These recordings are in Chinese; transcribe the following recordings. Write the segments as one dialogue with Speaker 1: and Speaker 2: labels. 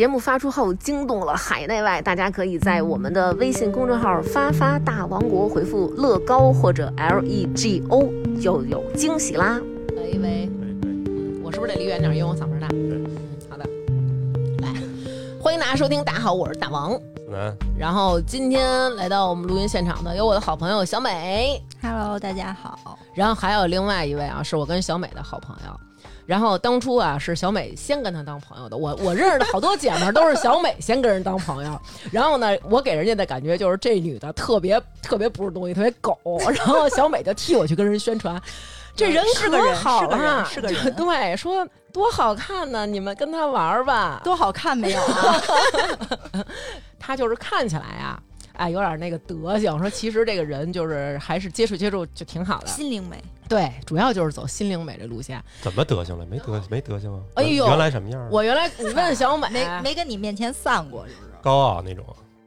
Speaker 1: 节目发出后惊动了海内外，大家可以在我们的微信公众号“发发大王国”回复“乐高”或者 “L E G O” 就有惊喜啦！
Speaker 2: 喂喂，
Speaker 3: 对对，
Speaker 2: 我是不是得离远点儿，因为我嗓门儿大？嗯，好的，来，欢迎大家收听，大家好，我是大王。
Speaker 3: 思南，
Speaker 1: 嗯
Speaker 2: 然后今天来到我们录音现场的有我的好朋友小美，
Speaker 4: Hello，大家好。
Speaker 2: 然后还有另外一位啊，是我跟小美的好朋友。然后当初啊，是小美先跟她当朋友的。我我认识的好多姐们儿都是小美先跟人当朋友。然后呢，我给人家的感觉就是这女的特别特别不是东西，特别狗。然后小美就替我去跟人宣传，这人
Speaker 4: 是个
Speaker 2: 可
Speaker 4: 人
Speaker 2: 好
Speaker 4: 是个人
Speaker 2: 了，
Speaker 4: 是个
Speaker 2: 就
Speaker 4: 人
Speaker 2: 对，说多好看呢，你们跟她玩儿吧。
Speaker 4: 多好看没 有啊？
Speaker 2: 她就是看起来啊，哎，有点那个德行。说其实这个人就是还是接触接触就挺好的。
Speaker 4: 心灵美，
Speaker 2: 对，主要就是走心灵美这路线。
Speaker 3: 怎么德行了？没德没德行啊！
Speaker 2: 哎呦
Speaker 3: 原来什么样啊？
Speaker 2: 我 原来你问小美，
Speaker 4: 没
Speaker 5: 哎
Speaker 4: 没跟你面前散过是不是？
Speaker 3: 高傲那种，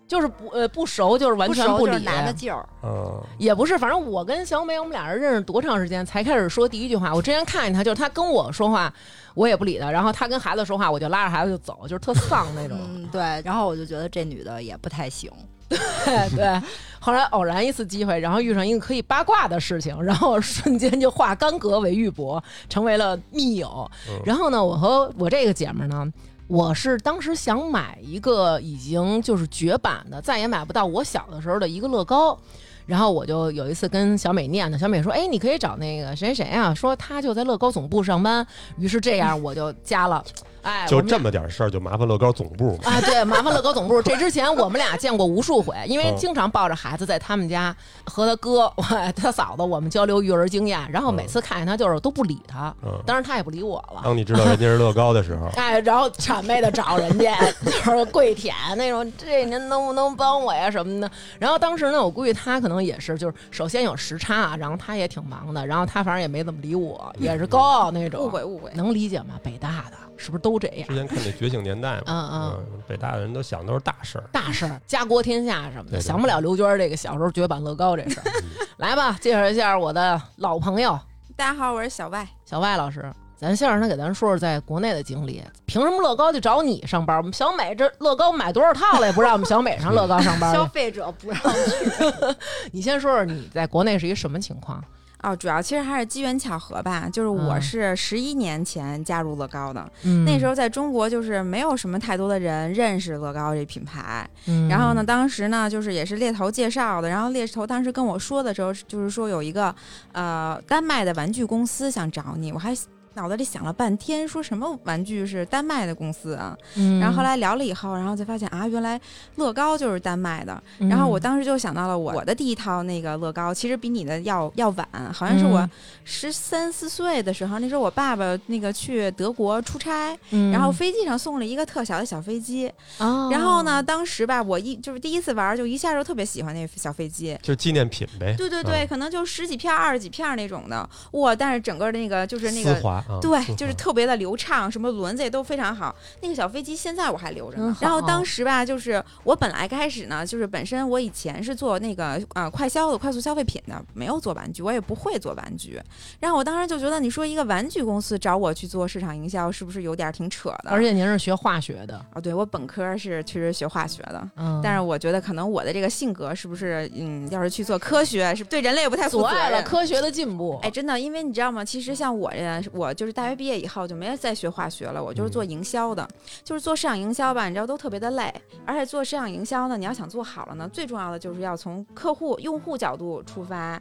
Speaker 2: 就是不呃不熟，就是完全
Speaker 4: 熟
Speaker 2: 不
Speaker 4: 就是
Speaker 2: 理。
Speaker 4: 拿个劲儿，
Speaker 3: 嗯，
Speaker 5: 哎
Speaker 2: 也不是，反正我跟小美我们俩人认识多长时间才开始说第一句话。我之前看见她，就是她跟我说话，我也不理她，然后她跟孩子说话，我就拉着孩子就走，就是特丧那种。
Speaker 4: 嗯，对。然后我就觉得这女的也不太行，
Speaker 2: 对对。后来偶然一次机会，然后遇上一个可以八卦的事情，然后瞬间就化干戈为玉帛，成为了密友。
Speaker 3: 嗯
Speaker 2: 然后呢，我和我这个姐们儿呢。我是当时想买一个已经就是绝版的，再也买不到我小的时候的一个乐高，然后我就有一次跟小美念叨，小美说：“哎，你可以找那个谁谁谁啊，说他就在乐高总部上班。”于是这样我就加了，哎，
Speaker 3: 就
Speaker 2: 我们俩
Speaker 3: 这么点事儿就麻烦乐高总部。
Speaker 2: 啊，对，麻烦乐高总部。这之前我们俩见过无数回，因为
Speaker 3: 嗯
Speaker 2: 经常抱着孩子在他们家和他哥、我他嫂子我们交流育儿经验，然后每次看见他就是都不理他，
Speaker 3: 嗯，
Speaker 2: 当然他也不理我
Speaker 5: 啊
Speaker 2: 了。，
Speaker 3: 当你知道人家是乐高的时候
Speaker 2: 哎，然后谄媚的找人家， 就是跪舔那种，这您能不能帮我呀什么的。然后当时呢，我估计他可能也是，就是首先有时差啊，然后他也挺忙的，然后他反正也没怎么理我，也
Speaker 3: 嗯
Speaker 2: 是高傲那种，
Speaker 5: 误会误会，
Speaker 2: 能理解吗？北大的是不是都这样
Speaker 3: 之？前看那《觉醒年代》嘛，
Speaker 2: 嗯嗯，
Speaker 3: 北大的人都想都是大事儿。
Speaker 2: 大事儿，家国天下什么
Speaker 3: 对
Speaker 2: 的，
Speaker 3: 对嗯
Speaker 2: 想不了刘娟儿这个小时候绝版乐高这事儿。 来吧，介绍一下我的老朋友
Speaker 5: 大家好，我是小外。
Speaker 2: 小外老师。咱先让他给咱说说在国内的经历，凭什么乐高就找你上班？我们小美这乐高买多少套了，也不让我们小美上乐高 上班
Speaker 4: 哎消
Speaker 2: 了。
Speaker 4: 费者不让。
Speaker 2: 你先说说你在国内是一什么情况？
Speaker 5: 哦，主要其实还是机缘巧合吧，就是我
Speaker 2: 嗯
Speaker 5: 是十一年前加入乐高的，
Speaker 2: 嗯
Speaker 5: 那时候在中国就是没有什么太多的人认识乐高这品牌，
Speaker 2: 嗯
Speaker 5: 然后呢，，当时呢就是也是猎头介绍的，然后猎头当时跟我说的时候，就是说有一个呃丹麦的玩具公司想找你，我还脑子里想了半天，说什么玩具是丹麦的公司啊，
Speaker 2: 嗯
Speaker 5: 然后后，来聊了以后，然后才发现啊，原来乐高就是丹麦的，
Speaker 2: 嗯
Speaker 5: 然后我当时就想到了我我的第一套那个乐高，其实比你的要要晚，好像是我
Speaker 2: 嗯
Speaker 5: 十三四岁的时候，那时候我爸爸那个去德国出差，
Speaker 2: 嗯
Speaker 5: 然后飞机上送了一个特小的小飞机，
Speaker 2: 哦
Speaker 5: 然后呢，当时吧，我一就是第一次玩，就一下就特别喜欢那小飞机。
Speaker 3: 就是纪念品呗。嗯
Speaker 5: 对对对，可能就十几片儿、二十几片儿那种的，哇！但是整个那个就是
Speaker 3: 嗯，
Speaker 5: 那
Speaker 3: 丝
Speaker 5: 个
Speaker 3: 滑啊，丝
Speaker 5: 对，
Speaker 3: 滑
Speaker 5: 就是特别的流畅，什么轮子也都非常好。那个小飞机现在我还留着
Speaker 2: 真
Speaker 5: 呢。
Speaker 2: 好
Speaker 5: 然后当时吧，就是我本来开始呢，就是本身我以前是做那个呃快消的、快速消费品的，没有做玩具，我也不会做玩具。然后我当时就觉得，你说一个玩具公司找我去做市场营销，是不是有点挺扯的？
Speaker 2: 而且您是学化学的，
Speaker 5: 啊，对我本科是确实学化学的。
Speaker 2: 嗯，
Speaker 5: 但是我觉得，可能我的这个性格是不是，嗯，要是去做科学，是对人类不太负
Speaker 2: 阻
Speaker 5: 责
Speaker 2: 碍了
Speaker 5: 任
Speaker 2: 科学嗯的进步。
Speaker 5: 哎，真的，因为你知道吗？其实像我这，我就是大学毕业以后就没再学化学了，我就是
Speaker 2: 嗯
Speaker 5: 做营销的，就是做市场营销吧，你知道都特别的累，而且做市场营销呢，你要想做好了呢，最重要的就是要从客户、用户角度出发。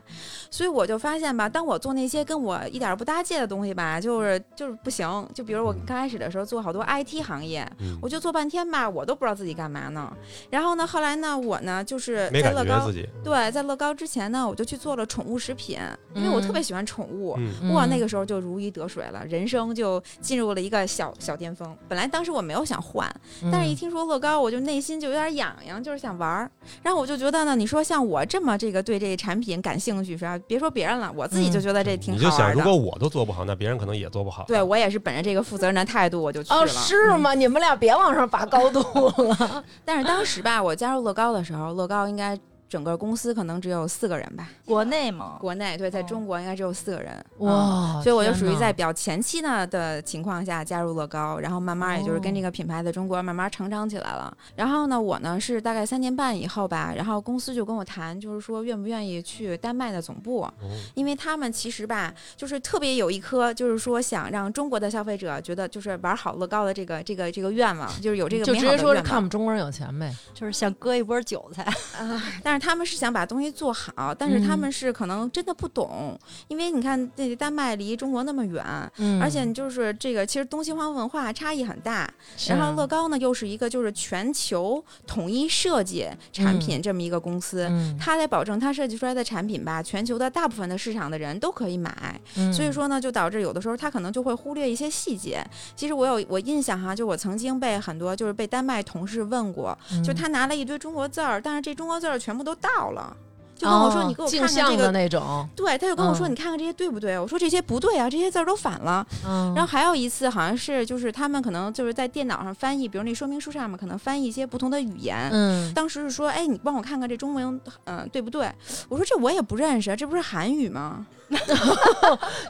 Speaker 5: 所以我就发现吧，当我做那些跟我一点儿不搭界的东西吧，就是就是不行。就比如我
Speaker 3: 嗯
Speaker 5: 刚开始的时候做好多 IT 行业，
Speaker 3: 嗯
Speaker 5: 我就做半天吧，我都不知道自己干嘛呢。然后呢，后来呢，我呢就是
Speaker 3: 没
Speaker 5: 在
Speaker 3: 感
Speaker 5: 乐
Speaker 3: 觉
Speaker 5: 高
Speaker 3: 自。己。
Speaker 5: 对，在乐高之前呢，我就去做了宠物食品，因为我特别喜欢宠物。
Speaker 3: 嗯，
Speaker 5: 哇，那
Speaker 2: 个
Speaker 5: 个时候就如鱼得水了，人生就进入了一个小小巅峰。本来当时我没有想换，但是
Speaker 2: 嗯
Speaker 5: 一听说乐高，我就内心就有点痒痒，就是想玩儿。然后我就觉得呢，你说像我这么这个对这产品感兴趣，是吧？别说别人了，我自己就觉得这挺
Speaker 3: 你就
Speaker 5: 好
Speaker 3: 想，
Speaker 5: 玩
Speaker 3: 如
Speaker 5: 的。
Speaker 3: 果我都做不好，那别人可能也做不好。
Speaker 5: 对，我也是本着这个负责任的态度，我就去了。
Speaker 2: 哦是
Speaker 5: 嗯
Speaker 2: 吗？你们 俩别往上拔高度了。
Speaker 5: 但是当时吧，我加入乐高的时候，乐高应该。整个公司可能只有四个人吧，
Speaker 4: 国内嘛，
Speaker 5: 国内对，在
Speaker 4: 哦
Speaker 5: 中国应该只有四个人。嗯
Speaker 2: 哇，
Speaker 5: 所以我就
Speaker 2: 哦天
Speaker 5: 属于
Speaker 2: 哪
Speaker 5: 在比较前期呢的情况下加入乐高，然后慢慢也就是跟
Speaker 2: 哦
Speaker 5: 这个品牌在中国慢慢成长起来了。然后呢，我呢是大概三年半以后吧，然后公司就跟我谈，就是说愿不愿意去丹麦的总部，
Speaker 3: 哦
Speaker 5: 因为他们其实吧，就是特别有一颗就是说想让中国的消费者觉得就是玩好乐高的这个这个这个愿望，就是有这个
Speaker 2: 就
Speaker 5: 美
Speaker 2: 直
Speaker 5: 好的
Speaker 2: 接说是
Speaker 5: 愿望
Speaker 2: 看我们中国人有钱呗，
Speaker 4: 就是想割一波韭菜，
Speaker 5: 啊，但是他们是想把东西做好，但是他
Speaker 2: 嗯
Speaker 5: 们是可能真的不懂，因为你看那丹麦离中国那么远，
Speaker 2: 嗯
Speaker 5: 而且你就是这个，其实东西方文化差异很大。
Speaker 2: 是啊
Speaker 5: 然后乐高呢，又是一个就是全球统一设计产品这么一个公司。
Speaker 2: 嗯
Speaker 5: 它得保证它设计出来的产品吧，全球的大部分的市场的人都可以买，
Speaker 2: 嗯
Speaker 5: 所以说呢，就导致有的时候它可能就会忽略一些细节。其实我有我印象哈，就我曾经被很多就是被丹麦同事问过，就
Speaker 2: 嗯
Speaker 5: 他拿了一堆中国字儿，但是这中国字儿全部都倒了，就跟我说
Speaker 2: 哦
Speaker 5: 你给我
Speaker 2: 镜
Speaker 5: 看看
Speaker 2: 像
Speaker 5: 这
Speaker 2: 的
Speaker 5: 个，
Speaker 2: 那种，
Speaker 5: 对，他就跟我说
Speaker 2: 嗯
Speaker 5: 你看看这些对不对？我说这些不对啊，这些字儿都反了。
Speaker 2: 嗯，
Speaker 5: 然后还有一次，好像是就是他们可能就是在电脑上翻译，比如那说明书上面可能翻译一些不同的语言。
Speaker 2: 嗯
Speaker 5: 当时是说，哎，你帮我看看这中文，嗯、对不对？我说这我也不认识，啊这不是韩语吗？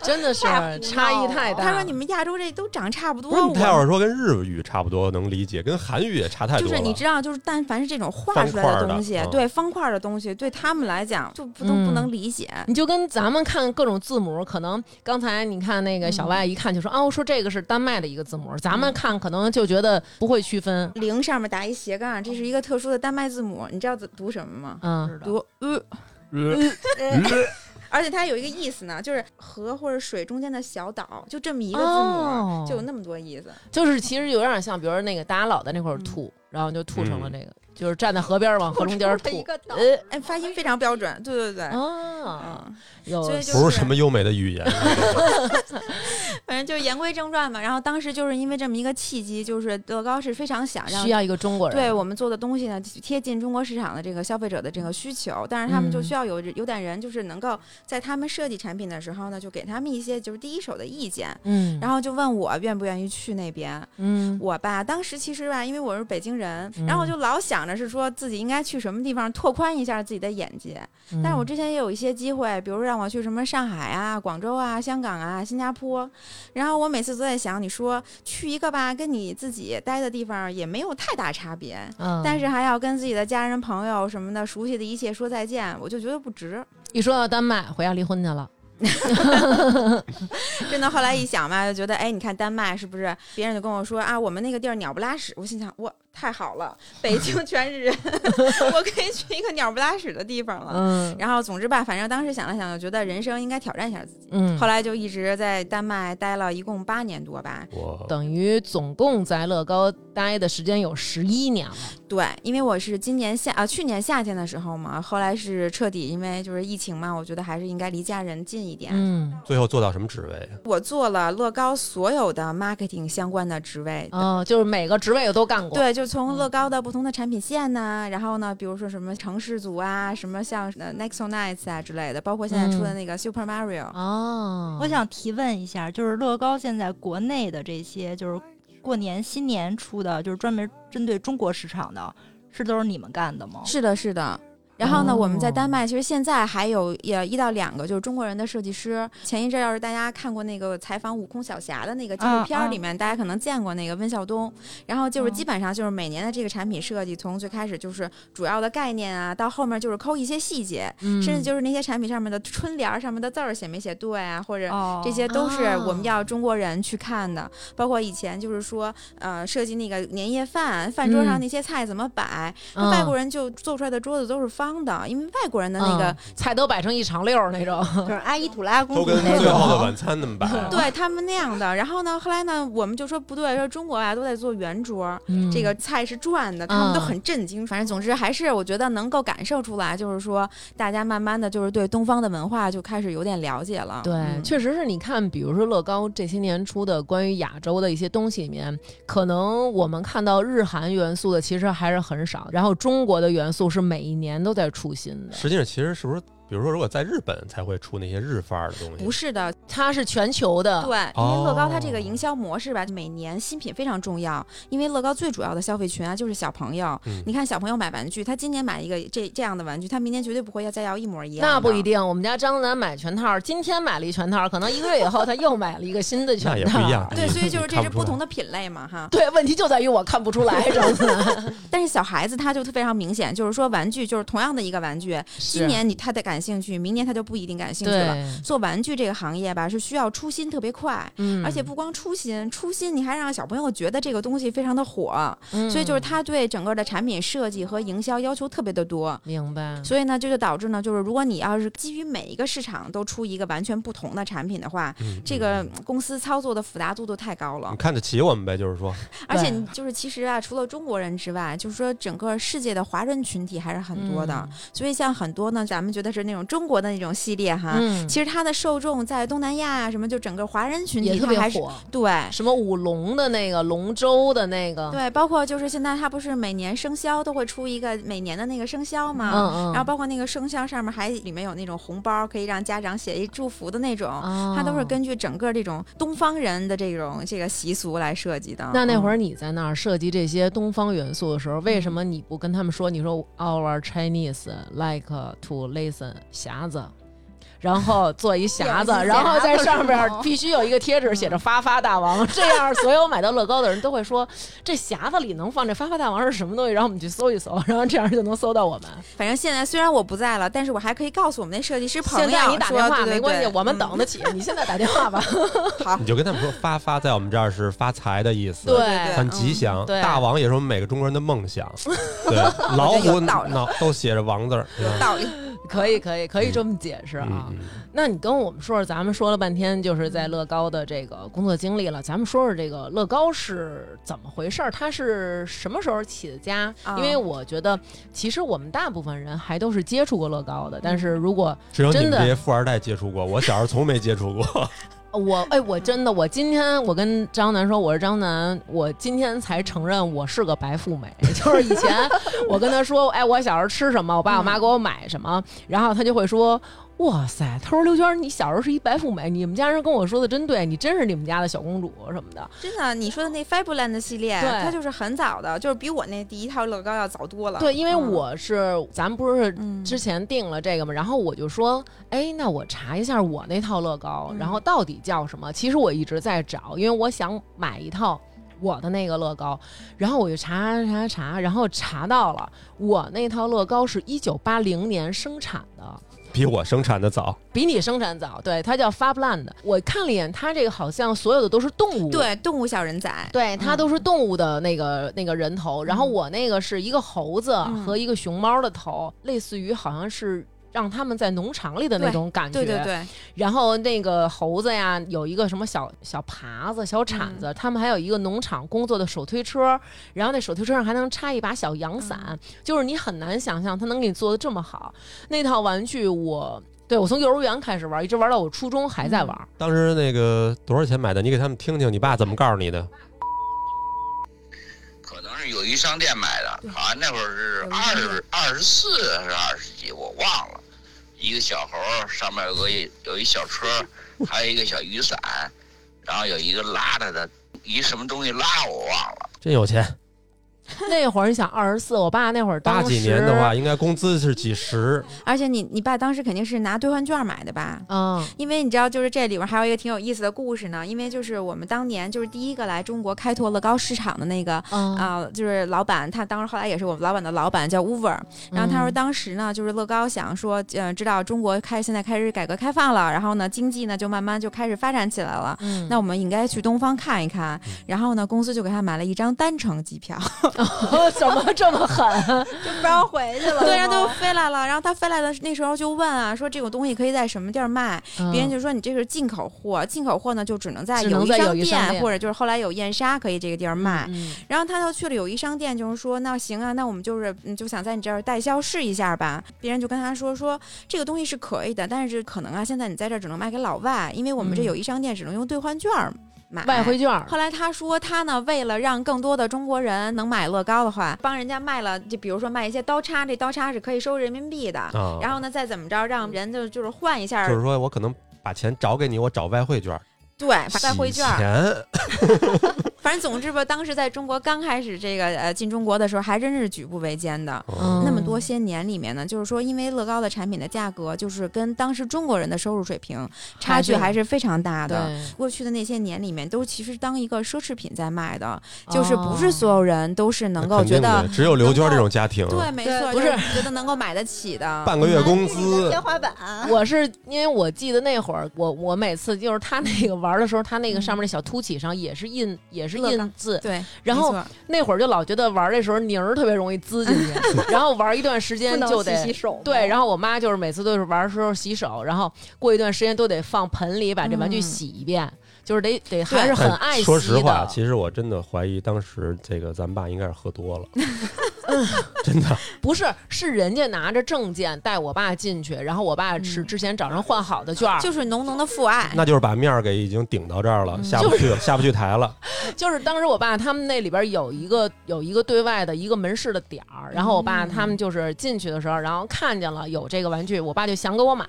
Speaker 2: 真的是
Speaker 4: 太胡
Speaker 2: 差
Speaker 4: 闹
Speaker 2: 异
Speaker 4: 了
Speaker 2: 太大了。
Speaker 5: 啊哦他说你们亚洲这都长差不多
Speaker 3: 啊不是，你他要
Speaker 5: 我
Speaker 3: 是说跟日语差不多能理解，跟韩语也差太
Speaker 5: 就
Speaker 3: 多了。
Speaker 5: 是你知道，就是但凡是这种画出来
Speaker 3: 方块儿的
Speaker 5: 东西，
Speaker 3: 嗯
Speaker 5: 对方块儿的东西，对他们来讲就不能、不
Speaker 2: 嗯
Speaker 5: 能理解。
Speaker 2: 你就跟咱们看各种字母，可能刚才你看那个
Speaker 5: 嗯
Speaker 2: 小外一看就说、哦，说这个是丹麦的一个字母，咱们看可能就觉得不会区分，
Speaker 5: 零上面打一斜杠，这是一个特殊的丹麦字母，你知道怎读什么吗？
Speaker 2: 嗯，
Speaker 4: 知道
Speaker 5: 读呃，
Speaker 3: 嗯
Speaker 5: 而且它有一个意思呢，就是河或者水中间的小岛，就这么一个字母，啊
Speaker 2: 哦
Speaker 5: 就有那么多意思。
Speaker 2: 就是其实有点像，比如那个大家老在那块儿
Speaker 5: 嗯
Speaker 2: 吐，然后就吐成了这个，就是站在河边儿往河中间儿
Speaker 4: 出了一
Speaker 2: 吐，
Speaker 4: 个岛
Speaker 2: 呃
Speaker 5: 哎，发音非常标准，对对对。
Speaker 2: 啊，
Speaker 5: 嗯，
Speaker 2: 有
Speaker 5: 所以就
Speaker 3: 不是什么优美的语言，
Speaker 5: 反正就是言归正传嘛。然后当时就是因为这么一个契机，就是乐高是非常想让
Speaker 2: 需要一个中国人，
Speaker 5: 对我们做的东西呢，贴近中国市场的这个消费者的这个需求，但是他们就需要有有点人，就是能够在他们设计产品的时候呢，就给他们一些就是第一手的意见，
Speaker 2: 嗯，
Speaker 5: 然后就问我愿不愿意去那边。
Speaker 2: 嗯
Speaker 5: 我吧，当时其实吧，因为我是北京人，然后我就老想着是说自己应该去什么地方拓宽一下自己的眼界。
Speaker 2: 嗯
Speaker 5: 但是我之前也有一些机会，比如让我去什么上海啊、广州啊、香港啊、新加坡，然后我每次都在想，你说去一个吧，跟你自己待的地方也没有太大差别，
Speaker 2: 嗯，
Speaker 5: 但是还要跟自己的家人、朋友什么的熟悉的一切说再见，我就觉得不值。
Speaker 2: 一说到丹麦，回家离婚去了，
Speaker 5: 真的，后来一想吧，就觉得，哎，你看丹麦是不是？别人就跟我说啊，我们那个地儿鸟不拉屎。我心想，哇，太好了，北京全是人， 我可以去一个鸟不拉屎的地方了。
Speaker 2: 嗯
Speaker 5: 然后，总之吧，反正当时想了想，就觉得人生应该挑战一下自己。
Speaker 2: 嗯，
Speaker 5: 后来就一直在丹麦待了一共八年多吧。
Speaker 3: 我
Speaker 2: 等于总共在乐高待的时间有十一年了，
Speaker 5: 对，因为我是今年夏啊，去年夏天的时候嘛，后来是彻底因为就是疫情嘛，我觉得还是应该离家人近一点。
Speaker 2: 嗯，
Speaker 3: 最后做到什么职位？
Speaker 5: 我做了乐高所有的 marketing 相关的职位。
Speaker 2: 哦，就是每个职位我都干过，
Speaker 5: 对，就从
Speaker 2: 嗯
Speaker 5: 乐高的不同的产品线呐、然后呢，比如说什么城市组啊，什么像呃 Nexo Nights 啊之类的，包括现在出的那个 Super Mario，、
Speaker 2: 嗯哦，
Speaker 4: 我想提问一下，就是乐高现在国内的这些，就是过年新年出的，就是专门针对中国市场的，是都是你们干的吗？
Speaker 5: 是的，是的。然后呢，我们在
Speaker 2: 哦
Speaker 5: 丹麦其实现在还有也一到两个就是中国人的设计师。前一阵要是大家看过那个采访悟空小侠的那个纪录
Speaker 4: 啊
Speaker 5: 片儿
Speaker 4: 啊
Speaker 5: 里面，大家可能见过那个温孝东。然后就是
Speaker 4: 嗯
Speaker 5: 基本上就是每年的这个产品设计，从最开始就是主要的概念啊，到后面就是抠一些细节，
Speaker 2: 嗯，
Speaker 5: 甚至就是那些产品上面的春联儿上面的字儿写没写对啊，或者
Speaker 4: 哦
Speaker 5: 这些都是
Speaker 2: 哦
Speaker 5: 我们要中国人去看的，包括以前就是说，呃，设计那个年夜饭，饭桌上
Speaker 2: 嗯
Speaker 5: 那些菜怎么摆，
Speaker 2: 嗯
Speaker 5: 外国人就做出来的桌子都是方的，因为外国人的那个
Speaker 2: 嗯，菜都摆成一长溜儿那种，
Speaker 4: 就是阿依土拉公
Speaker 3: 都
Speaker 4: 主
Speaker 3: 跟
Speaker 4: 那
Speaker 3: 最后的
Speaker 4: 种。
Speaker 3: 晚餐 那么摆，
Speaker 5: 对他们那样的。然后呢，后来呢，我们就说不对，说中国啊都在做圆桌，这
Speaker 2: 嗯
Speaker 5: 个菜是转的，他们都很震惊。反正总之还是我觉得能够感受出来，就是说大家慢慢的就是对东方的文化就开始有点了解了。
Speaker 2: 对，
Speaker 5: 嗯
Speaker 2: 确实是你看，比如说乐高这些年出的关于亚洲的一些东西里面，可能我们看到日韩元素的其实还是很少，然后中国的元素是每一年都在出新的。
Speaker 3: 实际上，其实是不是，比比如说，如果在日本才会出那些日范儿的东西，
Speaker 5: 不是的，
Speaker 2: 它是全球的，
Speaker 5: 对，因为乐高它
Speaker 3: 哦
Speaker 5: 这个营销模式吧，每年新品非常重要。因为乐高最主要的消费群啊，就是小朋友。
Speaker 3: 嗯
Speaker 5: 你看小朋友买玩具，他今年买一个这这样的玩具，他明年绝对不会要再要一模一样。
Speaker 2: 那不一。定，我们家张楠买全套，今天买了一全套，可能一个月以后他又买了一个新的全套。
Speaker 3: 那也不一样
Speaker 5: 对，所以就是这
Speaker 3: 看
Speaker 5: 是
Speaker 3: 不出
Speaker 5: 不
Speaker 3: 来
Speaker 5: 同的品类嘛，哈。
Speaker 2: 对，问题就在于我看不出来，张楠。
Speaker 5: 但是小孩子他就非常明显，就是说玩具就是同样的一个玩具， 今年你他得感兴趣，明年他就不一定感兴趣了。
Speaker 2: 对，
Speaker 5: 做玩具这个行业吧，是需要出新特别快，
Speaker 2: 嗯
Speaker 5: 而且不光出新，出新你还让小朋友觉得这个东西非常的火，
Speaker 2: 嗯
Speaker 5: 所以就是他对整个的产品设计和营销要求特别的多。
Speaker 2: 明白，
Speaker 5: 所以呢，这就导致呢，就是如果你要是基于每一个市场都出一个完全不同的产品的话，
Speaker 3: 嗯
Speaker 5: 这个公司操作的复杂度都太高了
Speaker 2: 嗯
Speaker 3: 你。看得起我们呗，就是说，
Speaker 5: 而且你就是其实啊，除了中国人之外，就是说整个世界的华人群体还是很多的。
Speaker 2: 嗯
Speaker 5: 所以像很多呢，咱们觉得是那种中国的那种系列哈，
Speaker 2: 嗯，
Speaker 5: 其实它的受众在东南亚啊什么，就整个华人群
Speaker 2: 也
Speaker 5: 体
Speaker 2: 特
Speaker 5: 它
Speaker 2: 别
Speaker 5: 还是
Speaker 2: 火，
Speaker 5: 对。
Speaker 2: 什么舞龙的那个龙舟的那个，
Speaker 5: 对，包括就是现在它不是每年生肖都会出一个每年的那个生肖
Speaker 2: 嗯
Speaker 5: 嘛，
Speaker 2: 嗯，
Speaker 5: 啊然后包括那个生肖上面还里面有那种红包，可以让家长写一祝福的那种，
Speaker 2: 哦
Speaker 5: 它都是根据整个这种东方人的这种这个习俗来设计的。
Speaker 2: 那那会
Speaker 5: 儿
Speaker 2: 儿你在那儿设计这些东方元素的时候，为
Speaker 5: 嗯
Speaker 2: 什么你不跟他们说？你说 our Chinese like to listen 匣子，然后做一匣子，
Speaker 5: 有一匣子嗯
Speaker 2: 然后在上边
Speaker 4: 是吗
Speaker 2: 必须有一个贴纸写着“发发大王”，这样所有买到乐高的人都会说这匣子里能放这“发发大王”是什么东西，然后我们去搜一搜，然后这样就能搜到我们。
Speaker 5: 嗯反正现在虽然我不在了，但是我还可以告诉我们那设计师朋友，
Speaker 2: 现在你打
Speaker 5: 说
Speaker 2: 电话
Speaker 5: 对对
Speaker 2: 没关系，
Speaker 5: 对
Speaker 2: 我们
Speaker 5: 嗯
Speaker 2: 等得起，你现在打电话吧。
Speaker 3: 你就跟他们说发发在我们这儿是发财的意思，
Speaker 2: 对
Speaker 5: 嗯
Speaker 3: 很吉祥。
Speaker 2: 对
Speaker 3: 大王也是我们每个中国人的梦想， 对，老
Speaker 5: 有
Speaker 3: 虎
Speaker 5: 道理
Speaker 3: 脑都写着王字儿，
Speaker 2: 嗯
Speaker 3: 是
Speaker 5: 有
Speaker 3: 吧
Speaker 5: 道理。
Speaker 2: 可以，可以，可以这么解释啊。
Speaker 3: 嗯嗯，
Speaker 2: 那你跟我们说说，咱们说了半天就是在乐高的这个工作经历了，咱们说说这个乐高是怎么回事儿？它是什么时候起的家？
Speaker 5: 啊
Speaker 2: 因为我觉得，其实我们大部分人还都是接触过乐高的，但是如果
Speaker 3: 只有你
Speaker 2: 真
Speaker 3: 们
Speaker 2: 的
Speaker 3: 这些富二代接触过，我小时候从没接触过。
Speaker 2: 我哎，我真的，我今天我跟张楠说，我是张楠，我今天才承认我是个白富美。 就是以前我跟他说，哎，我小时候吃什么，我爸我妈给我买什么，然后他就会说。哇塞！他说刘娟，你小时候是一白富美，你们家人跟我说的真对，你真是你们家的小公主什么的。
Speaker 5: 真的，你说的那 Fabulous 系列，
Speaker 2: 对
Speaker 5: 它就是很早的，就是比我那第一套乐高要早多了。
Speaker 2: 对，因为
Speaker 5: 嗯
Speaker 2: 我是咱们不是
Speaker 5: 嗯
Speaker 2: 之前定了这个嘛，然后我就说，哎，那我查一下我那套乐高，然后到底叫什么？其实我一直在找，因为我想买一套。我的那个乐高，然后我就查查查，然后查到了，我那套乐高是一九八零年生产的，
Speaker 3: 比我生产的早，
Speaker 2: 比你生产早。对，它叫 Fabland。我看了一眼，它这个好像所有的都是动物，
Speaker 5: 对动物小人仔，
Speaker 2: 对，它都是动物的那个、
Speaker 5: 嗯
Speaker 2: 那个人头，然后我那个是一个猴子和一个熊猫的头，类似于好像是。让他们在农场里的那种感
Speaker 5: 对
Speaker 2: 觉，
Speaker 5: 对对，
Speaker 2: 然后那个猴子呀，有一个什么小小耙子、小铲
Speaker 5: 嗯
Speaker 2: 子，他们还有一个农场工作的手推车，然后那手推车上还能插一把小阳伞，
Speaker 5: 嗯
Speaker 2: 就是你很难想象他能给你做的这么好。那套玩具我对我从幼儿园开始玩，一直玩到我初中还在玩。
Speaker 5: 嗯
Speaker 3: 当时那个多少钱买的？你给他们听听，你爸怎么告诉你的？
Speaker 6: 可能是友谊商店买的，好像那会儿是二十二十四还是二十几，我忘了。一个小猴儿上面有个有一小车，还有一个小雨伞，然后有一个拉着的，一什么东西拉我忘了。
Speaker 3: 真有钱！
Speaker 2: 那会儿你想二十四，我爸那会儿当
Speaker 3: 八
Speaker 2: 时
Speaker 3: 几年的话，应该工资是几十，
Speaker 5: 而且你你爸当时肯定是拿兑换券买的吧？
Speaker 2: 嗯，
Speaker 5: 因为你知道，就是这里边还有一个挺有意思的故事呢。因为就是我们当年就是第一个来中国开拓乐高市场的那个
Speaker 2: 啊，
Speaker 5: 啊、就是老板，他当时后来也是我们老板的老板，叫 Uber。然后他说，
Speaker 2: 嗯
Speaker 5: 当时呢，就是乐高想说，呃，知道中国开现在开始改革开放了，然后呢，经济呢就慢慢就开始发展起来了。
Speaker 2: 嗯
Speaker 5: 那我们应该去东方看一看，然后呢，公司就给他买了一张单程机 票，
Speaker 2: 我怎么这么 狠？
Speaker 4: 就不让回去了。
Speaker 5: 对，
Speaker 2: 啊
Speaker 5: 然后就飞来了。然后他飞来的那时候就问啊，说这种东西可以在什么地儿卖？别人就说你这是进口货，进口货呢就只能在
Speaker 2: 嗯只能在友
Speaker 5: 商
Speaker 2: 谊商店
Speaker 5: 或者就是后来有燕莎可以这个地儿卖。
Speaker 2: 嗯
Speaker 5: 然后他就去了友谊商店，就是说那行啊，那我们就是嗯就想在你这儿代销试一下吧。别人就跟他说说这个东西是可以的，但是可能啊现在你在这儿只能卖给老外，因为我们这
Speaker 2: 嗯
Speaker 5: 友谊商店只能用兑换券儿。买
Speaker 2: 外汇券儿，
Speaker 5: 后来他说，他呢为了让更多的中国人能买乐高的话，帮人家卖了，就比如说卖一些刀叉，这刀叉是可以收人民币的。
Speaker 3: 啊。
Speaker 2: 哦
Speaker 5: 然后呢，再怎么着让人就就是换一下，
Speaker 3: 就是说我可能把钱找给你，我找外汇券儿，
Speaker 5: 对外汇券
Speaker 3: 洗
Speaker 5: 儿。
Speaker 3: 钱
Speaker 5: 反正总之吧，当时在中国刚开始这个呃进中国的时候，还真是举步维艰的。
Speaker 2: 嗯
Speaker 5: 那么多些年里面呢，就是说，因为乐高的产品的价格，就是跟当时中国人的收入水平差距还是非常大的。
Speaker 2: 哎对，
Speaker 5: 过去的那些年里面，都其实当一个奢侈品在卖的，就是不
Speaker 2: 哦
Speaker 5: 是所有人都是能够
Speaker 3: 肯
Speaker 5: 觉
Speaker 3: 定
Speaker 5: 得
Speaker 3: 的，只有刘娟这种家庭，
Speaker 5: 对，没
Speaker 1: 对
Speaker 5: 错，
Speaker 2: 不
Speaker 5: 就是觉得能够买得起的。
Speaker 3: 半个月工资
Speaker 1: 天花板，
Speaker 2: 我是因为我记得那会儿，我我每次就是他那个玩的时候，他那个上面那小凸起上也是印也是
Speaker 5: 乐高
Speaker 2: 印字，
Speaker 5: 对，
Speaker 2: 然
Speaker 5: 没
Speaker 2: 后
Speaker 5: 错
Speaker 2: 那会儿就老觉得玩的时候泥儿特别容易滋进去， 然后玩一段时
Speaker 1: 不
Speaker 2: 间
Speaker 1: 能
Speaker 2: 就
Speaker 1: 洗洗
Speaker 2: 得。
Speaker 1: 手吗。
Speaker 2: 对，然后我妈就是每次都是玩的时候洗手，然后过一段时间都得放盆里把这玩具
Speaker 5: 嗯
Speaker 2: 洗一遍，就是得得还是
Speaker 3: 但
Speaker 2: 很爱惜的。
Speaker 3: 哎说实话，其实我真的怀疑当时这个咱爸应该是喝多 了，真的。
Speaker 2: 不是是人家拿着证件带我爸进去，然后我爸是
Speaker 5: 嗯
Speaker 2: 之前找人换好的券儿，
Speaker 5: 就是浓浓的父爱。
Speaker 3: 那就是把面儿给已经顶到这儿了，
Speaker 5: 嗯
Speaker 3: 下不去了，下不去台 了。
Speaker 2: 就是当时我爸他们那里边有一个有一个对外的一个门市的点
Speaker 4: 嗯
Speaker 2: 儿，然后我爸他们就是进去的时候，然后看见了有这个玩具，我爸就想给我买，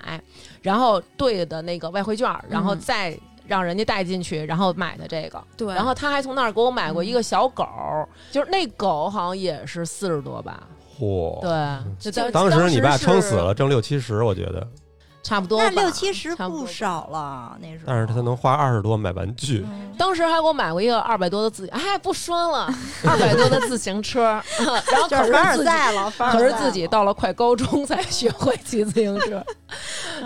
Speaker 2: 然后兑的那个外汇券儿，然后
Speaker 5: 嗯
Speaker 2: 再让人家带进去，然后买的这个。
Speaker 5: 对，
Speaker 2: 然后他还从那儿给我买过一个小狗儿，
Speaker 4: 嗯
Speaker 2: 就是那狗好像也是四十多吧，
Speaker 3: 嚯！
Speaker 2: 对，就当
Speaker 3: 当时你爸撑死
Speaker 2: 是
Speaker 3: 了，挣六七十，我觉得，
Speaker 2: 差不多吧
Speaker 4: 那六七十
Speaker 2: 差不多
Speaker 4: 不
Speaker 2: 吧
Speaker 4: 少了，那时候。
Speaker 3: 但是他能花二十多买玩具，
Speaker 4: 嗯
Speaker 2: 当时还给我买过一个二百多的自，哎，不说了， 二百多的自行车，然后
Speaker 4: 就
Speaker 2: 可
Speaker 4: 是
Speaker 2: 是
Speaker 4: 凡尔
Speaker 2: 自己
Speaker 4: 赛了，凡尔
Speaker 2: 可是
Speaker 4: 赛
Speaker 2: 自己
Speaker 4: 了
Speaker 2: 到了快高中才学会骑自行车，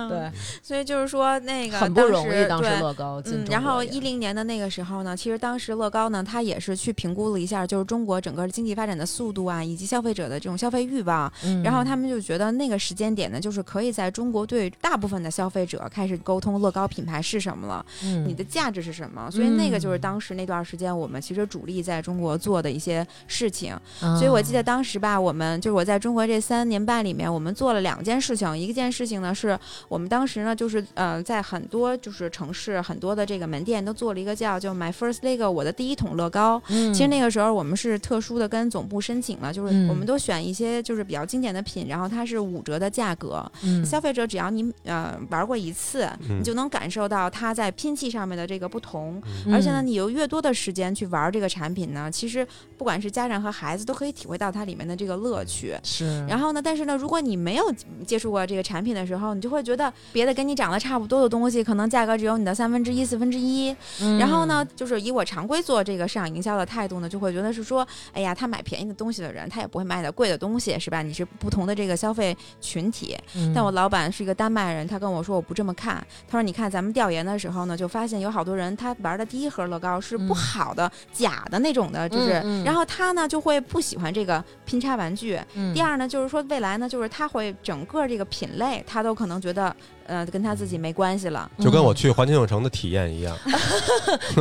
Speaker 2: 对，
Speaker 5: 所以就是说嗯那个
Speaker 2: 很不容易。当
Speaker 5: 对
Speaker 2: 时乐高进
Speaker 5: 嗯
Speaker 2: 中，国也，
Speaker 5: 然后一零年的那个时候呢，其实当时乐高呢，它也是去评估了一下，就是中国整个经济发展的速度啊，以及消费者的这种消费欲望。
Speaker 2: 嗯，
Speaker 5: 然后他们就觉得那个时间点呢，就是可以在中国对大部分的消费者开始沟通乐高品牌是什么了，
Speaker 2: 嗯
Speaker 5: 你的价值是什么。所以那个就是当时那段时间我们其实主力在中国做的一些事情。
Speaker 2: 嗯
Speaker 5: 所以我记得当时吧，我们就是我在中国这三年半里面，我们做了两件事情。一件事情呢，是我们当时呢，就是呃，在很多就是城市很多的这个门店都做了一个叫就 My First Lego 我的第一桶乐高。
Speaker 2: 嗯，
Speaker 5: 其实那个时候我们是特殊的跟总部申请了，就是
Speaker 2: 嗯
Speaker 5: 我们都选一些就是比较经典的品，然后它是五折的价格，
Speaker 2: 嗯
Speaker 5: 消费者只要你呃玩过一次，
Speaker 3: 嗯
Speaker 5: 你就能感受到它在拼砌上面的这个不同。
Speaker 2: 嗯
Speaker 5: 而且呢，你有越多的时间去玩这个产品呢，其实不管是家长和孩子都可以体会到它里面的这个乐趣。嗯
Speaker 2: 是，
Speaker 5: 然后呢，但是呢，如果你没有接触过这个产品的时候，你就会觉得别的跟你长得差不多的东西，可能价格只有你的三分之一、四分之一。
Speaker 2: 后
Speaker 5: 然后呢，，就是以我常规做这个市场营销的态度呢，就会觉得是说，哎呀，他买便宜的东西的人，他也不会卖的贵的东西，是吧？你是不同的这个消费群体。
Speaker 2: 嗯
Speaker 5: 但我老板是一个丹麦人，他跟我说我不这么看。他说：“你看咱们调研的时候呢，就发现有好多人他玩的第一盒乐高是不
Speaker 2: 嗯
Speaker 5: 好的、假的那种的，就是，
Speaker 2: 嗯嗯
Speaker 5: 然后他呢就会不喜欢这个拼插玩具。
Speaker 2: 嗯
Speaker 5: 第二呢，就是说未来呢，就是他会整个这个品类，他都可能觉得，呃，跟他自己没关系了。
Speaker 3: 嗯就跟我去环球影城的体验一样，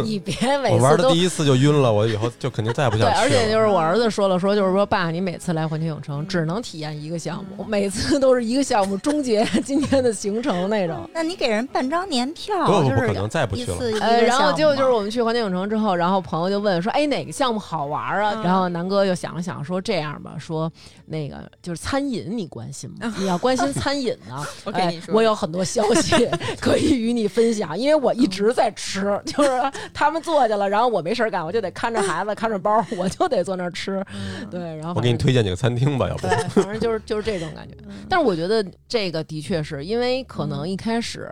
Speaker 2: 你别
Speaker 3: 我
Speaker 2: 每
Speaker 3: 玩
Speaker 2: 次
Speaker 3: 的
Speaker 2: 都
Speaker 3: 第一次就晕了，我以后就肯定再也不
Speaker 2: 对，
Speaker 3: 想去了。
Speaker 2: 而且
Speaker 5: 嗯
Speaker 2: 就是我儿子说了说，就是说爸，你每次来环球影城只能体验一个项
Speaker 5: 嗯
Speaker 2: 目，每次都是一个项目终结今天的行程那种。
Speaker 4: 那你给人办张年票，
Speaker 3: 不不
Speaker 4: 就
Speaker 3: 不
Speaker 4: 是
Speaker 3: 可能再也不
Speaker 4: 一
Speaker 3: 去了
Speaker 4: 次一
Speaker 2: 呃，
Speaker 4: 个
Speaker 2: 然后
Speaker 4: 项
Speaker 2: 结果
Speaker 4: 目
Speaker 2: 就是
Speaker 4: 嘛
Speaker 2: 我们去环球影城之后，然后朋友就问说：“哎，哪个项目好玩啊？”
Speaker 5: 嗯
Speaker 2: 然后南哥又想了想说：“这样吧，说那个就是餐饮，你关心吗？你要关心餐饮呢，
Speaker 5: 我跟
Speaker 2: 哎
Speaker 5: 你说
Speaker 2: 我有很多消息可以与你分享，因为我一直在吃， 就是他们坐下了，然后我没事儿干，我就得看着孩子，看着包，我就得坐那儿吃。对，然后
Speaker 3: 我
Speaker 2: 反
Speaker 3: 给
Speaker 2: 正
Speaker 3: 你推荐几个餐厅吧，要不
Speaker 2: 嗯对，反正就是就是这种感觉。
Speaker 5: 嗯
Speaker 2: 但是我觉得这个的确是因为可能一开始，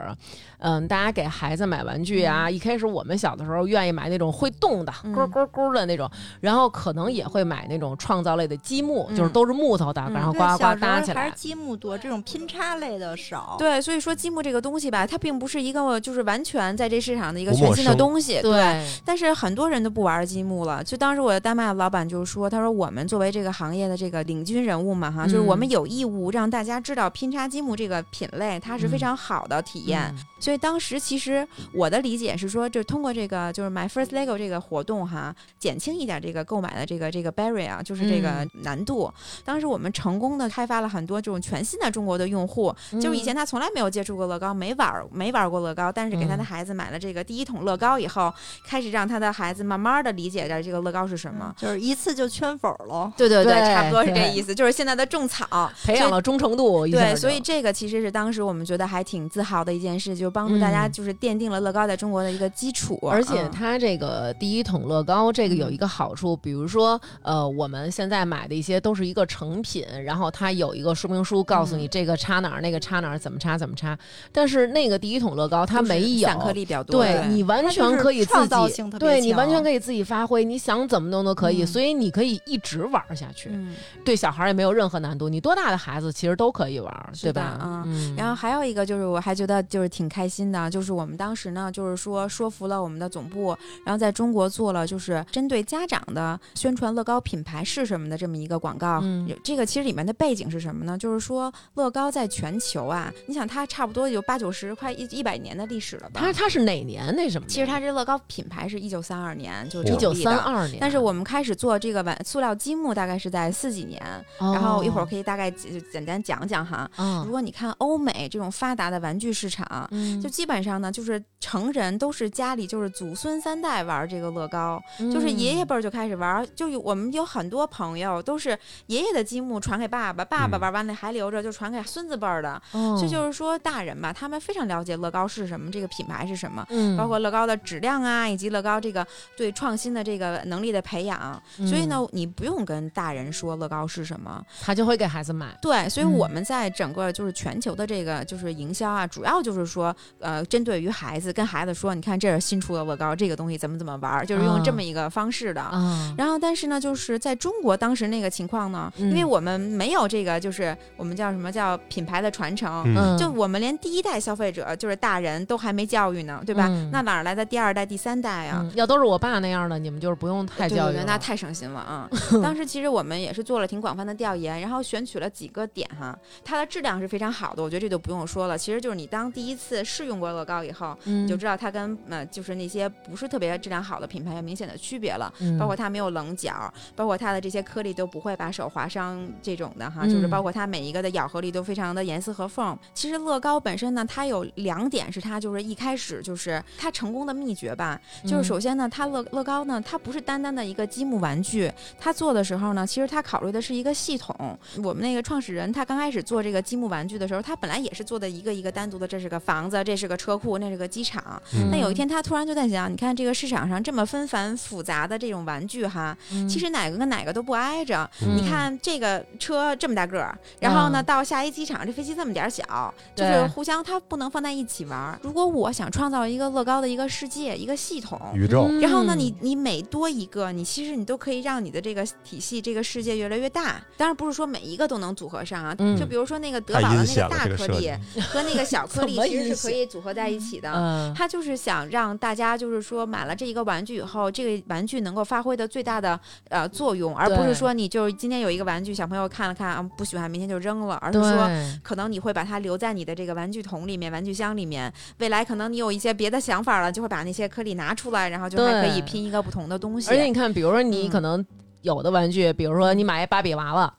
Speaker 2: 嗯，大家给孩子买玩具啊，一开始我们小的时候愿意买那种会动的，
Speaker 5: 嗯
Speaker 2: 咕咕咕的那种，然后可能也会买那种创造类的积木，
Speaker 5: 嗯
Speaker 2: 就是都是木头的，
Speaker 5: 嗯
Speaker 2: 然后
Speaker 4: 对
Speaker 2: 呱呱
Speaker 4: 小
Speaker 2: 呱
Speaker 4: 时
Speaker 2: 搭
Speaker 4: 候
Speaker 2: 起
Speaker 4: 还
Speaker 2: 来
Speaker 4: 是。积木多，这种拼插类的少。
Speaker 5: 对，所以说积木这个东西吧，它并不是一个就是完全在这市场的一个
Speaker 3: 不陌
Speaker 5: 全新的
Speaker 3: 生
Speaker 5: 东西，对。
Speaker 2: 对，
Speaker 5: 但是很多人都不玩积木了。就当时我的丹麦老板就说：“他说我们作为这个行业的这个领军人物嘛，哈，就是
Speaker 2: 嗯
Speaker 5: 我们有义务让大家知道拼插积木这个品类，它是非常好的体验。
Speaker 2: 嗯
Speaker 5: 所以当时其实我的理解是说，就是通过这个就是 My First Lego 这个活动哈，减轻一点这个购买的这个这个 barrier 啊，就是这个
Speaker 2: 嗯
Speaker 5: 难
Speaker 2: 嗯
Speaker 5: 度。当时我们成功的开发了很多这种全新的中国的用户，就是以前他从来没有接触过乐高，没玩儿没玩过乐高，但是给他的
Speaker 2: 嗯
Speaker 5: 孩子买了这个第一桶乐高以后，开始让他的孩子慢慢的理解着这个乐高是什么。
Speaker 4: 就是一次就圈粉儿了。
Speaker 5: 对对
Speaker 2: 嗯对
Speaker 5: 差不多是这
Speaker 2: 对
Speaker 5: 意思，就是现在的种草，
Speaker 2: 培养了忠诚度一下就，
Speaker 5: 对，所以这个其实是当时我们觉得还挺自豪的一件事，就帮助大家
Speaker 2: 嗯
Speaker 5: 就是奠定了乐高在中国的一个基础。
Speaker 2: 而且
Speaker 5: 嗯
Speaker 2: 它这个第一桶乐高，这个有一个好处，比如说，呃，我们现在买的一些都是一个成品，然后它有一个说明书告
Speaker 5: 嗯
Speaker 2: 诉你这个插哪儿，那个插哪儿，怎么插怎么插。但是那个第一桶乐高它
Speaker 5: 就是
Speaker 2: 没有
Speaker 5: 散颗粒比较多，
Speaker 2: 对你完全可以
Speaker 4: 它就
Speaker 2: 自
Speaker 4: 是创造性
Speaker 2: 己，
Speaker 4: 特别
Speaker 2: 对你
Speaker 4: 强
Speaker 2: 完全可以自己发挥，你想怎么弄都可以，
Speaker 5: 嗯
Speaker 2: 所以你可以一直玩儿下去，
Speaker 5: 嗯，
Speaker 2: 对小孩儿也没有任何难度。你多大的孩子其实都可以玩儿，
Speaker 5: 是
Speaker 2: 对
Speaker 5: 的
Speaker 2: 吧？嗯
Speaker 5: 然后还有一个就是，我还觉得就是挺开心的，就是我们当时呢，就是说说服了我们的总部，然后在中国做了就是针对家长的宣传乐高品牌是什么的这么一个广告。
Speaker 2: 嗯
Speaker 5: 有这个其实里面的背景是什么呢？就是说乐高在全球啊，你想它差不多有八九十快一一百年的历史了吧？
Speaker 2: 他他是哪年那什么的？
Speaker 5: 其实它这乐高品牌是一九三二年就
Speaker 2: 一
Speaker 5: 成
Speaker 2: 九
Speaker 5: 立
Speaker 2: 三
Speaker 5: 的。
Speaker 2: 二年，
Speaker 5: 但是我们开始做这个玩塑料积木，大概是在四几年，
Speaker 2: 哦，
Speaker 5: 然后一会儿可以大概简简单讲讲哈。
Speaker 2: 啊
Speaker 5: 如，果你看欧美这种发达的玩具市场，
Speaker 2: 嗯
Speaker 5: 就基本上呢，就是成人都是家里就是祖孙三代玩这个乐高，
Speaker 2: 嗯
Speaker 5: 就是爷爷辈儿就开始玩，就有我们有很多朋友都是爷爷的积木传给爸爸，爸爸
Speaker 3: 嗯
Speaker 5: 玩完了还留着，就传给孙子辈儿的。
Speaker 2: 嗯，
Speaker 5: 这
Speaker 2: 这
Speaker 5: 就是说，大人吧，他们非常了解乐高是什么，这个品牌是什么。
Speaker 2: 嗯，
Speaker 5: 包括乐高的质量啊，以及乐高这个对创新的这个能力的培养，所以呢
Speaker 2: 嗯，，
Speaker 5: 你不用跟大人说乐高是什么，
Speaker 2: 他就会给孩子买，
Speaker 5: 对，所以
Speaker 2: 嗯
Speaker 5: 我们在整个就是全球的这个就是营销啊，主要就是说，呃，针对于孩子，跟孩子说，你看这是新出的乐高，这个东西怎么怎么玩儿，就是用这
Speaker 2: 啊
Speaker 5: 么一个方式的。
Speaker 2: 啊，
Speaker 5: 然后，但是呢，就是在中国当时那个情况呢，因为
Speaker 2: 嗯
Speaker 5: 我们没有这个，就是我们叫什么叫品牌的传承。
Speaker 3: 嗯，
Speaker 5: 就我们连第一代消费者，就是大人都还没教育呢，对吧？
Speaker 2: 嗯
Speaker 5: 那哪儿来的第二代、第三代啊？
Speaker 2: 嗯要都是我爸那样的，你们就是不用太
Speaker 5: 对
Speaker 2: 教育
Speaker 5: 对对，
Speaker 2: 了，
Speaker 5: 那太省心了 啊！当时其实我们也是做了挺广泛的调研，然后选取了几个点哈，它的质量是非常好的，我觉得这就不用说了。其实就是你当第一次试用过乐高以后，
Speaker 2: 嗯
Speaker 5: 你就知道它跟呃就是那些不是特别质量好的品牌有明显的区别了。
Speaker 2: 嗯
Speaker 5: 包括它没有棱角，包括它的这些颗粒都不会把手划伤这种的哈，就是
Speaker 2: 嗯
Speaker 5: 包括它每一个的咬合力都非常的严丝合缝。其实乐高本身呢，它有两点是它就是一开始就是它成功的秘诀吧，就是
Speaker 2: 嗯
Speaker 5: 首先呢，它乐乐高呢，它不是单单的一个积木玩具，它做的时候呢，其实它考虑的是一个系统。我们那个创始人他刚开始做这个积木玩具的时候，他本来也是做的一个一个单独的，这是个房子，这是个车库，那是个机场。
Speaker 3: 嗯
Speaker 5: 但有一天他突然就在想，你看这个市场上这么纷繁复杂的这种玩具哈，
Speaker 2: 嗯
Speaker 5: 其实哪个跟哪个都不挨着。
Speaker 2: 嗯
Speaker 5: 你看这个车这么大个儿，然后呢，
Speaker 2: 嗯
Speaker 5: 到下一机场这飞机这么点儿小，就
Speaker 2: 对
Speaker 5: 是互相它不能放在一起玩儿。如果我想创造一个乐高的一个世界，一个系统。
Speaker 3: 宇宙，
Speaker 5: 然后
Speaker 2: 嗯
Speaker 5: 呢，你你每多一个，你其实你都可以让你的这个体系、这个世界越来越大。当然不是说每一个都能组合上啊，
Speaker 2: 嗯
Speaker 5: 就比如说那个德
Speaker 3: 太
Speaker 5: 宝的
Speaker 3: 阴
Speaker 5: 那
Speaker 3: 险了
Speaker 5: 大
Speaker 3: 这个
Speaker 5: 颗
Speaker 3: 设
Speaker 5: 粒
Speaker 3: 计，
Speaker 5: 和那个小颗粒
Speaker 2: 怎么
Speaker 5: 其实
Speaker 2: 阴
Speaker 5: 是可以组合在一起的。
Speaker 2: 嗯
Speaker 5: 他就是想让大家，就是说买了这一个玩具以后，这个玩具能够发挥的最大的呃作用，而不
Speaker 2: 对
Speaker 5: 是说你就是今天有一个玩具，小朋友看了看啊不喜欢，明天就扔了，而是
Speaker 2: 对
Speaker 5: 说可能你会把它留在你的这个玩具桶里面、玩具箱里面。未来可能你有一些别的想法了，就会把那些颗粒拿出来，然后就还可以
Speaker 2: 对
Speaker 5: 拼一个不同的东西。
Speaker 2: 而且你看，比如说你
Speaker 5: 嗯
Speaker 2: 可能有的玩具，比如说你买一芭比娃娃。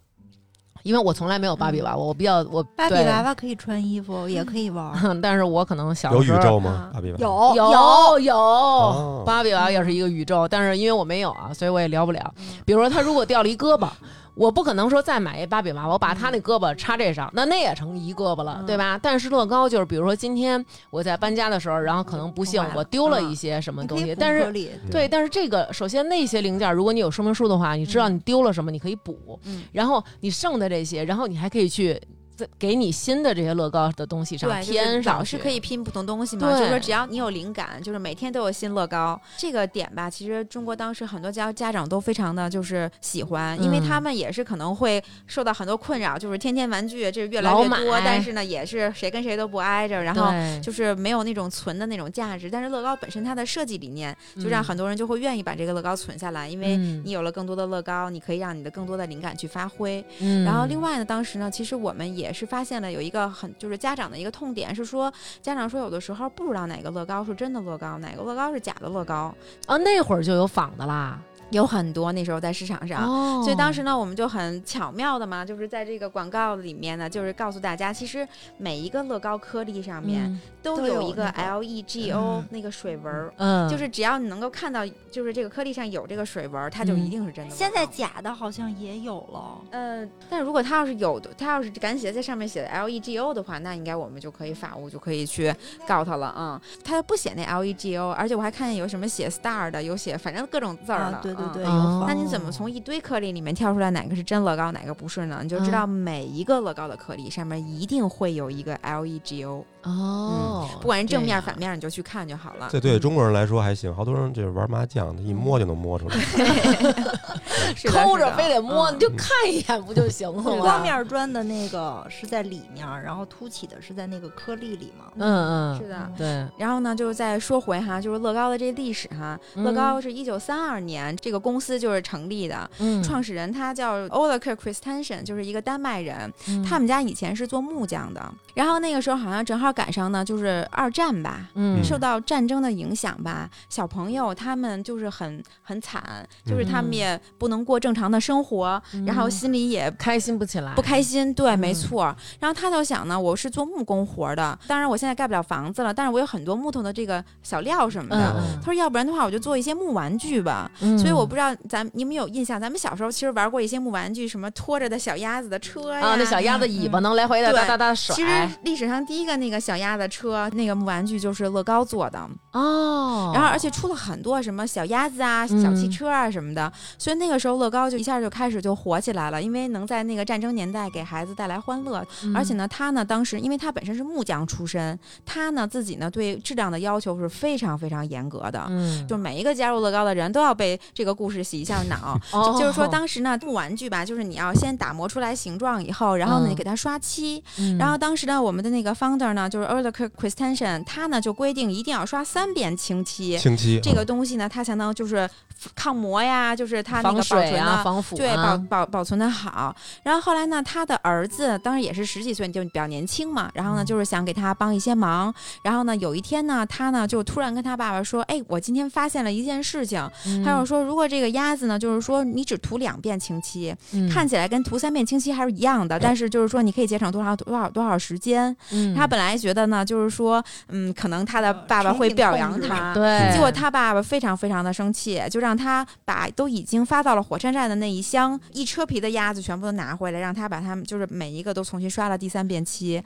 Speaker 2: 因为我从来没有
Speaker 5: 嗯
Speaker 2: 芭比娃娃，我比较我
Speaker 4: 芭比娃
Speaker 2: 娃
Speaker 4: 娃可以穿衣服，也可以玩 儿。，
Speaker 2: 但是我可能小
Speaker 3: 有宇
Speaker 2: 时候
Speaker 3: 宙吗
Speaker 5: 啊？
Speaker 3: 芭比娃娃
Speaker 4: 有
Speaker 2: 有有
Speaker 5: 嗯
Speaker 3: 哦
Speaker 2: 芭比娃娃也是一个宇宙，但是因为我没有啊，所以我也聊不了。
Speaker 5: 嗯
Speaker 2: 比如说，他如果掉了一胳膊，我不可能说再买一芭比娃娃，我把他那胳膊插这上，那那也成一胳膊了，
Speaker 5: 嗯
Speaker 2: 对吧？但是乐高就是，比如说今天我在搬家的时候，然后可能不幸
Speaker 5: 坏了
Speaker 2: 我丢了
Speaker 5: 嗯
Speaker 2: 一些什么
Speaker 4: 你可
Speaker 2: 东
Speaker 4: 以
Speaker 2: 西，
Speaker 4: 补
Speaker 2: 但
Speaker 4: 颗
Speaker 2: 是。
Speaker 4: 粒
Speaker 2: 对，但是这个首先那些零件，如果你有说明书的话，你知道你丢了什么，你可以补。
Speaker 5: 嗯
Speaker 2: 然后你剩的这些，然后你还可以去再给你新的这些乐高的东西上
Speaker 5: 对，就是
Speaker 2: 添上
Speaker 5: 老是
Speaker 2: 去
Speaker 5: 可以拼不同东西嘛，就是
Speaker 2: 对
Speaker 5: 说只要你有灵感，就是每天都有新乐高这个点吧。其实中国当时很多家家长都非常的就是喜欢，因为
Speaker 2: 嗯
Speaker 5: 他们也是可能会受到很多困扰，就是天天玩具这越来
Speaker 2: 老
Speaker 5: 越多
Speaker 2: 买，
Speaker 5: 但是呢也是谁跟谁都不挨着，然后
Speaker 2: 对
Speaker 5: 就是没有那种存的那种价值。但是乐高本身它的设计理念就让
Speaker 2: 嗯
Speaker 5: 很多人就会愿意把这个乐高存下来，因为
Speaker 2: 嗯
Speaker 5: 你有了更多的乐高，你可以让你的更多的灵感去发挥。
Speaker 2: 嗯
Speaker 5: 然后另外呢，当时呢，其实我们也是发现了有一个很就是家长的一个痛点是说，家长说有的时
Speaker 2: 哦
Speaker 5: 候不知道哪个乐高是真的乐高，哪个乐高是假的乐高。
Speaker 2: 啊，那会儿就有仿的啦，
Speaker 5: 有很多那时候在市场上。
Speaker 2: 哦
Speaker 5: 啊所以当时呢，我们就很巧妙的嘛，就是在这个广告里面呢，就是告诉大家，其实每一个乐高颗粒上面
Speaker 2: 嗯
Speaker 5: 都
Speaker 4: 都
Speaker 5: 有
Speaker 4: 有
Speaker 5: 一个
Speaker 4: 那个
Speaker 5: L E G O
Speaker 2: 嗯
Speaker 5: 那个水纹儿，
Speaker 2: 嗯，
Speaker 5: 就是只要你能够看到，就是这个颗粒上有这个水纹儿，它就
Speaker 2: 嗯
Speaker 5: 一定是真的乐高。
Speaker 4: 现在假的好像也有了，
Speaker 5: 呃，但如果他要是有的，他要是敢写在上面写的 L E G O 的话，那应该我们就可以法务就可以去告他了。嗯，他不写那 L E G O，而且我还看见有什么写 star 的，有写反正各种字儿的、
Speaker 4: 啊，对对
Speaker 5: 嗯
Speaker 4: 对，哦
Speaker 2: 嗯
Speaker 4: 有
Speaker 5: 那
Speaker 4: 仿
Speaker 5: 你怎么从一堆颗粒里面挑出来哪个是真乐高，哪个不是呢？你就知
Speaker 4: 嗯
Speaker 5: 道每一个乐高的颗粒上面一定会有一个 L E G O，
Speaker 2: 哦，
Speaker 5: 嗯不管是正
Speaker 2: 这
Speaker 5: 面
Speaker 2: 样
Speaker 5: 反面，你就去看就好了。
Speaker 3: 这对中国人来说还行，好多人就是玩麻将，一摸就能摸出来。
Speaker 5: 是的
Speaker 2: 抠
Speaker 5: 是
Speaker 2: 着
Speaker 5: 的
Speaker 2: 非得摸，
Speaker 5: 嗯
Speaker 2: 你就看一眼不就行了吗？
Speaker 5: 啊
Speaker 4: 光面砖的那个是在里面，然后凸起的是在那个颗粒里嘛。
Speaker 2: 嗯
Speaker 5: 是
Speaker 2: 嗯，
Speaker 5: 的。
Speaker 2: 对，
Speaker 5: 然后呢，就是再说回哈，就是乐高的这历史哈，乐高是一九三二年这个公司就是成立的，
Speaker 2: 嗯
Speaker 5: 创始人他叫 Ola k Christensen，就是一个丹麦人。
Speaker 2: 嗯
Speaker 5: 他们家以前是做木匠的，然后那个时候好像正好赶上呢，就是二战吧。
Speaker 2: 嗯
Speaker 5: 受到战争的影响吧，小朋友他们就是很很惨，就是他们
Speaker 2: 嗯
Speaker 5: 也不能过正常的生活，然后
Speaker 2: 嗯
Speaker 5: 心里也
Speaker 2: 开心不起来，
Speaker 5: 不开心，对，没
Speaker 2: 嗯
Speaker 5: 错。然后他就想呢，我是做木工活儿的，当然我现在盖不了房子了，但是我有很多木头的这个小料什么的。
Speaker 2: 嗯
Speaker 5: 他说，要不然的话，我就做一些木玩具吧。
Speaker 2: 嗯，
Speaker 5: 所以我不知道咱你们有印象，咱们小时候其实玩过一些木玩具，什么拖着的小鸭子的车呀，
Speaker 2: 啊，那小鸭子尾巴能来回
Speaker 5: 嗯
Speaker 2: 的
Speaker 5: 对
Speaker 2: 哒哒哒甩，
Speaker 5: 其实历史上第一个那个小鸭子车那个木玩具就是乐高做的，
Speaker 2: 哦，
Speaker 5: 然后而且出了很多什么小鸭子啊、
Speaker 2: 嗯
Speaker 5: 小汽车啊什么的，所以那个时候乐高就一下就开始就火起来了，因为能在那个战争年代给孩子带来欢乐，
Speaker 2: 嗯
Speaker 5: 而且呢，他呢当时因为他本身是木匠出身，他呢自己呢对质量的要求是非常非常严格的，
Speaker 2: 嗯，
Speaker 5: 就每一个加入乐高的人都要被这个故事洗一下 脑。
Speaker 2: 哦
Speaker 5: 就是说，当时呢，木玩具吧，就是你要先打磨出来形状以后，然后呢，
Speaker 2: 嗯
Speaker 5: 你给它刷漆。
Speaker 2: 嗯
Speaker 5: 然后当时呢，我们的那个 founder 呢，就是 e r l i c h Christensen，他呢就规定一定要刷三遍清漆，
Speaker 3: 清晰，
Speaker 5: 嗯
Speaker 3: 嗯
Speaker 5: 这个
Speaker 2: 嗯
Speaker 5: 东西呢，它才能就是抗磨呀，就是它那个
Speaker 2: 防
Speaker 5: 保存
Speaker 2: 水
Speaker 5: 的、
Speaker 2: 啊，防腐
Speaker 5: 对，保
Speaker 2: 啊，
Speaker 5: 保保存的好。然后后来呢，他的儿子当然也是十几岁，就比较年轻嘛。然后呢，
Speaker 2: 嗯
Speaker 5: 就是想给他帮一些忙。然后呢，有一天呢，他呢就突然跟他爸爸说：“哎，我今天发现了一件事情。
Speaker 2: 嗯
Speaker 5: 他就说，如果这个鸭子呢，就是说你只涂两遍清漆，
Speaker 2: 嗯
Speaker 5: 看起来跟涂三遍清漆还是一样的，但是就是说你可以节省多少多少多少时间。
Speaker 2: 嗯
Speaker 5: 他本来觉得呢，就是说，嗯，可能他的
Speaker 4: 呃
Speaker 5: 爸爸
Speaker 4: 成
Speaker 5: 会
Speaker 4: 品
Speaker 5: 表
Speaker 4: 控
Speaker 5: 扬
Speaker 4: 制
Speaker 5: 他，
Speaker 2: 对，
Speaker 5: 结果他爸爸非常非常的生气，就让他把都已经发到了火车站的那一箱一车皮的鸭子全部都拿回来，让他把它们就是每一个都重新刷了第三遍漆。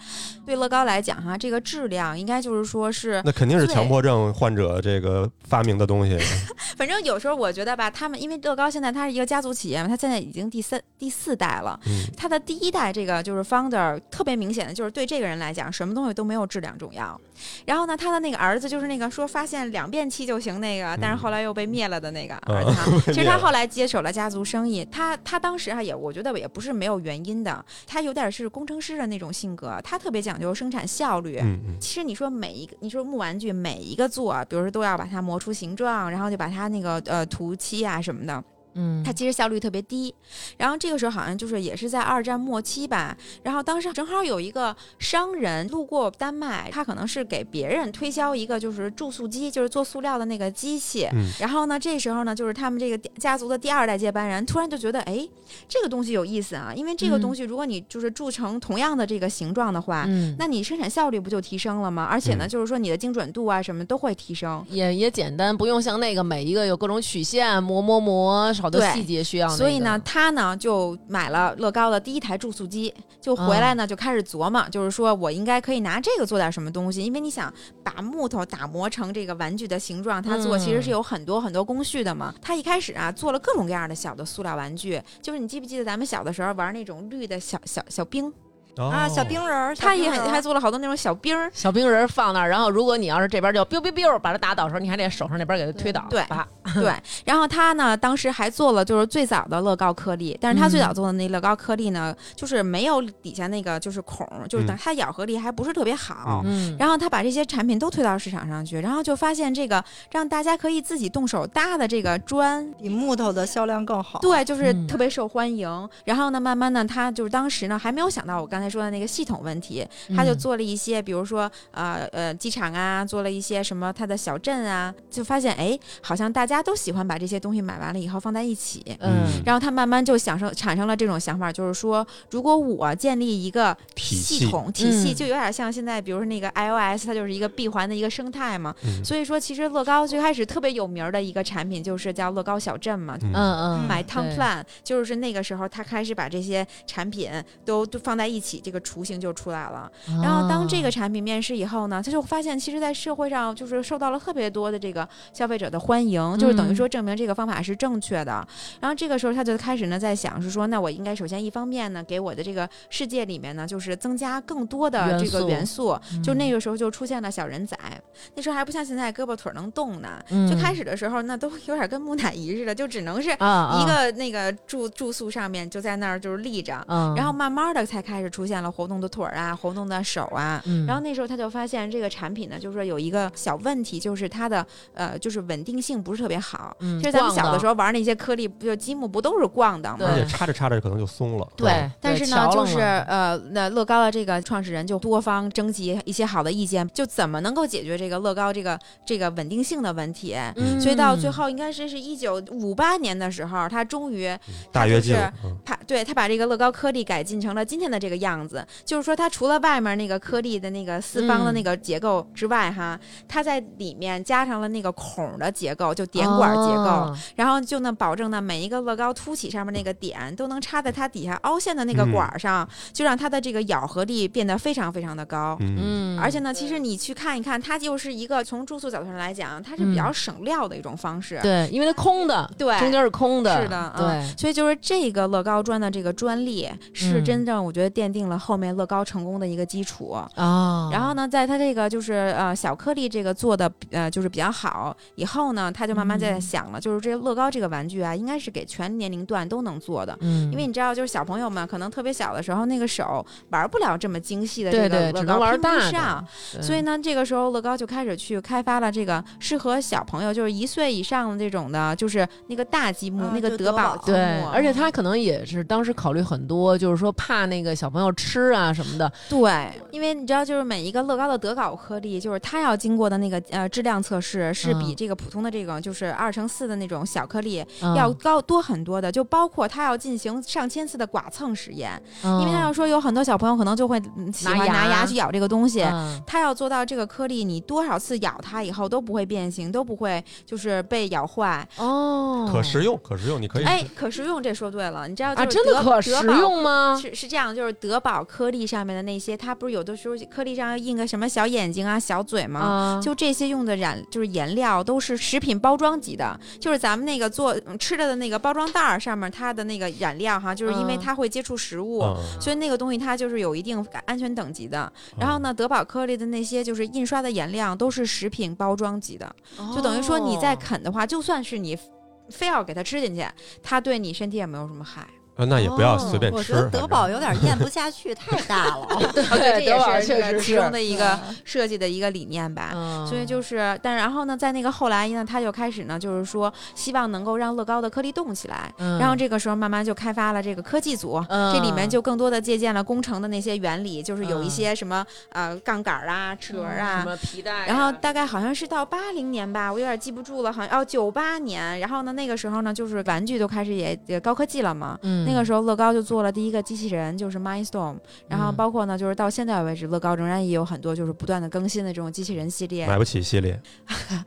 Speaker 5: 对乐高来讲哈，这个质量应该就是说是，
Speaker 3: 那肯定是强迫症患者这个发明的东西。
Speaker 5: 反正有时候我觉得吧，他们因为乐高现在它是一个家族企业嘛，它现在已经第三第四代了。
Speaker 3: 嗯，
Speaker 5: 它的第一代这个就是 founder，特别明显的就是对这个人来讲，什么东西都没有质量重要。然后呢，他的那个儿子就是那个说发现两遍漆就行那个，但是后来又被灭了的那个儿子哈。其实他后来接手了家族生意，他他当时啊也我觉得也不是没有原因的，他有点是工程师的那种性格，他特别讲究生产效率。
Speaker 3: 嗯嗯，
Speaker 5: 其实你说每一个，你说木玩具每一个做，比如说都要把它磨出形状，然后就把它那个呃涂漆啊什么的，
Speaker 2: 嗯
Speaker 5: 它其实效率特别低。然后这个时候好像就是也是在二战末期吧，然后当时正好有一个商人路过丹麦，他可能是给别人推销一个就是注塑机，就是做塑料的那个机器。
Speaker 3: 嗯
Speaker 5: 然后呢，这时候呢，就是他们这个家族的第二代接班人突然就觉得，哎，这个东西有意思啊，因为这个
Speaker 2: 嗯
Speaker 5: 东西如果你就是铸成同样的这个形状的话。
Speaker 2: 嗯
Speaker 5: 那你生产效率不就提升了吗？而且呢，
Speaker 3: 嗯
Speaker 5: 就是说你的精准度啊什么都会提升。
Speaker 2: 也也简单，不用像那个每一个有各种曲线、磨磨磨，好多
Speaker 5: 对
Speaker 2: 细节需要那个。
Speaker 5: 所以呢，他呢就买了乐高的第一台注塑机，就回来呢、
Speaker 4: 嗯
Speaker 5: 就开始琢磨，就是说我应该可以拿这个做点什么东西，因为你想把木头打磨成这个玩具的形状，它做
Speaker 2: 嗯
Speaker 5: 其实是有很多很多工序的嘛。他一开始啊做了各种各样的小的塑料玩具，就是你记不记得咱们小的时候玩那种绿的小小小兵，
Speaker 4: 啊，
Speaker 3: 哦
Speaker 4: 小冰人儿，小
Speaker 5: 他
Speaker 4: 冰
Speaker 5: 也
Speaker 4: 人儿
Speaker 5: 还做了好多那种小兵儿。
Speaker 2: 小冰人放那儿，然后如果你要是这边就 biu biu biu 把它打倒的时候，你还得手上那边给它推倒，
Speaker 5: 对
Speaker 2: 把
Speaker 5: 对，然后他呢，当时还做了就是最早的乐高颗粒，但是他
Speaker 2: 嗯
Speaker 5: 最早做的那乐高颗粒呢，就是没有底下那个就是孔，就是等
Speaker 3: 嗯
Speaker 5: 它咬合力还不是特别好。
Speaker 2: 嗯，
Speaker 5: 然后他把这些产品都推到市场上去，然后就发现这个让大家可以自己动手搭的这个砖。
Speaker 4: 比木头的销量更好。
Speaker 5: 对，就是
Speaker 2: 嗯
Speaker 5: 特别受欢迎。然后呢，慢慢呢，他就是当时呢还没有想到我刚才才说的那个系统问题，他就
Speaker 2: 嗯
Speaker 5: 做了一些，比如说呃呃机场啊，做了一些什么他的小镇啊，就发现哎，好像大家都喜欢把这些东西买完了以后放在一起。
Speaker 2: 嗯
Speaker 5: 然后他慢慢就想生产生了这种想法，就是说，如果我建立一个
Speaker 3: 体
Speaker 5: 系
Speaker 3: 系
Speaker 5: 统体系，
Speaker 2: 嗯
Speaker 5: 就有点像现在，比如说那个 iOS，它就是一个闭环的一个生态嘛。
Speaker 3: 嗯
Speaker 5: 所以说，其实乐高最开始特别有名儿的一个产品就是叫乐高小镇嘛。
Speaker 3: 嗯
Speaker 2: 嗯嗯，
Speaker 5: 买
Speaker 2: 对
Speaker 5: Town Plan 就是那个时候，他开始把这些产品都都放在一起，这个雏形就出来了。然后当这个
Speaker 2: 啊
Speaker 5: 产品面世以后呢，他就发现，其实，在社会上就是受到了特别多的这个消费者的欢迎，就是等于
Speaker 2: 嗯
Speaker 5: 说证明这个方法是正确的。然后这个时候，他就开始呢在想，是说，那我应该首先一方面呢，给我的这个世界里面呢，就是增加更多的
Speaker 2: 元
Speaker 5: 这个元素。就那
Speaker 2: 嗯
Speaker 5: 个时候就出现了小人仔，那时候还不像现在胳膊腿儿能动呢。
Speaker 2: 嗯
Speaker 5: 就开始的时候，那都有点跟木乃伊似的，就只能是
Speaker 2: 啊啊
Speaker 5: 一个那个住住宿上面就在那儿就是立着，
Speaker 2: 嗯，
Speaker 5: 然后慢慢的才开始出现了活动的腿儿啊，活动的手啊。
Speaker 2: 嗯
Speaker 5: 然后那时候他就发现这个产品呢，就是说有一个小问题，就是它的呃，就是稳定性不是特别好。
Speaker 2: 嗯
Speaker 5: 其实咱们
Speaker 2: 逛
Speaker 5: 小的时
Speaker 2: 候
Speaker 5: 候玩那些颗粒，不就积木不都是逛的
Speaker 3: 而
Speaker 5: 吗？
Speaker 3: 且
Speaker 2: 对
Speaker 3: 插着插着可能就松了。
Speaker 2: 对，
Speaker 5: 但
Speaker 2: 对
Speaker 5: 是呢，
Speaker 2: 瞧
Speaker 5: 就
Speaker 2: 了
Speaker 5: 是
Speaker 2: 嘛
Speaker 5: 呃，那乐高的这个创始人就多方征集一些好的意见，就怎么能够解决这个乐高这个这个稳定性的问题。
Speaker 2: 嗯
Speaker 5: 所以到最后，应该是是一九五八年的时候，他终于
Speaker 3: 大跃进
Speaker 5: 就是
Speaker 3: 了，嗯
Speaker 5: 他对他把这个乐高颗粒改进成了今天的这个样子，就是说它除了外面那个颗粒的那个四方
Speaker 2: 嗯
Speaker 5: 的那个结构之外，哈，它在里面加上了那个孔的结构，就点管结构，
Speaker 2: 哦
Speaker 5: 然后就能保证呢每一个乐高凸起上面那个点都能插在它底下凹陷的那个
Speaker 3: 嗯
Speaker 5: 管儿上，就让它的这个咬合力变得非常非常的高。
Speaker 3: 嗯，
Speaker 2: 嗯，
Speaker 5: 而且呢，其实你去看一看，它就是一个从住宿角度上来讲，它是比较省料的一种方式。
Speaker 2: 嗯对，因为它空的，
Speaker 5: 对
Speaker 2: 中间是空的，
Speaker 5: 是的嗯
Speaker 2: 对，
Speaker 5: 所以就是这个乐高砖的这个专利，是
Speaker 2: 嗯
Speaker 5: 真正我觉得奠定了后面乐高成功的一个基础。
Speaker 2: 啊，
Speaker 5: 然后呢，在它这个就是呃小颗粒这个做的呃就是比较好以后呢，他就慢慢在
Speaker 2: 嗯
Speaker 5: 想了，就是这乐高这个玩具啊，应该是给全年龄段都能做的。
Speaker 2: 嗯，
Speaker 5: 因为你知道，就是小朋友们可能特别小的时候，那个手玩不了这么精细的这
Speaker 2: 对
Speaker 5: 个
Speaker 2: 对，
Speaker 5: 乐
Speaker 2: 只
Speaker 5: 高，
Speaker 2: 能玩
Speaker 5: 拼不
Speaker 2: 大
Speaker 5: 上
Speaker 2: 的，，嗯对
Speaker 5: 所以呢，这个时候乐高就开始去开发了这个适合小朋友，就是一岁以上的这种的，就是那个大积木，
Speaker 4: 啊
Speaker 5: 那个
Speaker 4: 就
Speaker 5: 德
Speaker 4: 德
Speaker 5: 宝
Speaker 4: 宝
Speaker 5: 积木。
Speaker 2: 对，而且他可能也是当时考虑很多，就是说怕那个小朋友吃啊什么的，
Speaker 5: 对，因为你知道，就是每一个乐高的德稿颗粒，就是它要经过的那个呃质量测试，是比
Speaker 2: 嗯
Speaker 5: 这个普通的这种就是二乘四的那种小颗粒
Speaker 2: 嗯
Speaker 5: 要高多很多的，就包括它要进行上千次的剐蹭实验，因为它要
Speaker 2: 嗯
Speaker 5: 说有很多小朋友可能就会嗯喜
Speaker 2: 拿
Speaker 5: 欢拿
Speaker 2: 牙
Speaker 5: 牙去咬这个东西。
Speaker 2: 嗯
Speaker 5: 它要做到这个颗粒，你多少次咬它以后都不会变形，都不会就是被咬坏。
Speaker 2: 哦，
Speaker 3: 可食用，可食用，你可以
Speaker 5: 哎，可食用这说对了，你知道
Speaker 2: 啊，
Speaker 5: 就是
Speaker 2: 真的
Speaker 5: 德
Speaker 2: 可食
Speaker 5: 德宝
Speaker 2: 用吗？
Speaker 5: 是是这样，就是德宝颗粒上面的那些，它不是有的时候颗粒上要印个什么小眼睛啊、小嘴吗？
Speaker 2: 啊，
Speaker 5: 就这些用的染就是颜料都是食品包装级的，就是咱们那个做嗯吃的的那个包装袋儿上面它的那个染料哈，就是因为
Speaker 2: 嗯
Speaker 5: 它会接触食物。
Speaker 3: 嗯
Speaker 5: 所以那个东西它就是有一定安全等级的，
Speaker 3: 嗯
Speaker 5: 然后呢，德宝颗粒的那些就是印刷的颜料都是食品包装级的，就等于说你在
Speaker 2: 哦
Speaker 5: 啃的话，就算是你非要给它吃进去，它对你身体也没有什么害。
Speaker 3: 啊那也不要随便
Speaker 4: 我觉
Speaker 3: 吃。
Speaker 4: 得
Speaker 3: 反
Speaker 4: 德
Speaker 3: 正
Speaker 4: 宝有点咽 不下去，太 大了。
Speaker 2: 对，
Speaker 5: 哦对，
Speaker 2: 德
Speaker 5: 这
Speaker 2: 宝
Speaker 5: 也是
Speaker 2: 确
Speaker 5: 这
Speaker 2: 实
Speaker 5: 个其
Speaker 2: 是
Speaker 5: 中，的一个设计的一个理念吧。
Speaker 2: 嗯
Speaker 5: 所以就是，但然后呢，在那个后来呢，他就开始呢，就是说希望能够让乐高的颗粒动起来。然后
Speaker 2: 嗯
Speaker 5: 这个时候慢慢就开发了这个科技组，
Speaker 2: 嗯
Speaker 5: 这里面就更多的借鉴了工程的那些原理，就是有一
Speaker 2: 嗯
Speaker 5: 些什么、呃杠杆儿啊、齿轮儿啊
Speaker 2: 什。么皮带啊，
Speaker 5: 然后大概好像是到八零年吧，我有点记不住了，好像哦九八年。然后呢，那个时候呢，就是玩具都开始也也高科技了嘛，
Speaker 2: 嗯
Speaker 5: 那个时候乐高就做了第一个机器人，就是 Mindstorm，然后
Speaker 2: 嗯
Speaker 5: 包括呢，就是到现在为止，乐高仍然也有很多就是不断的更新的这种机器人系列，
Speaker 3: 买不起系列，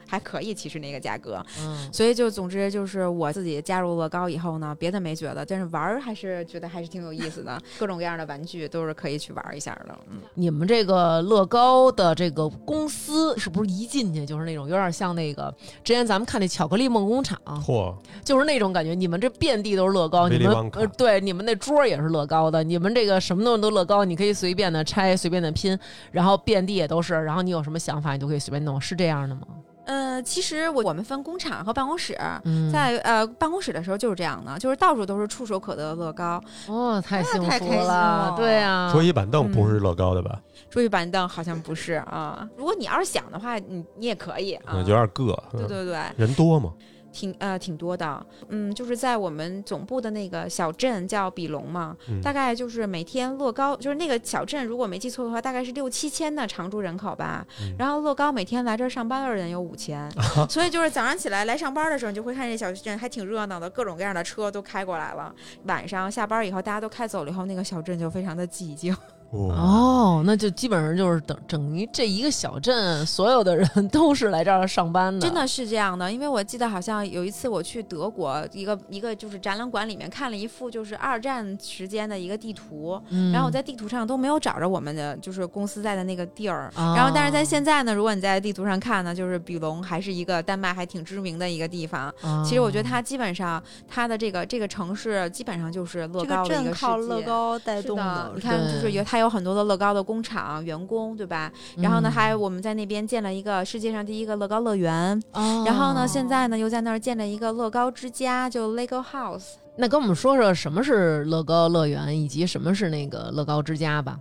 Speaker 5: 还可以，其实那个价格。
Speaker 2: 嗯
Speaker 5: 所以就总之就是我自己加入乐高以后呢，别的没觉得，但是玩儿还是觉得还是挺有意思的，各种各样的玩具都是可以去玩儿一下的。嗯，
Speaker 2: 你们这个乐高的这个公司是不是一进去就是那种有点像那个之前咱们看那巧克力梦工厂，
Speaker 3: 嚯，
Speaker 2: 就是那种感觉？你们这遍地都是乐高，
Speaker 3: Willy
Speaker 2: 你们
Speaker 3: Wonka
Speaker 2: 呃对，你们那桌也是乐高的，你们这个什么东西都乐高，你可以随便的拆，随便的拼，然后遍地也都是，然后你有什么想法你都可以随便弄，是这样的吗？
Speaker 5: 呃，其实我我们分工厂和办公室。
Speaker 2: 嗯，
Speaker 5: 在呃办公室的时候就是这样的，就是到处都是触手可得的乐高，
Speaker 2: 哦，太幸
Speaker 4: 太
Speaker 2: 福
Speaker 4: 开心
Speaker 2: 了
Speaker 4: 了，
Speaker 2: 对啊，
Speaker 3: 桌椅板凳不是乐高的吧？
Speaker 5: 桌椅板凳好像不是啊。如果你要是想的话，你你也可以啊
Speaker 3: 嗯，有。点硌。
Speaker 5: 对
Speaker 3: 嗯
Speaker 5: 对对，
Speaker 3: 人多嘛？
Speaker 5: 挺呃挺多的，嗯，就是在我们总部的那个小镇叫比隆嘛，
Speaker 3: 嗯
Speaker 5: 大概就是每天乐高，就是那个小镇，如果没记错的话，大概是六七千的常住人口吧。
Speaker 3: 嗯
Speaker 5: 然后乐高每天来这儿上班的人有五千， 所以就是早上起来来上班的时候，你就会看这小镇还挺热闹的，各种各样的车都开过来了。晚上下班以后，大家都开走了以后，那个小镇就非常的寂静。
Speaker 3: 哦，
Speaker 2: 哦，那就基本上就是等等于这一个小镇所有的人都是来这儿上班的，
Speaker 5: 真 的是这样的，因为我记得好像有一次我去德国一个一个就是展览馆里面看了一幅就是二战时间的一个地图，
Speaker 2: 嗯。
Speaker 5: 然后我在地图上都没有找着我们的就是公司在的那个地儿。
Speaker 2: 哦
Speaker 5: 然后，但是在现在呢，如果你在地图上看呢，就是比隆还是一个丹麦还挺知名的一个地方。
Speaker 2: 啊，
Speaker 5: 其实我觉得它基本上它的这个这个城市基本上就是乐
Speaker 4: 这
Speaker 5: 高
Speaker 4: 个
Speaker 5: 的一
Speaker 4: 镇
Speaker 5: 个
Speaker 4: 靠
Speaker 5: 世界
Speaker 4: 乐高带
Speaker 5: 是
Speaker 4: 动
Speaker 5: 的，你
Speaker 4: 是吧
Speaker 5: 看，就是
Speaker 2: 对
Speaker 5: 有它有很多的乐高的工厂员工，对吧？
Speaker 2: 嗯，
Speaker 5: 然后呢，还我们在那边建了一个世界上第一个乐高乐园，
Speaker 2: 哦，
Speaker 5: 然后呢，现在呢又在那儿建了一个乐高之家，就 Lego House。
Speaker 2: 那跟我们说说什么是乐高乐园，以及什么是那个乐高之家吧。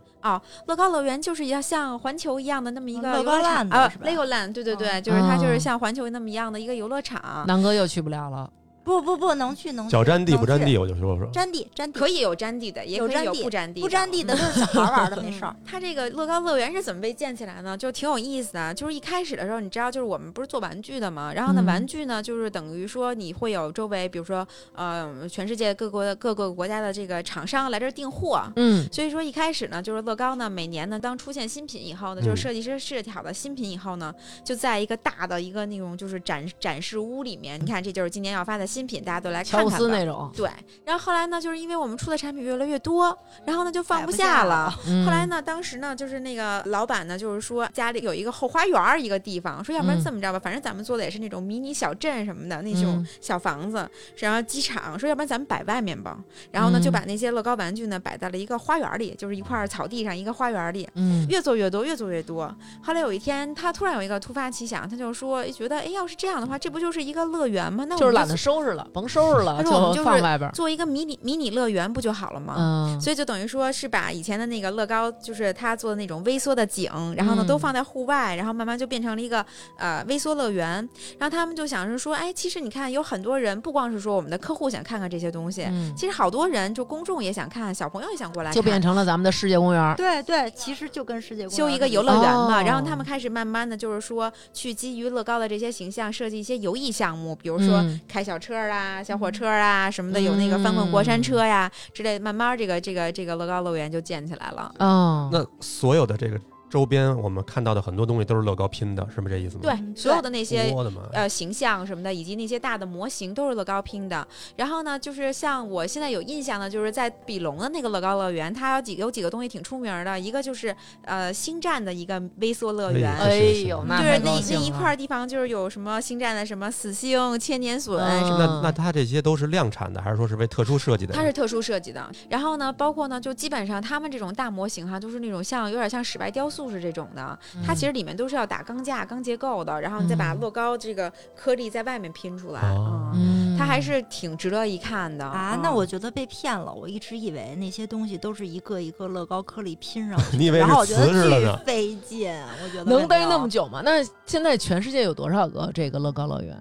Speaker 5: 乐高乐园就是要像环球一样的那么一个
Speaker 4: 乐
Speaker 5: 游
Speaker 4: 高
Speaker 5: 乐场
Speaker 4: land
Speaker 5: 啊
Speaker 4: 是吧
Speaker 5: ，Lego Land，对对对，
Speaker 4: 嗯
Speaker 5: 就是它就是
Speaker 2: 哦
Speaker 5: 像环球那么一样的一个游乐场，
Speaker 2: 南哥又去不了了，
Speaker 4: 不不不能去能去
Speaker 3: 脚沾地不沾
Speaker 4: 能去
Speaker 3: 地，我就说说。
Speaker 4: 沾地沾地
Speaker 5: 可以有沾地的，也
Speaker 4: 有
Speaker 5: 可以
Speaker 4: 沾
Speaker 5: 有
Speaker 4: 地
Speaker 5: 不沾地嗯
Speaker 4: 不沾 地的都是小孩玩的 没事儿。
Speaker 5: 它这个乐高乐园是怎么被建起来呢？就挺有意思的。就是一开始的时候，你知道，就是我们不是做玩具的嘛，然后呢，
Speaker 2: 嗯
Speaker 5: 玩具呢，就是等于说你会有周围，比如说，呃，全世界各国的各个国家的这个厂商来这儿订货。
Speaker 2: 嗯，
Speaker 5: 所以说一开始呢，就是乐高呢，每年呢，当出现新品以后呢，
Speaker 3: 嗯
Speaker 5: 就是设计师设计好的新品以后呢，就在一个大的一个那种就是展展示屋里面，你看这就是今年要发的新品，大家都来看
Speaker 2: 乔布
Speaker 5: 看
Speaker 2: 斯
Speaker 5: 吧。
Speaker 2: 那种。
Speaker 5: 对，然后后来呢，就是因为我们出的产品越来越多，然后呢就放
Speaker 4: 摆
Speaker 5: 不
Speaker 4: 不
Speaker 5: 下
Speaker 4: 下
Speaker 5: 了
Speaker 4: 了。
Speaker 2: 嗯
Speaker 5: 后来呢，当时呢，就是那个老板呢，就是说家里有一个后花园儿一个地方，说要不然
Speaker 2: 嗯
Speaker 5: 这么着吧，反正咱们做的也是那种迷你小镇什么的那种
Speaker 2: 嗯
Speaker 5: 小房子，然后机场，说要不然咱们摆外面吧。然后呢，
Speaker 2: 嗯
Speaker 5: 就把那些乐高玩具呢摆在了一个花园里，就是一块草地上一个花园里。
Speaker 2: 嗯，
Speaker 5: 越做越多，越做越多。后来有一天，他突然有一个突发奇想，他就说哎觉得，哎，要是这样的话，这不就是一个乐园吗？那我
Speaker 2: 就是
Speaker 5: 们
Speaker 2: 懒得收拾了，甭收拾了，
Speaker 5: 他说我们就是
Speaker 2: 放外边儿。
Speaker 5: 做一个迷你迷你乐园不就好了吗？
Speaker 2: 嗯，
Speaker 5: 所以就等于说是把以前的那个乐高，就是他做的那种微缩的井，然后呢
Speaker 2: 嗯
Speaker 5: 都放在户外，然后慢慢就变成了一个呃微缩乐园。然后他们就想是说，哎，其实你看有很多人，不光是说我们的客户想看看这些东西，
Speaker 2: 嗯
Speaker 5: 其实好多人就公众也想看，小朋友也想过来看，
Speaker 2: 就变成了咱们的世界公园儿。
Speaker 4: 对对，其实就跟世界公
Speaker 5: 修
Speaker 4: 园
Speaker 5: 一
Speaker 4: 儿
Speaker 5: 个
Speaker 4: 似
Speaker 5: 游
Speaker 4: 的
Speaker 5: 乐园嘛，
Speaker 2: 哦
Speaker 5: 然后他们开始慢慢的就是说，去基于乐高的这些形象设计一些游艺项目，比如说
Speaker 2: 嗯
Speaker 5: 开小车啊、小火车啊什么的，有那个翻滚过山车呀、之类，慢慢这个这个这个乐高乐园就建起来了。
Speaker 2: 哦，
Speaker 3: 那所有的这个周边，我们看到的很多东西都是乐高拼的，是不是这意思吗？
Speaker 5: 对，
Speaker 2: 嗯
Speaker 5: 所有的那些
Speaker 3: 我的妈呀！
Speaker 5: 呃形象什么的，以及那些大的模型都是乐高拼的。然后呢，就是像我现在有印象的，就是在比隆的那个乐高乐园，它有几个有几个东西挺出名儿的，一个就是呃星战的一个微缩乐园。
Speaker 3: 哎是是
Speaker 2: 呦，
Speaker 3: 是
Speaker 2: 那
Speaker 5: 就是
Speaker 2: 太
Speaker 5: 那
Speaker 2: 高
Speaker 5: 那
Speaker 2: 兴
Speaker 5: 一
Speaker 2: 了
Speaker 5: 块儿地方，就是有什么星战的什么死星、千
Speaker 2: 嗯
Speaker 5: 年隼什么，
Speaker 3: 那那它这些都是量产的，还是说是为特殊设计的？
Speaker 5: 它是特殊设计的。然后呢，包括呢，就基本上他们这种大模型哈，都是那种像有点像室外雕塑是这种的，它其实里面都是要打钢架、钢结构的，然后你再把
Speaker 2: 嗯
Speaker 5: 乐高这个颗粒在外面拼出来。
Speaker 3: 哦
Speaker 5: 嗯
Speaker 2: 嗯，
Speaker 5: 它还是挺值得一看的
Speaker 4: 啊
Speaker 5: 嗯！
Speaker 4: 那我觉得被骗了，我一直以为那些东西都是一个一个乐高颗粒拼上去的，
Speaker 3: 你以为
Speaker 4: 然后我
Speaker 3: 是
Speaker 4: 觉
Speaker 3: 瓷似的
Speaker 4: 得
Speaker 3: 呢
Speaker 4: 巨费劲，我觉得
Speaker 2: 能
Speaker 4: 没
Speaker 2: 待那
Speaker 4: 有
Speaker 2: 么久吗？那现在全世界有多少个这个乐高乐园？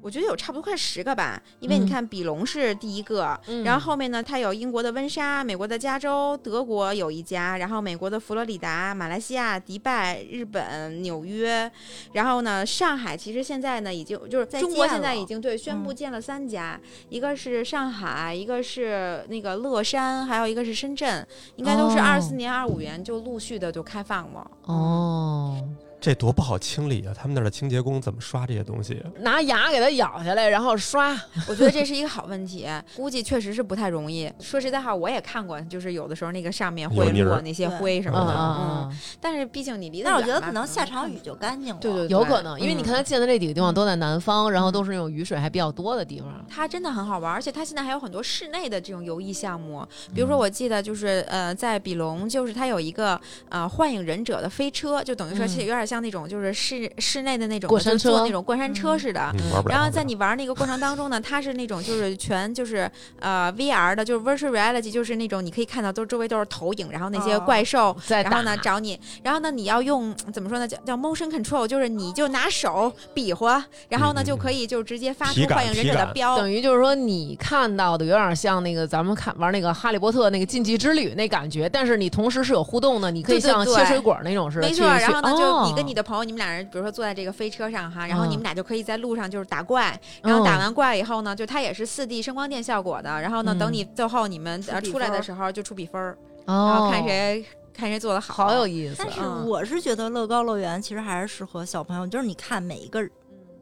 Speaker 5: 我觉得有差不多快十个吧，因为你
Speaker 2: 嗯
Speaker 5: 看比隆是第一个，
Speaker 2: 嗯
Speaker 5: 然后后面呢，它有英国的温莎、美国的加州、德国有一家，然后美国的佛罗里达、马来西亚、迪拜、日本、纽约，然后呢，上海其实现在呢已经就是
Speaker 4: 再
Speaker 5: 中国
Speaker 4: 见
Speaker 5: 现在
Speaker 4: 了
Speaker 5: 已经对宣布
Speaker 4: 嗯
Speaker 5: 建了三家，一个是上海，一个是那个乐山，还有一个是深圳，应该都是
Speaker 2: 哦
Speaker 5: 二四年、二五年就陆续的就开放了。嗯
Speaker 2: 哦，
Speaker 3: 这多不好清理啊！他们那儿的清洁工怎么刷这些东西？啊
Speaker 2: 拿牙给它咬下来，然后刷，
Speaker 5: 我觉得这是一个好问题，估计确实是不太容易。说实在话，我也看过，就是有的时候那个上面
Speaker 3: 有
Speaker 5: 会
Speaker 3: 泥儿
Speaker 5: 抹那些
Speaker 4: 对
Speaker 5: 灰什
Speaker 2: 嗯
Speaker 5: 么的，
Speaker 2: 嗯嗯，
Speaker 5: 但是毕竟你离得
Speaker 4: 但
Speaker 5: 远
Speaker 4: 是
Speaker 5: 嘛，
Speaker 4: 我觉
Speaker 2: 啊
Speaker 4: 得可能下场雨就干净了。
Speaker 5: 对对对，
Speaker 2: 有可能，因为你看它
Speaker 5: 嗯。
Speaker 2: 建的这几个地方都在南方，然后都是那种雨水还比较多的地方。
Speaker 5: 它真的很好玩，而且它现在还有很多室内的这种游艺项目，比如说我记得就是呃，在比隆，就是它有一个呃幻影忍者的飞车，就等于说
Speaker 2: 嗯
Speaker 5: 是有点像那种就是室室内的那种
Speaker 2: 过山
Speaker 5: 就是坐
Speaker 2: 车
Speaker 5: 那种过山车似的，
Speaker 3: 嗯玩不了。
Speaker 5: 然后
Speaker 3: 玩不
Speaker 5: 在
Speaker 3: 了
Speaker 5: 你玩那个过程当中呢，它是那种就是全就是呃 VR 的，就是 virtual reality，就是那种你可以看到都周围都是投影，然后那些
Speaker 4: 哦
Speaker 5: 怪兽，
Speaker 2: 在
Speaker 5: 然后
Speaker 2: 打
Speaker 5: 呢找你，然后呢你要用怎么说呢叫叫 motion control，就是你就拿手比划，然后呢
Speaker 3: 嗯嗯
Speaker 5: 就可以就直接发出
Speaker 3: 体感
Speaker 5: 幻影忍者
Speaker 3: 体
Speaker 5: 的
Speaker 3: 感
Speaker 5: 标，
Speaker 2: 等于就是说，你看到的有点像那个咱们看玩那个《哈利波特》那个禁忌之旅那感觉，但是你同时是有互动的，你可以
Speaker 5: 对对
Speaker 2: 像
Speaker 5: 对
Speaker 2: 切水果那种似的
Speaker 5: 没
Speaker 2: 去。
Speaker 5: 错，然后呢，
Speaker 2: 去
Speaker 5: 就你跟你
Speaker 2: 哦
Speaker 5: 的朋友，你们俩人，比如说坐在这个飞车上哈，然后你
Speaker 2: 嗯
Speaker 5: 们俩就可以在路上就是打怪，然后打
Speaker 2: 嗯
Speaker 5: 完怪以后呢，就它也是四 D 声光电效果的，然后呢，等
Speaker 2: 嗯
Speaker 5: 你最后你们呃
Speaker 4: 出比
Speaker 5: 出来
Speaker 4: 分
Speaker 5: 的
Speaker 4: 儿
Speaker 5: 时候就出比分儿，然
Speaker 2: 哦
Speaker 5: 后看谁看谁做的好。
Speaker 2: 好有意思
Speaker 4: 但。是
Speaker 5: 嗯
Speaker 4: 我是觉得乐高乐园其实还是适合小朋友，就是你看每一个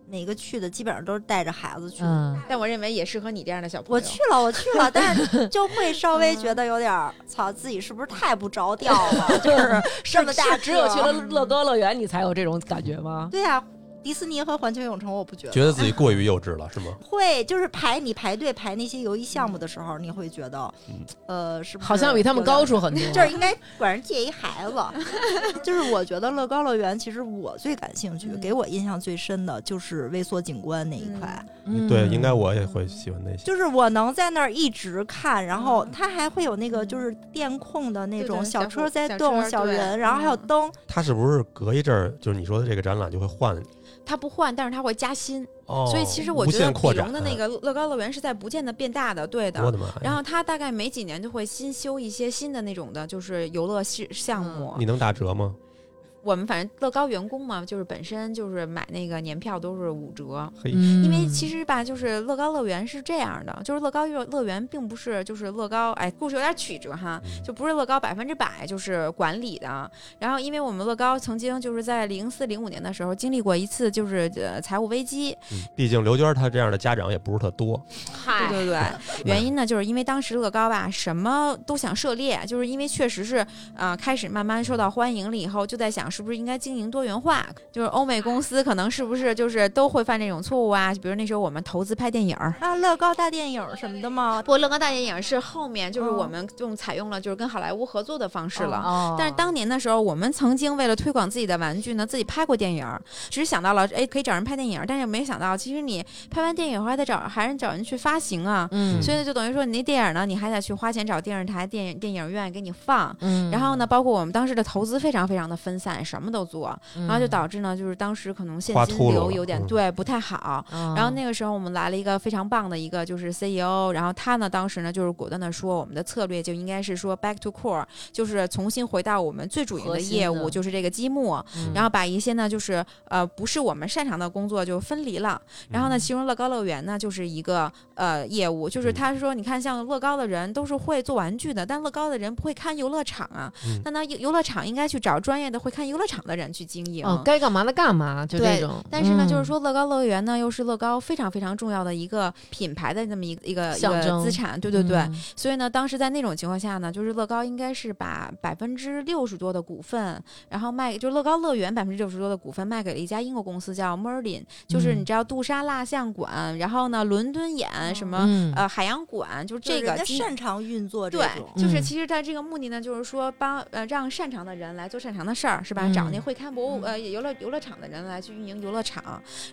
Speaker 4: 每个去的基本上都是带着孩子去的。
Speaker 2: 嗯，
Speaker 5: 但我认为也适合你这样的小朋友。
Speaker 4: 我去了，我去了，但是就 会稍微
Speaker 2: 嗯
Speaker 4: 觉得有点儿，操，自己是不是太不着调 了？就是这么大
Speaker 2: 是只有
Speaker 4: 个
Speaker 2: 去
Speaker 5: 嗯
Speaker 2: 了乐高乐园，你才有这种感觉吗？
Speaker 4: 对呀、迪士尼和环球影城，我不觉得
Speaker 3: 觉得自己过于幼稚了，是吗？
Speaker 4: 会就是排你排队排那些游艺项目的时候，你会觉得
Speaker 3: 嗯，
Speaker 4: 呃，是不是
Speaker 2: 好像比他们
Speaker 4: 有点
Speaker 2: 高出 很多。
Speaker 4: 就是应该管人借一孩子。 就是我觉得乐高乐园，其实我最感兴趣，给我印象最深的就是微缩景观那一块，
Speaker 2: 嗯
Speaker 3: 对，应该我也会喜欢那些。
Speaker 4: 就是我能在那儿一直看，然后它还会有那个就是电控的那
Speaker 5: 对
Speaker 4: 种
Speaker 5: 对
Speaker 4: 嗯小
Speaker 5: 小
Speaker 4: 车
Speaker 5: 火
Speaker 4: 在
Speaker 5: 小
Speaker 4: 动、
Speaker 5: 车
Speaker 4: 小
Speaker 5: 对
Speaker 4: 人，然后还有
Speaker 5: 嗯
Speaker 4: 灯，
Speaker 3: 它是不是隔一阵儿，就是你说的这个展览就会换？
Speaker 5: 他不换，但是他会加薪，
Speaker 3: 哦，
Speaker 5: 所以其实我
Speaker 3: 无
Speaker 5: 觉得
Speaker 3: 限
Speaker 5: 比
Speaker 3: 扩展啊哎
Speaker 5: 荣的那，个乐高乐园是在不见得变大的，对的。
Speaker 3: 我的哎妈呀！
Speaker 5: 然后它大概每几年就会新修一些新的那种的，就是游乐项项目。
Speaker 3: 哎你能打折吗？
Speaker 5: 我们反正乐高员工嘛，就是本身就是买那个年票都是五折。
Speaker 3: 嘿，
Speaker 2: 嗯，
Speaker 5: 因为其实吧，就是乐高乐园是这样的，就是乐高乐乐园并不是就是乐高，哎，故事有点曲折哈，
Speaker 3: 嗯
Speaker 5: 就不是乐高百分之百就是管理的。然后，因为我们乐高曾经就是在零四零五年的时候经历过一次就是呃财务危机，
Speaker 3: 嗯毕竟刘娟她这样的家长也不是特多。
Speaker 5: 对
Speaker 1: 嗨，
Speaker 5: 对对，原因呢，就是因为当时乐高吧，什么都想涉猎，就是因为确实是，呃，开始慢慢受到欢迎了以后，就在想是不是应该经营多元化，就是欧美公司可能是不是就是都会犯这种错误啊？比如那时候我们投资拍电影儿。
Speaker 4: 啊，乐高大电影什么的吗？
Speaker 5: 不，乐高大电影是后面就是
Speaker 4: 哦
Speaker 5: 我们用采用了就是跟好莱坞合作的方式了。
Speaker 2: 哦，
Speaker 5: 但是当年的时候，我们曾经为了推广自己的玩具呢，自己拍过电影儿，只是想到了哎可以找人拍电影儿，但是没想到其实你拍完电影儿还得找还得找人去发行啊，
Speaker 2: 嗯
Speaker 5: 所以就等于说，你那电影呢，你还得去花钱找电视台、电影电影院给你放。
Speaker 2: 嗯，
Speaker 5: 然后呢，包括我们当时的投资非常非常的分散，什么都做，
Speaker 2: 嗯，
Speaker 5: 然后就导致呢，就是当时可能现
Speaker 3: 花
Speaker 5: 金
Speaker 3: 秃噜
Speaker 5: 流
Speaker 3: 了
Speaker 5: 有点
Speaker 3: 嗯
Speaker 5: 对不太好。
Speaker 2: 嗯，
Speaker 5: 然后那个时候我们来了一个非常棒的一个就是 CEO，然后他呢当时呢就是果断的说，我们的策略就应该是说 back to core，就是重新回到我们最主营
Speaker 2: 核
Speaker 5: 的
Speaker 2: 心
Speaker 5: 业
Speaker 2: 的
Speaker 5: 务，就是这个积木。
Speaker 2: 嗯，
Speaker 5: 然后把一些呢，就是呃不是我们擅长的工作就分离了。然后呢，其中乐高乐园呢就是一个呃业务，就是
Speaker 3: 嗯
Speaker 5: 他说，你看像乐高的人都是会做玩具的，但乐高的人不会看游乐场啊
Speaker 3: 嗯。
Speaker 5: 那那游游乐场应该去找专业的会看游乐场的人去经营。
Speaker 2: 哦，该干嘛的干嘛，就这
Speaker 5: 对
Speaker 2: 种。
Speaker 5: 但是呢，就是
Speaker 2: 嗯，
Speaker 5: 说乐高乐园呢，又是乐高非常非常重要的一个品牌的这么一个一个一
Speaker 2: 象
Speaker 5: 个
Speaker 2: 征
Speaker 5: 资产，对对对。
Speaker 2: 嗯，
Speaker 5: 所以呢，当时在那种情况下呢，就是乐高应该是把百分之六十多的股份，然后卖，就乐高乐园百分之六十多的股份卖给了一家英国公司叫 Merlin，就是你知道杜莎蜡像馆，然后呢，伦敦眼什么、
Speaker 2: 嗯
Speaker 5: 呃海洋馆，就是
Speaker 4: 就是
Speaker 5: 这个
Speaker 4: 人家
Speaker 5: 基
Speaker 4: 擅长运作这
Speaker 5: 对
Speaker 4: 种，，
Speaker 5: 就是
Speaker 2: 嗯
Speaker 5: 其实它这个目的呢，就是说帮呃让擅长的人来做擅长的事儿，是吧？
Speaker 2: 嗯
Speaker 5: 找那会看博物呃游乐游乐场的人来去运营游乐场。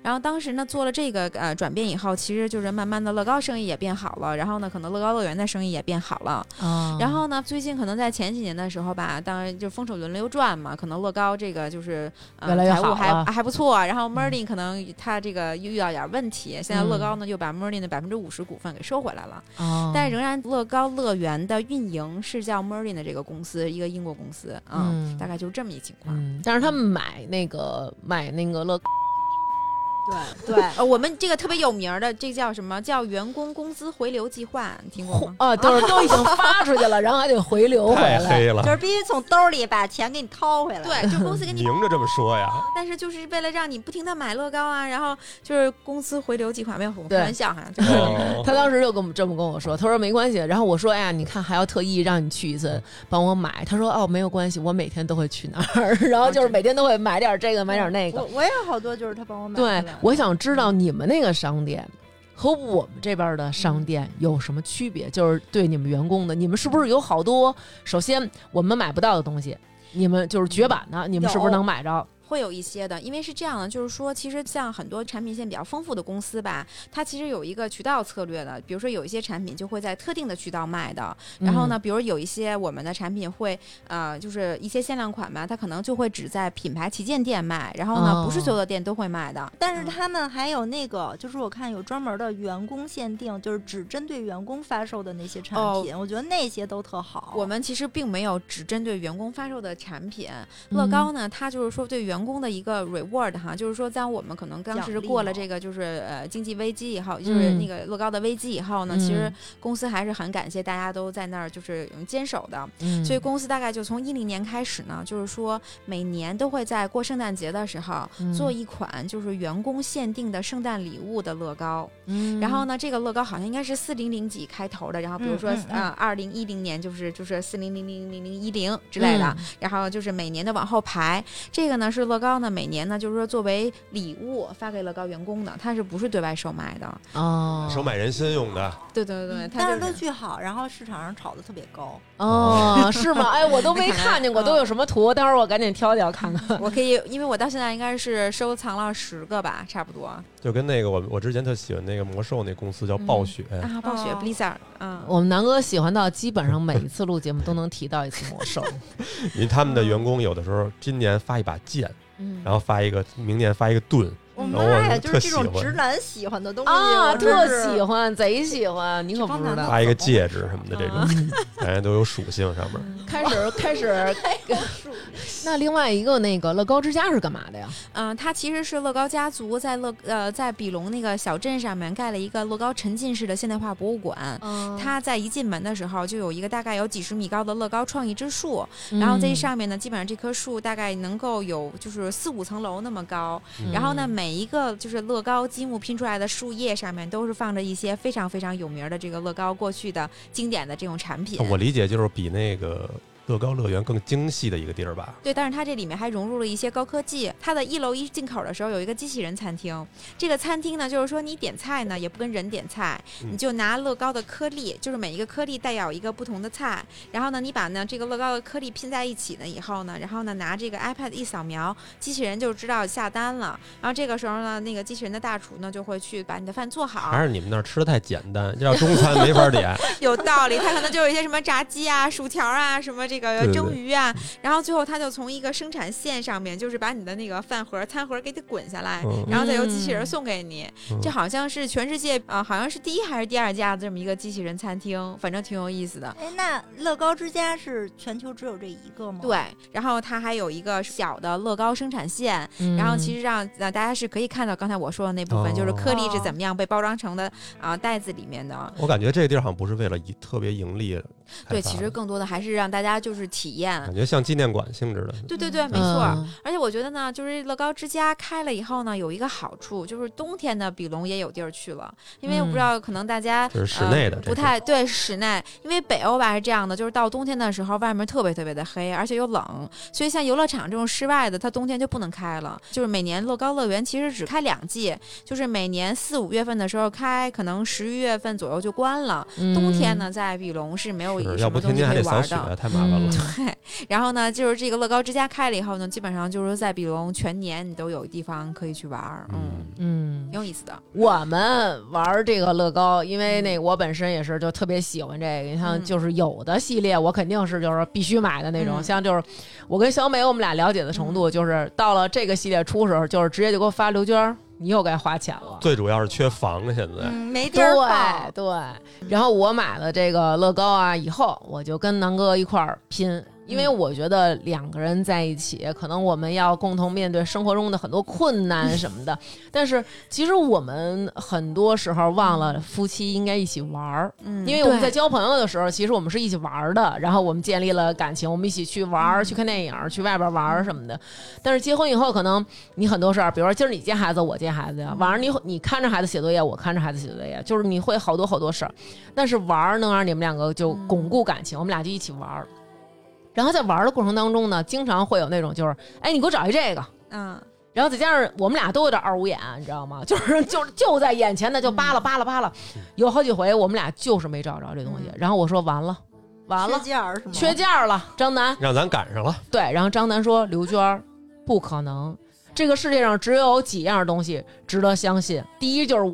Speaker 5: 然后当时呢做了这个呃转变以后，其实就是慢慢的乐高生意也变好了，然后呢可能乐高乐园的生意也变好了。
Speaker 2: 啊
Speaker 5: 然后呢最近可能在前几年的时候吧，当然就风手轮流转嘛，可能乐高这个就是呃
Speaker 2: 越来越
Speaker 5: 财务
Speaker 2: 好
Speaker 5: 还
Speaker 2: 了嗯
Speaker 5: 还不错，然后 Merlin 可能他这个又遇到点儿问题，现在乐
Speaker 2: 嗯
Speaker 5: 高呢又把 Merlin 的百分之五十股份给收回来了。
Speaker 2: 哦
Speaker 5: 但仍然乐高乐园的运营是叫 Merlin 的这个公司，一个英国公司啊，
Speaker 2: 嗯
Speaker 5: 大概就是这么一情况。
Speaker 2: 嗯，但是他们买那个买那个乐，
Speaker 4: 对对。
Speaker 5: 呃，我们这个特别有名儿的，这叫什么叫员工工资回流计划？你听过吗？
Speaker 2: 啊，都是都已经发出去了，然后还得回流回
Speaker 3: 太
Speaker 2: 来。
Speaker 3: 黑了
Speaker 4: 就，是必须从兜里把钱给你掏回来。
Speaker 5: 对，就公 司给你
Speaker 3: 明，着这么说 呀？
Speaker 5: 但是就是为了让你不停的买乐高啊，然后就是公司回流计划，没有，我
Speaker 2: 对
Speaker 5: 开玩笑哈， 就是
Speaker 3: 哦
Speaker 2: 他当时就跟我们这么跟我说，他说没关系，然后我说哎呀，你看还要特意让你去一
Speaker 3: 嗯
Speaker 2: 次帮我买，他说哦没有关系，我每天都会去那儿， 然后就是每天都会买点这个买点那个
Speaker 4: 我。我也有好多，就是他帮我买回来
Speaker 2: 对
Speaker 4: 的。，
Speaker 2: 我想知道你们那个商店和我们这边的商店有什么区别？就是对你们员工的，你们是不是有好多？首先，我们买不到的东西，你们就是绝版的，你们是不是能买着？
Speaker 5: 会有一些的，因为是这样的，就是说，其实像很多产品线比较丰富的公司吧，它其实有一个渠道策略的，比如说有一些产品就会在特定的渠道卖的，然后
Speaker 4: 嗯
Speaker 5: 呢，比如有一些我们的产品会，呃，就是一些限量款吧，它可能就会只在品牌旗舰店卖，然后呢，不是
Speaker 4: 哦
Speaker 5: 所有的店都会卖的。
Speaker 4: 但是他们还有那个，就是我看有专门的员工限定，就是只针对员工发售的那些产品，我觉得那些都特好。
Speaker 5: 我们其实并没有只针对员工发售的产品，
Speaker 4: 嗯
Speaker 5: 乐高呢，它就是说对员工的一个 reward 哈，就是说在我们可能当时
Speaker 4: 奖励
Speaker 5: 过
Speaker 4: 嘛
Speaker 5: 了这个就是呃经济危机以后，就是
Speaker 2: 嗯
Speaker 5: 那个乐高的危机以后呢，
Speaker 2: 嗯
Speaker 5: 其实公司还是很感谢大家都在那儿就是嗯坚守的，
Speaker 2: 嗯
Speaker 5: 所以公司大概就从一零年开始呢，就是说每年都会在过圣诞节的时候
Speaker 2: 嗯
Speaker 5: 做一款就是员工限定的圣诞礼物的乐高。
Speaker 2: 嗯
Speaker 5: 然后呢，这个乐高好像应该是四零零几开头的，然后比如说
Speaker 4: 嗯嗯嗯
Speaker 5: 呃二零一零年就是就是四零零零零零一零之类的，然后就是每年的往后排。这个呢是乐高呢每年呢就是说作为礼物发给乐高员工的，它是不是对外售卖的？
Speaker 2: 嗯哦
Speaker 3: 收买人心用的，
Speaker 5: 对对对，
Speaker 4: 嗯
Speaker 5: 它
Speaker 4: 但是
Speaker 5: 就
Speaker 4: 都巨好，然后市场上炒的特别高。
Speaker 2: 哦，是吗？哎，我都没看见过，
Speaker 5: 嗯
Speaker 2: 都有什么图？待会儿我赶紧挑挑看看。
Speaker 5: 我可以，因为我到现在应该是收藏了十个吧，差不多。
Speaker 3: 就跟那个我我之前特喜欢那个魔兽那公司叫暴雪，
Speaker 5: 啊，暴雪
Speaker 4: 哦
Speaker 5: Blizzard，嗯，
Speaker 2: 我们南哥喜欢到基本上每一次录节目都能提到一次魔兽，
Speaker 3: 因为他们的员工有的时候今年发一把剑，
Speaker 2: 嗯
Speaker 3: 然后发一个明年发一个盾，
Speaker 4: 我
Speaker 3: 嗯
Speaker 4: 妈
Speaker 3: 然
Speaker 4: 呀，
Speaker 3: 后
Speaker 4: 就是
Speaker 3: 特
Speaker 4: 这
Speaker 3: 喜
Speaker 4: 种
Speaker 3: 欢
Speaker 4: 直男喜欢的东西
Speaker 2: 啊，
Speaker 4: 我真
Speaker 2: 特
Speaker 4: 是
Speaker 2: 喜欢，贼喜欢，你可不知
Speaker 4: 这帮
Speaker 5: 啊
Speaker 2: 道
Speaker 4: 男的。
Speaker 3: 发一个戒指什么的这种，感觉都有属性上面。
Speaker 2: 开 始开始，那另外一个那个乐高之家是干嘛的呀？
Speaker 5: 嗯，它其实是乐高家族在乐呃在比隆那个小镇上面盖了一个乐高沉浸式的现代化博物馆。它在一进门的时候，就有一个大概有几十米高的乐高创意之树，
Speaker 2: 嗯
Speaker 5: 然后在这上面呢，基本上这棵树大概能够有就是四五层楼那么高。
Speaker 3: 嗯
Speaker 5: 然后呢，每一个就是乐高积木拼出来的树叶上面都是放着一些非常非常有名的这个乐高过去的经典的这种产品。
Speaker 3: 我理解就是比那个乐高乐园更精细的一个地儿吧。
Speaker 5: 对，但是它这里面还融入了一些高科技。它的一楼一进口的时候有一个机器人餐厅，这个餐厅呢，就是说你点菜呢也不跟人点菜，
Speaker 3: 嗯
Speaker 5: 你就拿乐高的颗粒，就是每一个颗粒代表一个不同的菜，然后呢你把呢这个乐高的颗粒拼在一起呢以后呢，然后呢拿这个 iPad 一扫描，机器人就知道下单了。然后这个时候呢，那个机器人的大厨呢就会去把你的饭做好，
Speaker 3: 还是你们那儿吃的太简单，要中餐没法 点。
Speaker 5: 有道理，他可能就有一些什么炸鸡啊、薯条啊、什么这个
Speaker 3: 对对
Speaker 5: 蒸
Speaker 3: 对
Speaker 5: 鱼啊，然后最后他就从一个生产线上面，就是把你的那个饭盒、餐盒给它滚下来，
Speaker 3: 嗯
Speaker 5: 然后再由机器人送给你。
Speaker 3: 嗯
Speaker 5: 这好像是全世界啊、呃好像是第一还是第二家的这么一个机器人餐厅，反正挺有意思的。
Speaker 4: 哎，那乐高之家是全球只有这一个吗？
Speaker 5: 对，然后它还有一个小的乐高生产线，
Speaker 2: 嗯，
Speaker 5: 然后其实让呃大家是可以看到刚才我说的那部分，就是颗粒是
Speaker 4: 哦
Speaker 5: 怎么样被包装成的啊、呃袋子里面的。
Speaker 3: 我感觉这个地儿好像不是为了以特别盈利开发的。
Speaker 5: 对，其实更多的还是让大家就是体验，
Speaker 3: 感觉像纪念馆性质的。
Speaker 5: 对对对，没错。
Speaker 2: 嗯
Speaker 5: 而且我觉得呢，就是乐高之家开了以后呢，有一个好处就是冬天的比隆也有地儿去了，因为我不知道可能大家、
Speaker 3: 就是室内的
Speaker 5: 呃
Speaker 3: 这
Speaker 5: 不太对室内，因为北欧吧是这样的，就是到冬天的时候外面特别特别的黑，而且又冷，所以像游乐场这种室外的，它冬天就不能开了。就是每年乐高乐园其实只开两季，就是每年四五月份的时候开，可能十一月份左右就关了。
Speaker 2: 嗯
Speaker 5: 冬天，呢，在比隆是没有
Speaker 3: 是
Speaker 5: 什
Speaker 3: 要
Speaker 5: 么
Speaker 3: 不
Speaker 5: 东
Speaker 3: 天
Speaker 5: 西
Speaker 3: 天还
Speaker 5: 可以
Speaker 3: 得扫
Speaker 5: 玩
Speaker 3: 雪
Speaker 5: 的。，嗯
Speaker 3: 太麻烦了。
Speaker 5: 然后呢，就是这个乐高之家开了以后呢，基本上就是在比隆全年你都有地方可以去玩儿，嗯，
Speaker 3: 嗯，
Speaker 2: 嗯
Speaker 5: 挺，有意思的。
Speaker 2: 我们玩这个乐高，因为那个我本身也是就特别喜欢这个。你像
Speaker 5: 嗯
Speaker 2: 就是有的系列，我肯定是就是必须买的那种。
Speaker 5: 嗯
Speaker 2: 像就是我跟小美我们俩了解的程度，就是到了这个系列出时候，就是直接就给我发刘娟儿，你又该花钱了。
Speaker 3: 最主要是缺房啊，现在。
Speaker 4: 嗯，没地
Speaker 2: 对
Speaker 4: 儿放。
Speaker 2: 哎对，然后我买了这个乐高啊，以后我就跟南哥一块儿拼，因为
Speaker 5: 嗯
Speaker 2: 我觉得两个人在一起，可能我们要共同面对生活中的很多困难
Speaker 5: 嗯
Speaker 2: 什么的。但是其实我们很多时候忘了夫妻应该一起玩儿，
Speaker 5: 嗯，
Speaker 2: 因为我们在
Speaker 5: 对
Speaker 2: 交朋友的时候，其实我们是一起玩儿的，然后我们建立了感情，我们一起去玩
Speaker 5: 嗯
Speaker 2: 儿、去看电影、去外边玩儿什么的。但是结婚以后，可能你很多事儿，比如说今儿你接孩子，我接孩子呀，晚上你你看着孩子写作业，我看着孩子写作业，就是你会好多好多事儿。但是玩儿能让你们两个就巩固感情，我们俩就一起玩儿。然后在玩儿的过程当中呢，经常会有那种就是，哎，你给我找一这个，
Speaker 5: 嗯，
Speaker 2: 然后再加上我们俩都有点二五眼，你知道吗？ 就是就是就在眼前的就扒拉扒拉扒拉，有好几回我们俩就是没找着这东西。然后我说完了，完了
Speaker 4: 缺，件儿是吗？
Speaker 2: 缺件儿了，张楠
Speaker 3: 让咱赶上了，
Speaker 2: 对。然后张楠说刘娟儿，不可能。这个世界上只有几样东西值得相信，第一就是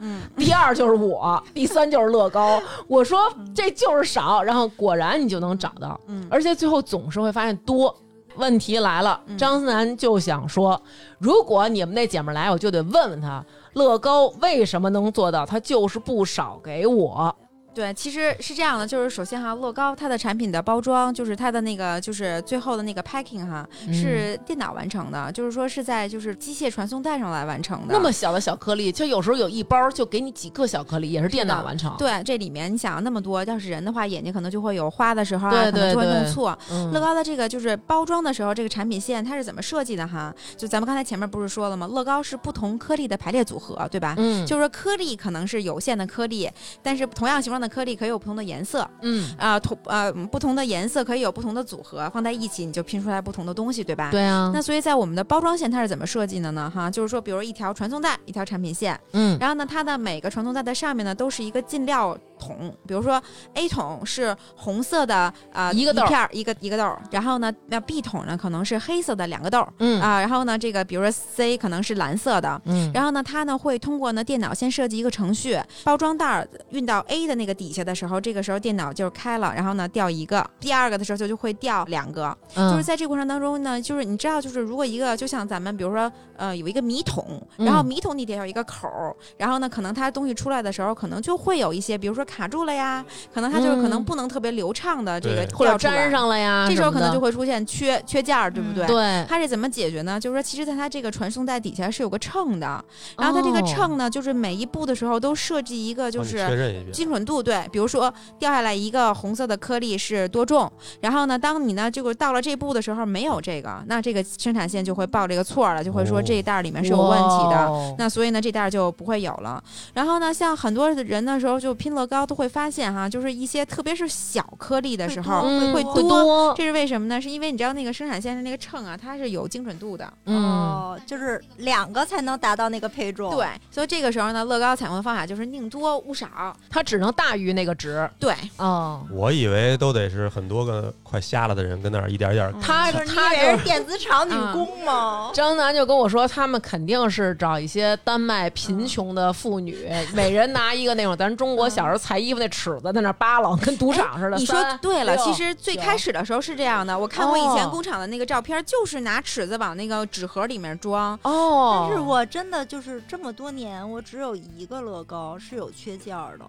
Speaker 5: 嗯，
Speaker 2: 第二就是 我，第三就是乐高。我说这就是少，然后果然你就能找到，
Speaker 5: 嗯
Speaker 2: 而且最后总是会发现多。问题来了，
Speaker 5: 嗯
Speaker 2: 张楠就想说，如果你们那姐们儿来，我就得问问她，乐高为什么能做到？她就是不少给我。
Speaker 5: 对，其实是这样的，就是首先哈，乐高它的产品的包装，就是它的那个，就是最后的那个 packing 哈，
Speaker 2: 嗯
Speaker 5: 是电脑完成的，就是说是在就是机械传送带上来完成的。
Speaker 2: 那么小的小颗粒，就有时候有一包就给你几个小颗粒，也是电脑完成。，
Speaker 5: 对，这里面你想那么多，要是人的话，眼睛可能就会有花的时候啊，
Speaker 2: 对
Speaker 5: 可能就会
Speaker 2: 对
Speaker 5: 弄
Speaker 2: 对
Speaker 5: 错。
Speaker 2: 嗯、
Speaker 5: 乐高的这个就是包装的时候，这个产品线它是怎么设计的哈？就咱们刚才前面不是说了吗？乐高是不同颗粒的排列组合，对吧？
Speaker 2: 嗯，
Speaker 5: 就是说颗粒可能是有限的颗粒，但是同样形状的颗粒可以有不同的颜色
Speaker 2: 嗯，
Speaker 5: 啊、同呃不同的颜色可以有不同的组合，放在一起你就拼出来不同的东西，对吧？。
Speaker 2: 对啊，
Speaker 5: 那所以在我们的包装线它是怎么设计的呢？哈，就是说，比如一条传送带，一条产品线，
Speaker 2: 嗯
Speaker 5: 然后呢，它的每个传送带的上面呢都是一个进料桶，比如说 A 桶是红色的啊、呃
Speaker 2: 一个豆儿
Speaker 5: 片儿一个一个豆儿，然后呢，那 B 桶呢可能是黑色的两个豆儿
Speaker 2: 嗯
Speaker 5: 啊、然后呢，这个比如说 C 可能是蓝色的。
Speaker 2: 嗯，
Speaker 5: 然后呢，它呢会通过呢电脑先设计一个程序，包装袋儿运到 A 的那个底下的时候，这个时候电脑就开了，然后呢掉一个，第二个的时候就就会掉两个，
Speaker 2: 后
Speaker 5: 就是在这个过程当中呢，就是你知道，就是如果一个就像咱们比如说呃有一个米桶，
Speaker 2: 嗯
Speaker 5: 然后米桶里底下有一个口儿，然后呢可能它东西出来的时候，可能就会有一些，比如说卡住了呀，可能它就是可能
Speaker 2: 嗯
Speaker 5: 不能特别流畅的这个
Speaker 3: 对
Speaker 2: 或者
Speaker 5: 掉出来
Speaker 2: 粘，上了呀，
Speaker 5: 这时候
Speaker 2: 什么
Speaker 5: 可能
Speaker 2: 的
Speaker 5: 就会出现缺缺件儿，对不
Speaker 4: 嗯
Speaker 5: 对？
Speaker 2: 对，
Speaker 5: 它是怎么解决呢？就是说，其实在它这个传送带底下是有个秤的，然后它这个
Speaker 2: 哦
Speaker 5: 秤呢，就是每一步的时候都设计一个就
Speaker 3: 哦帮你
Speaker 5: 是
Speaker 3: 确认一遍，
Speaker 5: 精准度对，比如说掉下来一个红色的颗粒是多重，然后呢，当你呢这个到了这步的时候没有这个，那这个生产线就会报这个错了，就会说
Speaker 3: 哦
Speaker 5: 这一袋儿里面是有问题的。
Speaker 2: 哇哦
Speaker 5: 那所以呢，这袋儿就不会有了。然后呢，像很多人的时候就拼乐高都会发现哈，就是一些特别是小颗粒的时候
Speaker 4: 多
Speaker 2: 嗯
Speaker 5: 会
Speaker 2: 会多
Speaker 5: 这是为什么呢？是因为你知道那个生产线上那个秤啊，它是有精准度的。
Speaker 2: 嗯
Speaker 4: 哦，就是两个才能达到那个配重。
Speaker 5: 对，，所以这个时候呢，乐高采用的方法就是宁多勿少。
Speaker 2: 它只能大于那个值
Speaker 5: 对，嗯
Speaker 2: 哦。
Speaker 3: 我以为都得是很多个快瞎了的人跟那儿一点儿一点儿
Speaker 5: 嗯
Speaker 2: 他
Speaker 4: 就是你
Speaker 2: 他
Speaker 4: 以为
Speaker 2: 就是
Speaker 4: 电子厂女工吗？
Speaker 2: 张楠就跟我说，他们肯定是找一些丹麦
Speaker 5: 嗯
Speaker 2: 贫穷的妇女，每人拿一个那种咱中国小时候裁衣服那尺子，在那儿扒拉，跟赌场似的。
Speaker 5: 哎你说
Speaker 2: 三
Speaker 5: 对了，
Speaker 2: 六
Speaker 5: 其实最
Speaker 2: 九
Speaker 5: 开始的时候是这样的，我看过以前
Speaker 2: 哦
Speaker 5: 工厂的那个照片，就是拿尺子往那个纸盒里面装。
Speaker 2: 哦，
Speaker 4: 但是我真的就是这么多年，我只有一个乐高是有缺件儿的，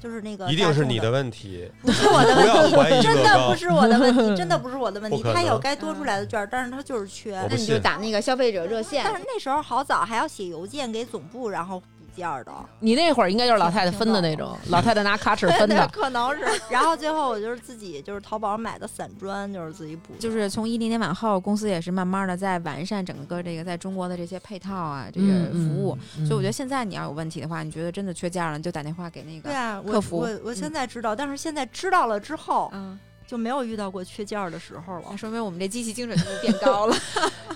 Speaker 4: 就是那
Speaker 5: 嗯
Speaker 4: 个
Speaker 3: 一定
Speaker 4: 大
Speaker 3: 是
Speaker 4: 众
Speaker 3: 你
Speaker 4: 的
Speaker 3: 的，问题，
Speaker 4: 不是我的
Speaker 3: 不要怀
Speaker 4: 问
Speaker 3: 疑
Speaker 4: 题，真
Speaker 3: 乐
Speaker 4: 的
Speaker 3: 高
Speaker 4: 不。是我的问题，真的不是我的 问
Speaker 3: 不
Speaker 4: 题。
Speaker 3: 可
Speaker 4: 它有
Speaker 3: 能
Speaker 4: 该多出来的券儿，但是它就是缺
Speaker 3: 我。
Speaker 5: 那
Speaker 3: 不
Speaker 5: 你就
Speaker 3: 信，
Speaker 5: 打那个消费者热线
Speaker 4: 但，是那时候好早还要写邮件给总部，然后补件儿的。
Speaker 2: 你那会儿应该就是老太太分的那种，老太太拿卡尺 分的。
Speaker 4: 可能是。然后最后我就是自己就是淘宝买的散砖，就是自己补的。
Speaker 5: 就是从一零年往后，公司也是慢慢的在完善整个这个在中国的这些配套啊，这
Speaker 2: 嗯
Speaker 5: 个服务。，所以我觉得现在你要有问题的话，你觉得真的缺件了，你就打电话给那
Speaker 4: 对
Speaker 5: 个。
Speaker 4: 啊，我
Speaker 5: 客服
Speaker 4: 我我现在知道，但是现在知道了之后
Speaker 5: 嗯，
Speaker 4: 就没有遇到过缺件儿的时候了
Speaker 5: 那。说明我们这机器精准度变高了。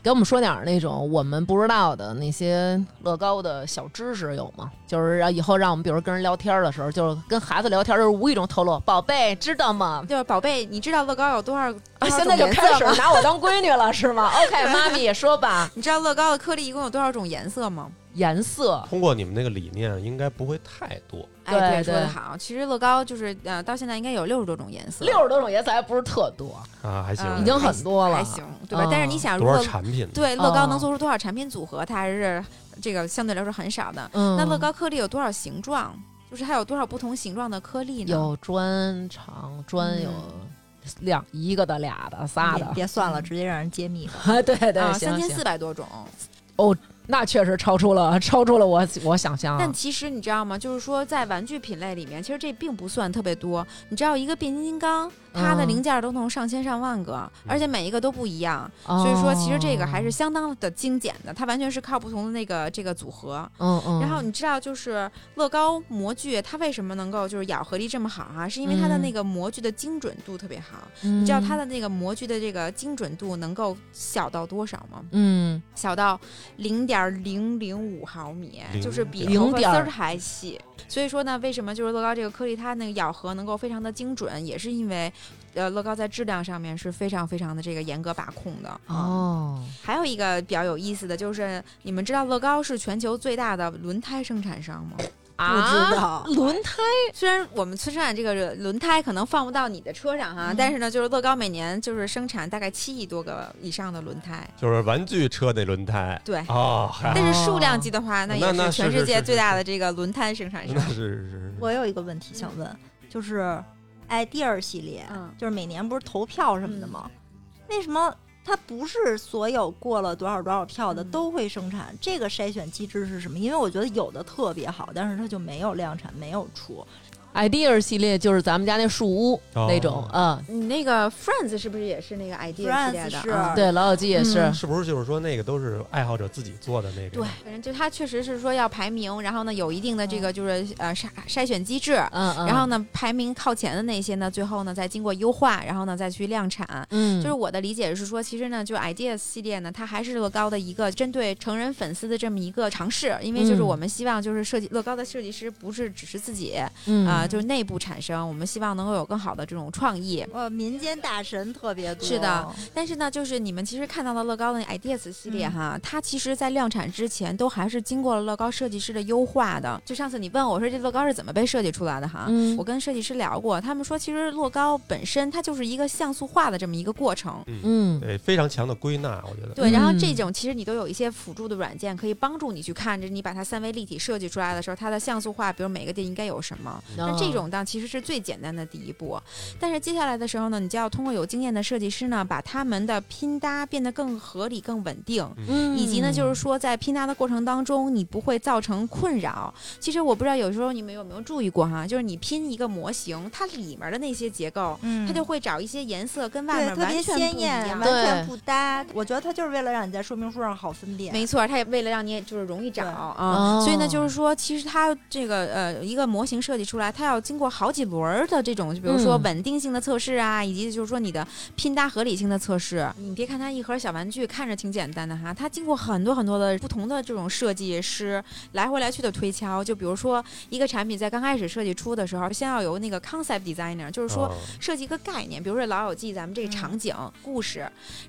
Speaker 2: 给我们说点儿那种我们不知道的那些乐高的小知识有吗？就是让以后让我们，比如跟人聊天儿的时候，就是跟孩子聊天儿，就是无意中透露，宝贝，知道吗？
Speaker 5: 就是宝贝，你知道乐高有多少？
Speaker 2: 啊，
Speaker 5: 多少
Speaker 2: 现在
Speaker 5: 种
Speaker 2: 就
Speaker 5: 颜
Speaker 2: 开
Speaker 5: 色
Speaker 2: 始
Speaker 5: 吗？
Speaker 2: 拿我当闺女了，是 吗？OK，妈咪说吧，
Speaker 5: 你知道乐高的颗粒一共有多少种颜色吗？
Speaker 2: 颜色，
Speaker 3: 通过你们那个理念，应该不会太多。
Speaker 5: 哎，
Speaker 2: 对
Speaker 5: 说的
Speaker 2: 对
Speaker 5: 好。其实乐高就是呃，到现在应该有六十多种颜色。
Speaker 2: 六十多种颜色还不是特多，
Speaker 3: 啊，还行，
Speaker 5: 嗯
Speaker 2: 已经很多了
Speaker 5: 还。行，对吧？
Speaker 2: 嗯
Speaker 5: 但是你想，啊如
Speaker 3: 多少
Speaker 5: 果
Speaker 3: 产品？
Speaker 5: 对乐高能
Speaker 2: 哦
Speaker 5: 做出多少产品组合，它还是这个相对来说很少的。
Speaker 2: 嗯，
Speaker 5: 那乐高颗粒有多少形状？就是它有多少不同形状的颗粒呢？
Speaker 2: 有砖长砖
Speaker 5: 嗯
Speaker 2: 有两一个的、俩的、仨
Speaker 4: 别
Speaker 2: 的，
Speaker 4: 别算了，直接让人揭秘吧。
Speaker 2: 对 对，
Speaker 5: 啊，
Speaker 2: 行
Speaker 5: 三千
Speaker 2: 行嗯
Speaker 5: 四百多种。
Speaker 2: 那确实超出了超出了我我想象啊。
Speaker 5: 但其实你知道吗？就是说，在玩具品类里面，其实这并不算特别多。你知道，一个变形金刚，它的
Speaker 2: 嗯
Speaker 5: 零件都能上千上万个，
Speaker 3: 嗯
Speaker 5: 而且每一个都不一样。所
Speaker 2: 所
Speaker 5: 以说，其实这
Speaker 2: 哦
Speaker 5: 个还是相当的精简的，它完全是靠不同的那个这个组合。
Speaker 2: 嗯嗯。
Speaker 5: 然后你知道，就是乐高模具，它为什么能够就是咬合力这么好哈、是因为它的
Speaker 2: 嗯
Speaker 5: 那个模具的精准度特别好。
Speaker 2: 你
Speaker 5: 你知道它的那个模具的这个精准度能够小到多少吗？
Speaker 2: 嗯
Speaker 5: 小到零点零零五毫米，
Speaker 3: 0.0
Speaker 5: 就是比头发丝
Speaker 2: 0.0
Speaker 5: 儿还细。所以说呢，为什么就是乐高这个颗粒它那个咬合能够非常的精准，也是因为呃乐高在质量上面是非常非常的这个严格把控的。
Speaker 2: 哦，
Speaker 5: 还有一个比较有意思的就是，你们知道乐高是全球最大的轮胎生产商吗？
Speaker 2: 啊，
Speaker 4: 道
Speaker 2: 轮胎
Speaker 5: 虽然我们生产这个轮胎可能放不到你的车上哈，但是呢，就是乐高每年就是生产大概七亿多个以上的轮胎，
Speaker 3: 就是玩具车那轮胎
Speaker 5: 对。
Speaker 3: 哦，嗨
Speaker 5: 但是数量级的话，也
Speaker 3: 那哦那
Speaker 5: 是全
Speaker 3: 是是
Speaker 5: 世界
Speaker 3: 是
Speaker 5: 最
Speaker 3: 是
Speaker 5: 大的这个轮胎生产 商
Speaker 3: 那。是是是
Speaker 4: 我有一个问题想问，就是 idea 系列，
Speaker 5: 嗯
Speaker 4: 就是每年不是投票什么的吗？为什么它不是所有过了多少多少票的
Speaker 5: 嗯
Speaker 4: 都会生产？这个筛选机制是什么？因为我觉得有的特别好，但是它就没有量产，没有出。
Speaker 2: idea 系列就是咱们家那树屋
Speaker 3: 哦
Speaker 2: 那种，嗯，
Speaker 5: 你那个 Friends 是不是也是那个 idea 系列的？
Speaker 4: France 是、
Speaker 5: 啊
Speaker 2: 对，老友记也是
Speaker 5: 嗯，
Speaker 3: 是不是就是说那个都是爱好者自己做的那个？
Speaker 5: 对，反正就它确实是说要排名，然后呢有一定的这个就是呃筛筛选机制，
Speaker 2: 嗯嗯，
Speaker 5: 然后呢排名靠前的那些呢，最后呢再经过优化，然后呢再去量产。
Speaker 2: 嗯，
Speaker 5: 就是我的理解是说，其实呢，就 Ideas 系列呢，它还是乐高的一个针对成人粉丝的这么一个尝试，因为就是
Speaker 2: 嗯
Speaker 5: 我们希望就是设计乐高的设计师不是只是自己啊、
Speaker 2: 嗯
Speaker 5: 就是内部产生，我们希望能够有更好的这种创意。
Speaker 4: 呃，民间大神特别多，
Speaker 5: 是的，但是呢，就是你们其实看到的乐高的 Ideas 系
Speaker 2: 嗯
Speaker 5: 列哈，它其实在量产之前都还是经过了乐高设计师的优化的。就上次你问我说这乐高是怎么被设计出来的哈，
Speaker 2: 嗯
Speaker 5: 我跟设计师聊过，他们说其实乐高本身它就是一个像素化的这么一个过程。
Speaker 2: 嗯
Speaker 3: 对，非常强的归纳，我觉得。
Speaker 5: 对，然后这
Speaker 2: 嗯
Speaker 5: 种其实你都有一些辅助的软件可以帮助你去看着你把它三维立体设计出来的时候，它的像素化，比如每个点应该有什么。那
Speaker 2: 嗯
Speaker 4: 嗯
Speaker 5: 这种档其实是最简单的第一步，但是接下来的时候呢，你就要通过有经验的设计师呢，把他们的拼搭变得更合理、更稳定。
Speaker 2: 嗯，
Speaker 5: 以及呢，就是说在拼搭的过程当中，你不会造成困扰。其实我不知道有时候你们有没有注意过哈，就是你拼一个模型，它里面的那些结构，
Speaker 4: 嗯，
Speaker 5: 它就会找一些颜色跟外
Speaker 4: 对
Speaker 5: 面
Speaker 4: 特别
Speaker 5: 完全不
Speaker 4: 鲜
Speaker 5: 一
Speaker 4: 艳，
Speaker 5: 样
Speaker 4: 完。全不搭。我觉得它就是为了让你在说明书上好分辨。
Speaker 5: 没错，它也为了让你就是容易找
Speaker 4: 对
Speaker 5: 啊，
Speaker 2: 哦
Speaker 5: 所以呢，就是说，其实它这个呃一个模型设计出来，它要经过好几轮儿的这种，就比如说
Speaker 2: 嗯
Speaker 5: 稳定性的测试啊，以及就是说你的拼搭合理性的测试。你别看它一盒小玩具看着挺简单的哈，它经过很多很多的不同的这种设计师来回来去的推敲。就比如说一个产品在刚开始设计出的时候，先要由那个 concept designer，就是说
Speaker 3: 啊
Speaker 5: 设计一个概念，比如说《老友记》咱们这个
Speaker 4: 嗯
Speaker 5: 场景、故事，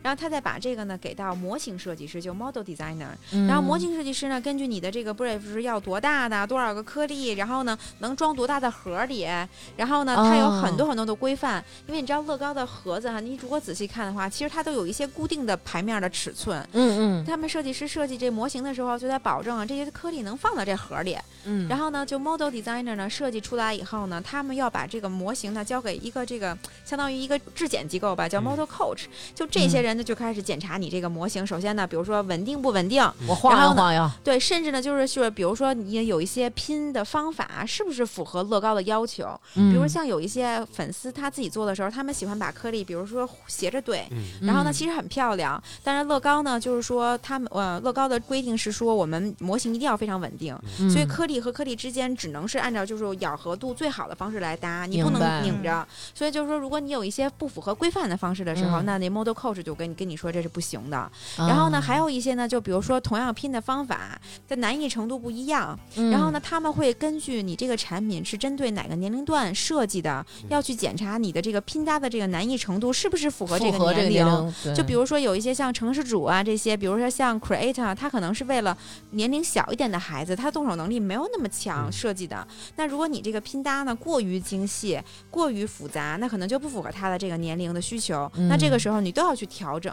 Speaker 5: 然后他再把这个呢给到模型设计师，就 model designer，
Speaker 2: 嗯，
Speaker 5: 然后模型设计师呢根据你的这个 brief 是要多大的，多少个颗粒，然后呢能装多大的盒里，然后呢它有
Speaker 2: 哦
Speaker 5: 很多很多的规范，因为你知道乐高的盒子哈，你如果仔细看的话，其实它都有一些固定的牌面的尺寸。
Speaker 2: 嗯，嗯
Speaker 5: 他们设计师设计这模型的时候，就在保证啊这些颗粒能放到这盒里，
Speaker 2: 嗯，
Speaker 5: 然
Speaker 2: 后
Speaker 5: 后呢，就 model designer 呢设计出来以后呢，他们要把这个模型呢交给一个这个相当于一个质检机构吧，叫
Speaker 3: 嗯
Speaker 5: model coach。就这些人呢就开始检查你这个模型。首先呢，比如说稳定不稳定，
Speaker 2: 我晃
Speaker 5: 然
Speaker 2: 悠
Speaker 5: 后呢
Speaker 2: 晃悠，
Speaker 5: 对，甚至呢就是就是比如说你有一些拼的方法是不是符合乐高的要求？
Speaker 2: 比
Speaker 5: 比
Speaker 3: 嗯
Speaker 5: 如像有一些粉丝他自己做的时候，他们喜欢把颗粒，比如说斜着怼，
Speaker 3: 嗯，
Speaker 5: 然后呢，其实很漂亮。但是乐高呢，就是说他们呃，乐高的规定是说我们模型一定要非常稳定，
Speaker 3: 嗯
Speaker 2: 实
Speaker 5: 所以颗粒和颗粒之间只能是按照就是咬合度最好的方式来搭，你不
Speaker 2: 明白
Speaker 5: 能拧着。所以就是说，如果你有一些不符合规范的方式的时候，
Speaker 2: 嗯啊
Speaker 5: 那那 model coach 就跟你跟你说这是不行的。然后呢，还有一些呢，就比如说同样拼的方法，它难易程度不一样。
Speaker 2: 嗯
Speaker 5: 然后呢，，他们会根据你这个产品是针对哪个年龄段设计的，
Speaker 2: 嗯
Speaker 5: 要去检查你的这个拼搭的这个难易程度是不是符合这个
Speaker 2: 符合这个
Speaker 5: 年龄。
Speaker 2: 龄，对
Speaker 5: 就比如说有一些像城市主啊这些，比如说像 Create 啊，他可能是为了年龄小一点的孩子，他动手能力没有那么强
Speaker 3: 嗯
Speaker 5: 设计的。那如果你这个拼搭呢过于精细、过于复杂，那可能就不符合他的这个年龄的需求。那这个时候你都要去调整。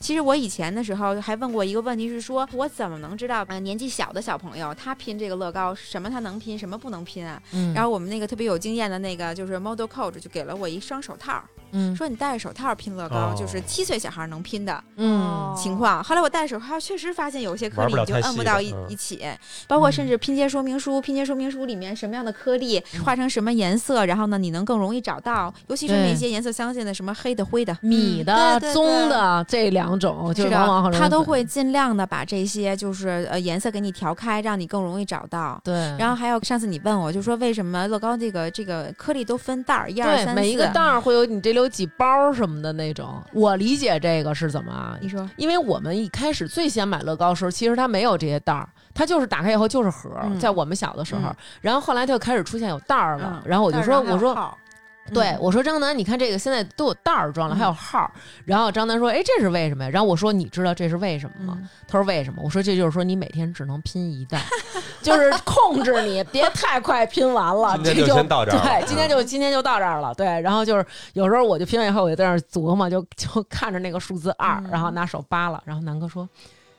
Speaker 5: 其实我以前的时候还问过一个问题，是说我怎么能知道呃年纪小的小朋友他拼这个乐高什么他能拼，什么不能拼啊？
Speaker 2: 嗯，
Speaker 5: 然
Speaker 2: 后
Speaker 5: 后我们那个特别有经验的那个就是 Model Coach 就给了我一双手套。
Speaker 2: 嗯
Speaker 5: 说你戴着手套拼乐高，
Speaker 3: 哦
Speaker 5: 就是七岁小孩能拼的
Speaker 2: 嗯
Speaker 5: 情况。后来我戴着手套，确实发现有些颗
Speaker 3: 玩
Speaker 5: 粒
Speaker 3: 不了
Speaker 5: 你就
Speaker 3: 太
Speaker 5: 摁
Speaker 3: 细
Speaker 5: 不
Speaker 3: 的
Speaker 5: 到一、
Speaker 3: 嗯
Speaker 5: 一起，包括
Speaker 2: 嗯
Speaker 5: 甚至拼接说明书，拼接说明书里面什么样的颗粒画成什么颜色，然后呢你能更容易找到，尤其是
Speaker 2: 对嗯
Speaker 5: 那些颜色相近的，什么黑的、嗯灰的。
Speaker 2: 米的
Speaker 4: 对对、对
Speaker 2: 棕的这两种，就是是往往
Speaker 5: 的，
Speaker 2: 很容易
Speaker 5: 他都会尽量的把这些就是呃颜色给你调开，让你更容易找到。
Speaker 2: 对，
Speaker 5: 然后还有上次你问我，就说为什么乐高这个这个颗粒都分袋儿，一二
Speaker 2: 对
Speaker 5: 三
Speaker 2: 每一个
Speaker 5: 四
Speaker 2: 袋儿会有你这里有几包什么的那种。我理解这个是怎么啊？
Speaker 5: 你说
Speaker 2: 因为我们一开始最先买乐高的时候，其实它没有这些袋儿，它就是打开以后就是盒儿。
Speaker 5: 嗯
Speaker 2: 在我们小的时候，
Speaker 5: 嗯
Speaker 2: 然后后来它就开始出现有袋儿了。
Speaker 5: 嗯
Speaker 2: 然后我就说，
Speaker 4: 但是还有
Speaker 2: 我说
Speaker 4: 号
Speaker 3: 嗯
Speaker 2: 对，我说张楠，你看这个现在都有袋儿装了，还有号儿。然后张楠说：“哎，这是为什么呀？”然后我说：“你知道这是为什么吗？”他说：“为什么？”我说：“这就是说你每天只能拼一袋， 就是控制你别太快拼完了。”
Speaker 3: 今
Speaker 2: 这
Speaker 3: 天就先到这儿了嗯
Speaker 2: 对，今天就今天就到这儿了。对，然后就是有时候我就拼完以后，我就在那儿琢磨，就就看着那个数字二，然后拿手扒拉。然后南哥说。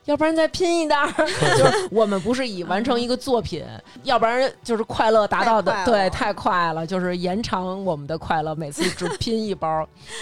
Speaker 2: 要不然再拼一袋儿，
Speaker 5: 嗯
Speaker 2: 就是 我们不是以完成一个作品，要不然就是快乐达到的，
Speaker 5: 太快了
Speaker 2: 对，太快了，就是延长我们的快乐。每次只拼 一包，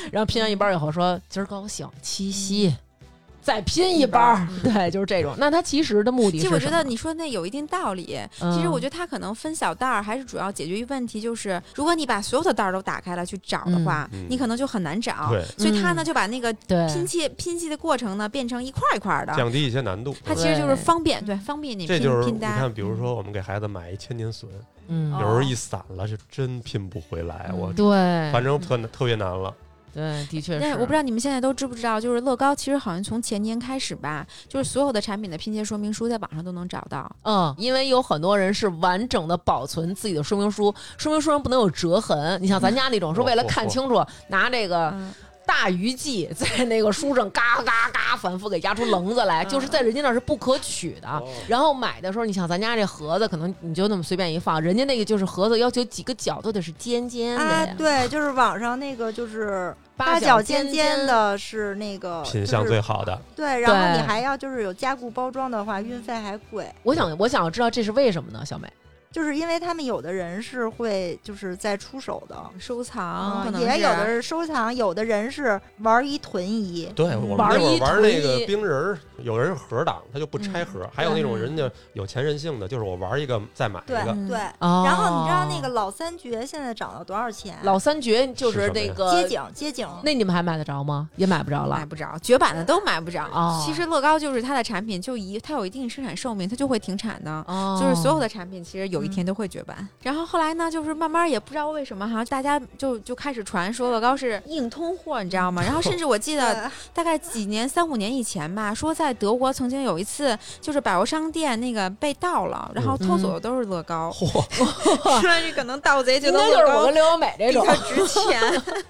Speaker 2: 然后拼完一包以后说今儿高兴，七夕
Speaker 5: 嗯
Speaker 2: 再拼一包， 对，就是这种。那他其实的目的
Speaker 5: 其实
Speaker 2: 是什么，嗯
Speaker 5: 我觉得你说的那有一定道理。其实我觉得他可能分小袋儿，还是主要解决一问题，就是如果你把所有的袋儿都打开了去找的话，
Speaker 3: 嗯嗯
Speaker 5: 你可能就很难 找。
Speaker 3: 对，
Speaker 5: 所以他呢就把那个
Speaker 2: 嗯对
Speaker 5: 拼砌拼砌的过程呢变成一块一块的，
Speaker 3: 降低一些难度。
Speaker 5: 啊它其实就是
Speaker 2: 对
Speaker 5: 方便，对，方便你
Speaker 3: 这
Speaker 5: 拼
Speaker 3: 就是
Speaker 5: 拼嗯
Speaker 3: 你
Speaker 5: 搭。
Speaker 3: 看，比如说我们给孩子买一千年隼，
Speaker 2: 嗯
Speaker 3: 有时
Speaker 4: 哦
Speaker 3: 候一散了是真拼不回来，
Speaker 5: 嗯
Speaker 3: 哎我
Speaker 2: 对
Speaker 3: 反正特特别难了。
Speaker 2: 对，的确
Speaker 5: 但
Speaker 2: 是。
Speaker 5: 是我不知道你们现在都知不知道，就是乐高其实好像从前年开始吧，就是所有的产品的拼接说明书在网上都能找到。
Speaker 2: 嗯，因为有很多人是完整的保存自己的说明书，说明书上不能有折痕。你像咱家那种，是为了看清楚，拿这个
Speaker 5: 嗯，
Speaker 2: 大鱼记在那个书上嘎嘎嘎反复给压出棱子来，就是在人家那儿是不可取
Speaker 5: 啊
Speaker 2: 的。然后买的时候，你想咱家这盒子，可能你就那么随便一放，人家那个就是盒子要求几个角都得是尖尖的
Speaker 4: 啊
Speaker 2: 呀，，
Speaker 4: 对，就是网上那个就是
Speaker 2: 八
Speaker 4: 八
Speaker 2: 角
Speaker 4: 角
Speaker 2: 尖
Speaker 4: 尖
Speaker 2: 尖
Speaker 4: 尖的是那个
Speaker 3: 品相最
Speaker 4: 就是
Speaker 3: 好的，
Speaker 4: 对，然后
Speaker 2: 对
Speaker 4: 你还要就是有加固包装的话，运费还贵。
Speaker 2: 我想，我想知道这是为什么呢？小美，
Speaker 4: 就是因为他们有的人是会就是在出手的，
Speaker 5: 收藏
Speaker 4: 啊
Speaker 5: 哦可，
Speaker 2: 嗯
Speaker 5: 能
Speaker 4: 也
Speaker 5: 是
Speaker 4: 有的是收藏，有的人是玩一囤一。
Speaker 3: 对我们
Speaker 2: 玩
Speaker 3: 那会
Speaker 2: 一
Speaker 3: 儿玩
Speaker 2: 推
Speaker 3: 那个
Speaker 2: 一嗯
Speaker 3: 冰人儿，有人是盒党，他就不拆盒，还有那种人家有钱任性的，就是我玩一个再买一
Speaker 4: 对
Speaker 3: 个，
Speaker 5: 嗯
Speaker 4: 对，
Speaker 2: 哦
Speaker 4: 然后你知道那个老三绝现在涨到多少钱？
Speaker 2: 老三绝就是那个
Speaker 5: 呃
Speaker 4: 街景街景，
Speaker 2: 那你们还买得着吗？也买不着
Speaker 5: 买
Speaker 2: 了。
Speaker 5: 不着，绝版的都买不着。
Speaker 2: 哦
Speaker 5: 其实乐高就是它的产品就一，它有一定生产寿命，它就会停产的。
Speaker 2: 哦嗯
Speaker 5: 就是所有的产品，其实有一天都会绝版。然后后来呢，就是慢慢也不知道为什么哈，大家就就开始传说乐高是硬通货，你知道吗？然后甚至我记 得
Speaker 4: 对
Speaker 5: 大概几年三五年以前吧，说在德国曾经有一次，就是百货商店那个被盗了，然后偷
Speaker 2: 嗯
Speaker 5: 走的都是乐高，
Speaker 3: 嚯，
Speaker 5: 说你可能盗贼觉
Speaker 2: 应
Speaker 5: 得
Speaker 2: 该就是
Speaker 5: 乐
Speaker 2: 我
Speaker 5: 高
Speaker 2: 跟刘小美这
Speaker 5: 比
Speaker 2: 种
Speaker 5: 较值 钱。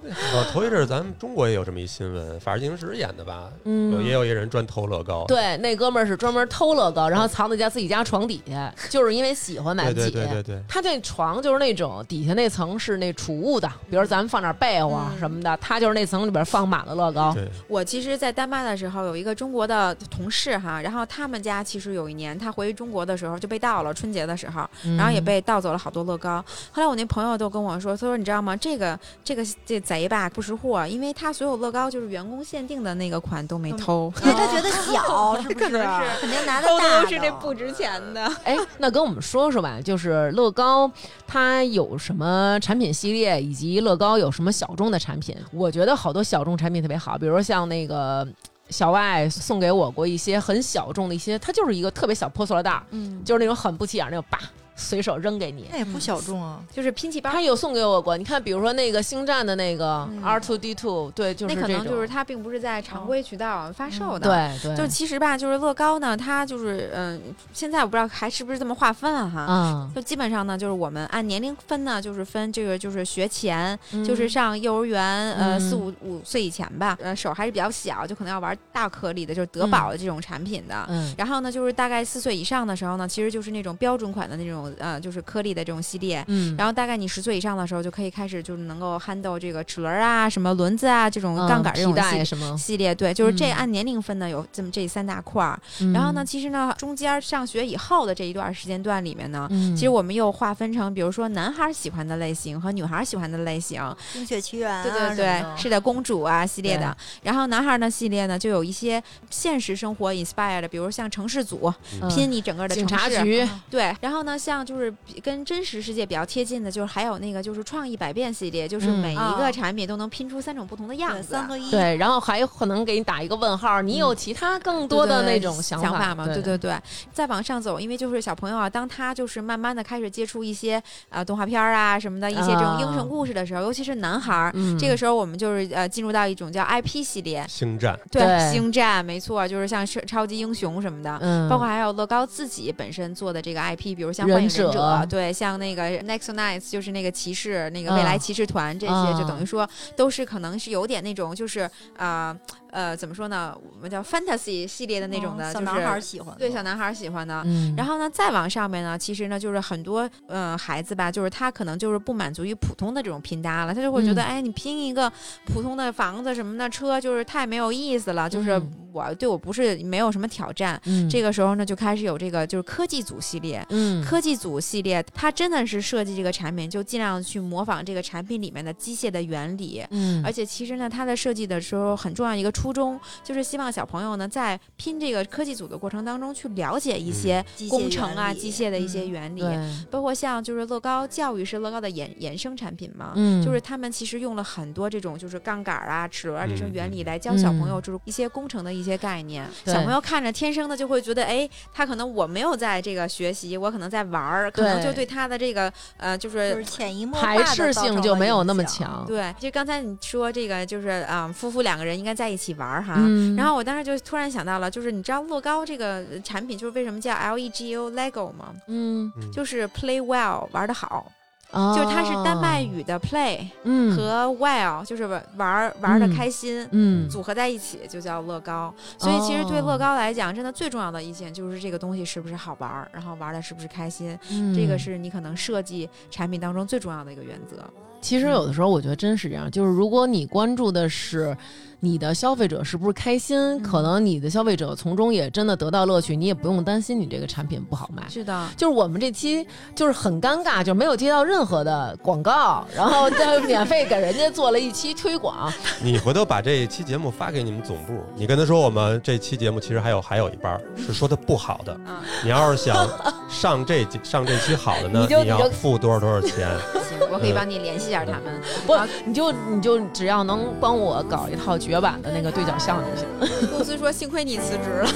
Speaker 3: 呃，头一阵儿咱们中国也有这么一新闻，法制进行时演的吧，有也
Speaker 2: 嗯。
Speaker 3: 有一人专偷乐高，
Speaker 2: 对，那哥们儿是专门偷乐高，然后藏在家自己家床底下，就是因为喜欢
Speaker 3: 对
Speaker 2: 买不
Speaker 3: 对
Speaker 2: 起。
Speaker 3: 对对对，
Speaker 2: 他这床就是那种底下那层是那储物的，比如咱们放点被窝啊什么的，他就是那层里边放满了乐高。
Speaker 3: 对，
Speaker 5: 我其实，在丹麦的时候有一个中国的同事哈，然后他们家其实有一年他回中国的时候就被盗了，春节的时候，然后也 被盗走了好多乐高。后来我那朋友都跟我说，他说你知道吗？这个这个这贼吧不识货，因为他所有乐高就是员工限定的那个款都没 偷，
Speaker 4: 因为他觉得小，是不
Speaker 5: 可能是
Speaker 4: 肯定拿的
Speaker 5: 偷
Speaker 4: 大
Speaker 5: 的
Speaker 4: 的
Speaker 5: 都是这不值钱的。嗯
Speaker 2: 哎，那跟我们说说吧，就是乐高它有什么产品系列，以及乐高有什么小众的产品？我觉得好多小众产品特别好，比如说像那个小外送给我过一些很小众的一些，它就是一个特别小破塑料袋儿，
Speaker 5: 嗯，
Speaker 2: 就是那种很不起眼儿那种，叭随手扔给你。
Speaker 4: 那也不小众啊。
Speaker 5: 就是拼砌包。
Speaker 2: 他有送给我过，你看，比如说那个星战的那个
Speaker 5: 嗯
Speaker 2: R two D two，对，就是
Speaker 5: 那
Speaker 2: 这
Speaker 5: 可
Speaker 2: 种。
Speaker 5: 能就是哦它并不是在常规渠道发售的。。
Speaker 2: 对对，
Speaker 5: 就其实吧，就是乐高呢，它就是嗯、现在我不知道还是不是这么划分啊哈。
Speaker 2: 啊，
Speaker 5: 就基本上呢，就是我们按年龄分呢，就是分这个就是学前，
Speaker 2: 嗯
Speaker 5: 就是上幼儿园，呃，
Speaker 2: 嗯
Speaker 5: 四五五岁以前吧，呃，手还是比较小，就可能要玩大颗粒的，就是德宝的这种产品的。
Speaker 2: 嗯
Speaker 5: 然后呢，就是大概四岁以上的时候呢，其实就是那种标准款的那种，呃，就是颗粒的这种系列。
Speaker 2: 嗯，
Speaker 5: 然后大概你十岁以上的时候，就可以开始就是能够憨豆这个齿轮啊、什么轮子啊这种
Speaker 2: 嗯
Speaker 5: 杠杆这
Speaker 2: 皮
Speaker 5: 种系
Speaker 2: 带
Speaker 5: 列。
Speaker 2: 什么，
Speaker 5: 系列对，就是这
Speaker 2: 嗯
Speaker 5: 按年龄分呢，有这么这三大块儿。然后呢，其实呢，中间上学以后的这一段时间段里面呢，
Speaker 2: 嗯，
Speaker 5: 其实我们又划分成，比如说男孩儿喜欢的类型和女孩儿喜欢的类型。
Speaker 4: 冰雪奇缘啊
Speaker 5: 对对
Speaker 4: 什
Speaker 5: 对，
Speaker 4: 么的
Speaker 5: 是的，公主啊系列
Speaker 2: 对
Speaker 5: 的。然后男孩儿呢系列呢，就有一些现实生活 inspired 的，比如像城市组
Speaker 2: 嗯
Speaker 5: 拼你整个的
Speaker 2: 警
Speaker 5: 城
Speaker 2: 察
Speaker 5: 市。啊
Speaker 2: 局，
Speaker 5: 对，然后呢，像就是比跟真实世界比较贴近的，就是还有那个就是创意百变系列，就是
Speaker 2: 嗯
Speaker 5: 每一
Speaker 4: 哦
Speaker 5: 个产品都能拼出三种不同的样
Speaker 4: 对
Speaker 5: 子。啊
Speaker 4: 三合一。
Speaker 2: 对，然后还有可能给你打一个问号，你有其他更多的那种
Speaker 5: 想
Speaker 2: 法
Speaker 5: 嘛？嗯对对对，再往上走，因为就是小朋友啊，当他就是慢慢的开始接触一些呃动画片儿啊什么的一些这种英
Speaker 2: 啊
Speaker 5: 雄故事的时候，尤其是男孩儿。
Speaker 2: 嗯，
Speaker 5: 这个时候，我们就是呃进入到一种叫 IP 系列，
Speaker 3: 星战
Speaker 2: 对
Speaker 5: 星战没错，就是像是超级英雄什么的，
Speaker 2: 嗯，
Speaker 5: 包括还有乐高自己本身做的这个 IP，比如像《
Speaker 2: 人
Speaker 5: 幻
Speaker 2: 忍
Speaker 5: 者，
Speaker 2: 者
Speaker 5: 对，像那个 Next Nights 就是那个骑士，那个未来
Speaker 2: 啊
Speaker 5: 骑士团这些，
Speaker 2: 啊
Speaker 5: 就等于说都是可能是有点那种就是啊呃怎么说呢，我们叫 fantasy 系列的那种的，
Speaker 4: 嗯
Speaker 5: 就
Speaker 4: 小
Speaker 5: 是
Speaker 4: 男孩儿喜欢的，
Speaker 5: 对小男孩儿喜欢的。
Speaker 2: 嗯，
Speaker 5: 然后呢，再往上面呢，其实呢，就是很多嗯、呃孩子吧，就是他可能就是不满足于普通的这种拼搭了，他就会觉得，
Speaker 2: 嗯
Speaker 5: 哎，你拼一个普通的房子什么的车，就是太没有意思了，就是
Speaker 2: 嗯
Speaker 5: 我对我不是没有什么挑战。
Speaker 2: 嗯
Speaker 5: 这个时候呢，就开始有这个就是科技组系列。
Speaker 2: 嗯
Speaker 5: 科技组系列，它真的是设计这个产品，就尽量去模仿这个产品里面的机械的原理。
Speaker 2: 嗯
Speaker 5: 而且其实呢，它的设计的时候很重要一个初衷，就是希望小朋友呢在拼这个科技组的过程当中去了解一
Speaker 2: 嗯
Speaker 5: 些
Speaker 4: 机械
Speaker 5: 工程啊、
Speaker 4: 原理
Speaker 5: 机械的一些
Speaker 4: 嗯
Speaker 5: 原理，
Speaker 2: 对
Speaker 5: 包括像就是乐高教育是乐高的衍衍生产品嘛。
Speaker 2: 嗯
Speaker 5: 就是他们其实用了很多这种就是杠杆啊、齿轮啊这种
Speaker 3: 嗯
Speaker 5: 原
Speaker 3: 嗯
Speaker 5: 理来教小朋友
Speaker 2: 嗯
Speaker 5: 就是一些工程的一些概念。
Speaker 2: 对
Speaker 5: 小朋友看着天生的就会觉得，哎，他可能我没有在这个学习，我可能在玩儿，可能
Speaker 2: 对
Speaker 5: 就对他的这个呃就是
Speaker 4: 就是潜移默化
Speaker 2: 排
Speaker 4: 地
Speaker 2: 斥
Speaker 4: 造成
Speaker 2: 性
Speaker 4: 了
Speaker 2: 就没有那么
Speaker 4: 影响。
Speaker 2: 强，
Speaker 5: 对，就刚才你说这个，就是啊、嗯夫妇两个人应该在一起玩儿哈。
Speaker 2: 嗯，
Speaker 5: 然后我当时就突然想到了，就是你知道乐高这个呃产品，就是为什么叫 L E G O Lego 吗？
Speaker 2: 嗯，
Speaker 3: 嗯
Speaker 5: 就是 play well 玩得好，
Speaker 2: 就
Speaker 5: 就是它是丹麦语的 play
Speaker 2: 哦嗯
Speaker 5: 和 well，、就是玩玩玩的
Speaker 2: 嗯
Speaker 5: 开心。
Speaker 2: 嗯哦
Speaker 5: 组合在一起就叫乐高，所以其实对乐高来讲，真的最重要的一点就是这个东西是不是好玩儿，然后玩的是不是开心，这个
Speaker 2: 嗯
Speaker 5: 是你可能设计产品当中最重要的一个原则。
Speaker 2: 其实有的时候我觉得真是这样，就是如果你关注的是你的消费者是不是开心，
Speaker 5: 嗯
Speaker 2: 可能你的消费者从中也真的得到乐趣，你也不用担心你这个产品不好卖。
Speaker 5: 是的，
Speaker 2: 就是我们这期就是很尴尬，就没有接到任何的广告，然 后就免费给人家做了一期推广。
Speaker 3: 你回头把这一期节目发给你们总部，你跟他说我们这期节目其实还有还有一半儿是说的不好的，
Speaker 5: 嗯
Speaker 3: 你要是想上这节上这期好的呢，
Speaker 2: 你就
Speaker 3: 要
Speaker 2: 你就
Speaker 3: 付多少多少钱？
Speaker 5: 行，我可以帮你联系一下他们。啊
Speaker 2: 不，你就你就只要能帮我搞一套绝版的那个对角巷就行。
Speaker 5: 公司说幸亏你辞职了，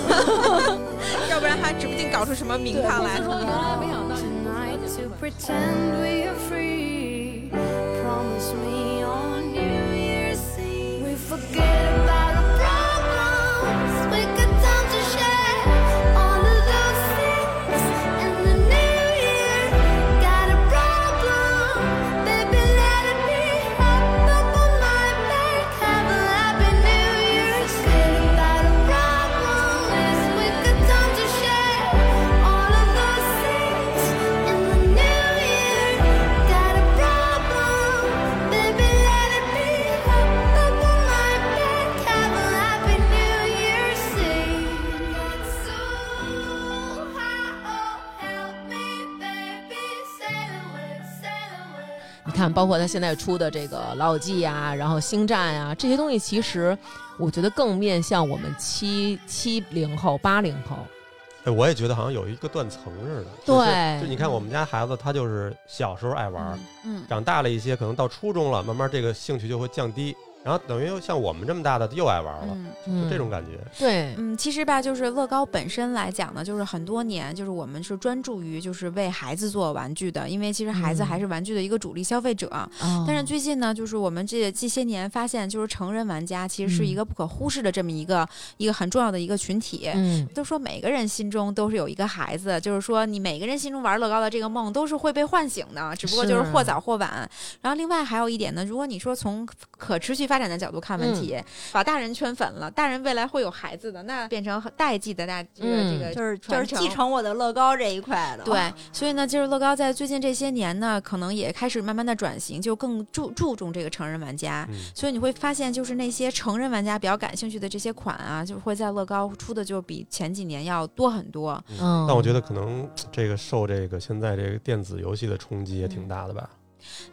Speaker 5: 要不然他指不定搞出什么名堂来。
Speaker 7: tonight to pretend we are free. Promise me on New Year's Eve we forget about our problems. We got time to share all of those things in the new year. Got a problem, baby, let it be. Hop up on my back, have a happy New Year's. Forget about our problems. We got time to share all of those things in the new year. Got a problem, baby, let it be. Hop up on my back, have a happy New Year's Eve. It's so high, oh help me, baby, sailing with, sailing with.
Speaker 2: 你看，包括他现在出的这个《老友记》呀，然后《星战》呀，这些东西，其实我觉得更面向我们七七零后、八零后。
Speaker 3: 哎，我也觉得好像有一个断层似的。就是
Speaker 2: 对
Speaker 3: 就你看我们家孩子，他就是小时候爱玩儿，
Speaker 5: 嗯，
Speaker 3: 长大了一些，可能到初中了，慢慢这个兴趣就会降低，然后等于像我们这么大的又爱玩儿了，
Speaker 5: 嗯
Speaker 2: 嗯，
Speaker 3: 就这种感觉。
Speaker 2: 对，
Speaker 5: 嗯，其实吧，就是乐高本身来讲呢，就是很多年，就是我们是专注于就是为孩子做玩具的，因为其实孩子
Speaker 2: 嗯哦
Speaker 5: 还是玩具的一个主力消费者。
Speaker 4: 嗯
Speaker 5: 但是最近呢，就是我们这这些年发现，就是成人玩家其实是一
Speaker 2: 嗯
Speaker 5: 个不可忽视的这么一个、一个很重要的一个群体。
Speaker 2: 嗯，
Speaker 5: 都说每个人心中都是有一个孩子，就是说你每个人心中玩乐高的这个梦都是会被唤醒的，只不过就是
Speaker 2: 是
Speaker 5: 或早或晚。然后另外还有一点呢，如果你说从可持续发展的角度看问题，把大人圈粉了，大人未来会有孩子的，那变成代际的那这个、这
Speaker 2: 嗯
Speaker 5: 个
Speaker 4: 就是就
Speaker 5: 传
Speaker 4: 是
Speaker 5: 承
Speaker 4: 继承我的乐高这一块的，啊
Speaker 5: 对，所以呢，就是乐高在最近这些年呢，可能也开始慢慢的转型，就更注注重这个成人玩家。
Speaker 3: 嗯
Speaker 5: 所以你会发现，就是那些成人玩家比较感兴趣的这些款啊，就会在乐高出的就比前几年要多很多。
Speaker 2: 嗯，
Speaker 3: 但我觉得可能这个受这个现在这个电子游戏的冲击也
Speaker 2: 嗯
Speaker 3: 挺大的吧。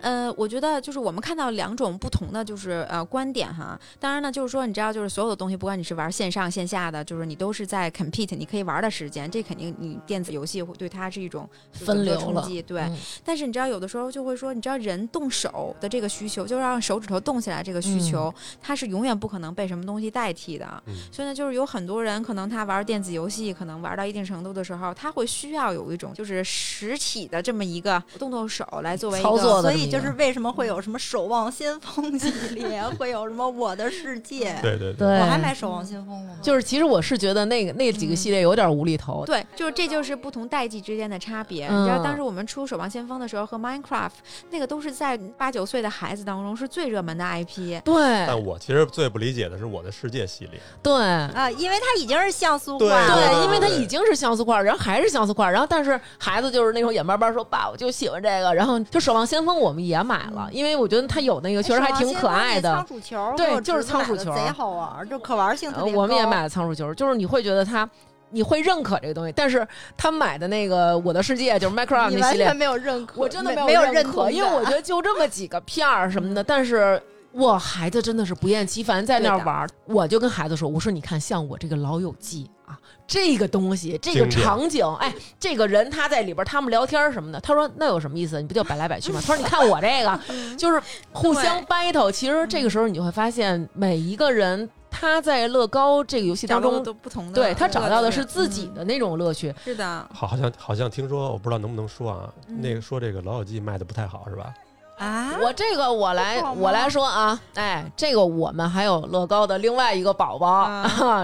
Speaker 5: 呃，我觉得就是我们看到两种不同的就是呃观点哈。当然呢，就是说你知道，就是所有的东西，不管你是玩线上线下的，就是你都是在 compete，你可以玩的时间，这肯定你电子游戏会对它是一种就是
Speaker 2: 分
Speaker 5: 更多
Speaker 2: 流了
Speaker 5: 冲击，对。
Speaker 2: 嗯
Speaker 5: 但是你知道，有的时候就会说，你知道人动手的这个需求，就让手指头动起来这个需求，
Speaker 2: 嗯
Speaker 5: 它是永远不可能被什么东西代替的。
Speaker 3: 嗯
Speaker 5: 所以呢，就是有很多人可能他玩电子游戏，可能玩到一定程度的时候，他会需要有一种就是实体的这么一个动动手来作为一个
Speaker 2: 操作的
Speaker 4: 所
Speaker 2: 这么
Speaker 4: 以
Speaker 2: 一
Speaker 4: 就
Speaker 2: 个
Speaker 4: 是为什么会有什么《守望先锋》系列， 会有什么《我的世界》
Speaker 3: 对对对，
Speaker 2: 对，
Speaker 4: 我还买《嗯守望先锋》了呢。
Speaker 2: 就是其实我是觉得那个那几个系列有点无厘头，
Speaker 5: 对，就是这就是不同代际之间的差别。
Speaker 2: 嗯
Speaker 5: 你知道当时我们出《守望先锋》的时候和 Minecraft 那个都是在八九岁的孩子当中是最热门的 IP。
Speaker 2: 对
Speaker 3: 但我其实最不理解的是《我的世界》系列，
Speaker 2: 对。
Speaker 4: 啊，因为它已经是像素化
Speaker 3: 对
Speaker 4: 了，
Speaker 2: 对，
Speaker 3: 对
Speaker 2: 因为它
Speaker 3: 对
Speaker 2: 已经是相似块儿，然后还是相似块儿，然后但是孩子就是那种眼巴巴说：“爸，我就喜欢这个。”然后就《守望先锋》，我们也买了，因为我觉得它有那个确实还挺可爱
Speaker 4: 嗯哎哎守望先锋那
Speaker 2: 的
Speaker 4: 仓。鼠球，
Speaker 2: 对
Speaker 4: 给我侄
Speaker 2: 就是
Speaker 4: 子买
Speaker 2: 仓鼠
Speaker 4: 的
Speaker 2: 球
Speaker 4: 贼好玩儿，就可玩性特
Speaker 2: 呃
Speaker 4: 别
Speaker 2: 我们也
Speaker 4: 高
Speaker 2: 买了仓鼠球，就是你会觉得它，你会认可这个东西，但是他买的那个《我的世界》就是 Minecraft
Speaker 4: 你
Speaker 2: 那
Speaker 4: 完
Speaker 2: 系列
Speaker 4: 全，没有认可，
Speaker 2: 我真的
Speaker 4: 没
Speaker 2: 有
Speaker 4: 有
Speaker 2: 认
Speaker 4: 同
Speaker 2: 可，
Speaker 4: 感
Speaker 2: 因为我觉得就这么几个片儿什么的，但是。哇，孩子真的是不厌其烦在那儿玩儿，我就跟孩子说：“我说你看，像我这个《老友记》啊，这个东西，这个
Speaker 3: 经典
Speaker 2: 场景，哎，这个人他在里边儿，他们聊天儿什么的。”他说：“那有什么意思？你不就摆来摆去吗？”他说：“你看我这个，就是互相 battle。其实这个时候你就会发现，每一个人他在乐高这个游戏当
Speaker 5: 角落
Speaker 2: 中，
Speaker 5: 都不同的，嗯
Speaker 2: 对他找到的是自己的那种乐趣。
Speaker 5: 是的，
Speaker 3: 好，好像好像听说，我不知道能不能说啊，
Speaker 5: 嗯
Speaker 3: 那个说这个《老友记》卖的不太好是吧？
Speaker 4: 啊，
Speaker 2: 我这个我来
Speaker 4: 不好吗
Speaker 2: 我来说啊，哎，这个我们还有乐高的另外一个宝宝，
Speaker 4: 啊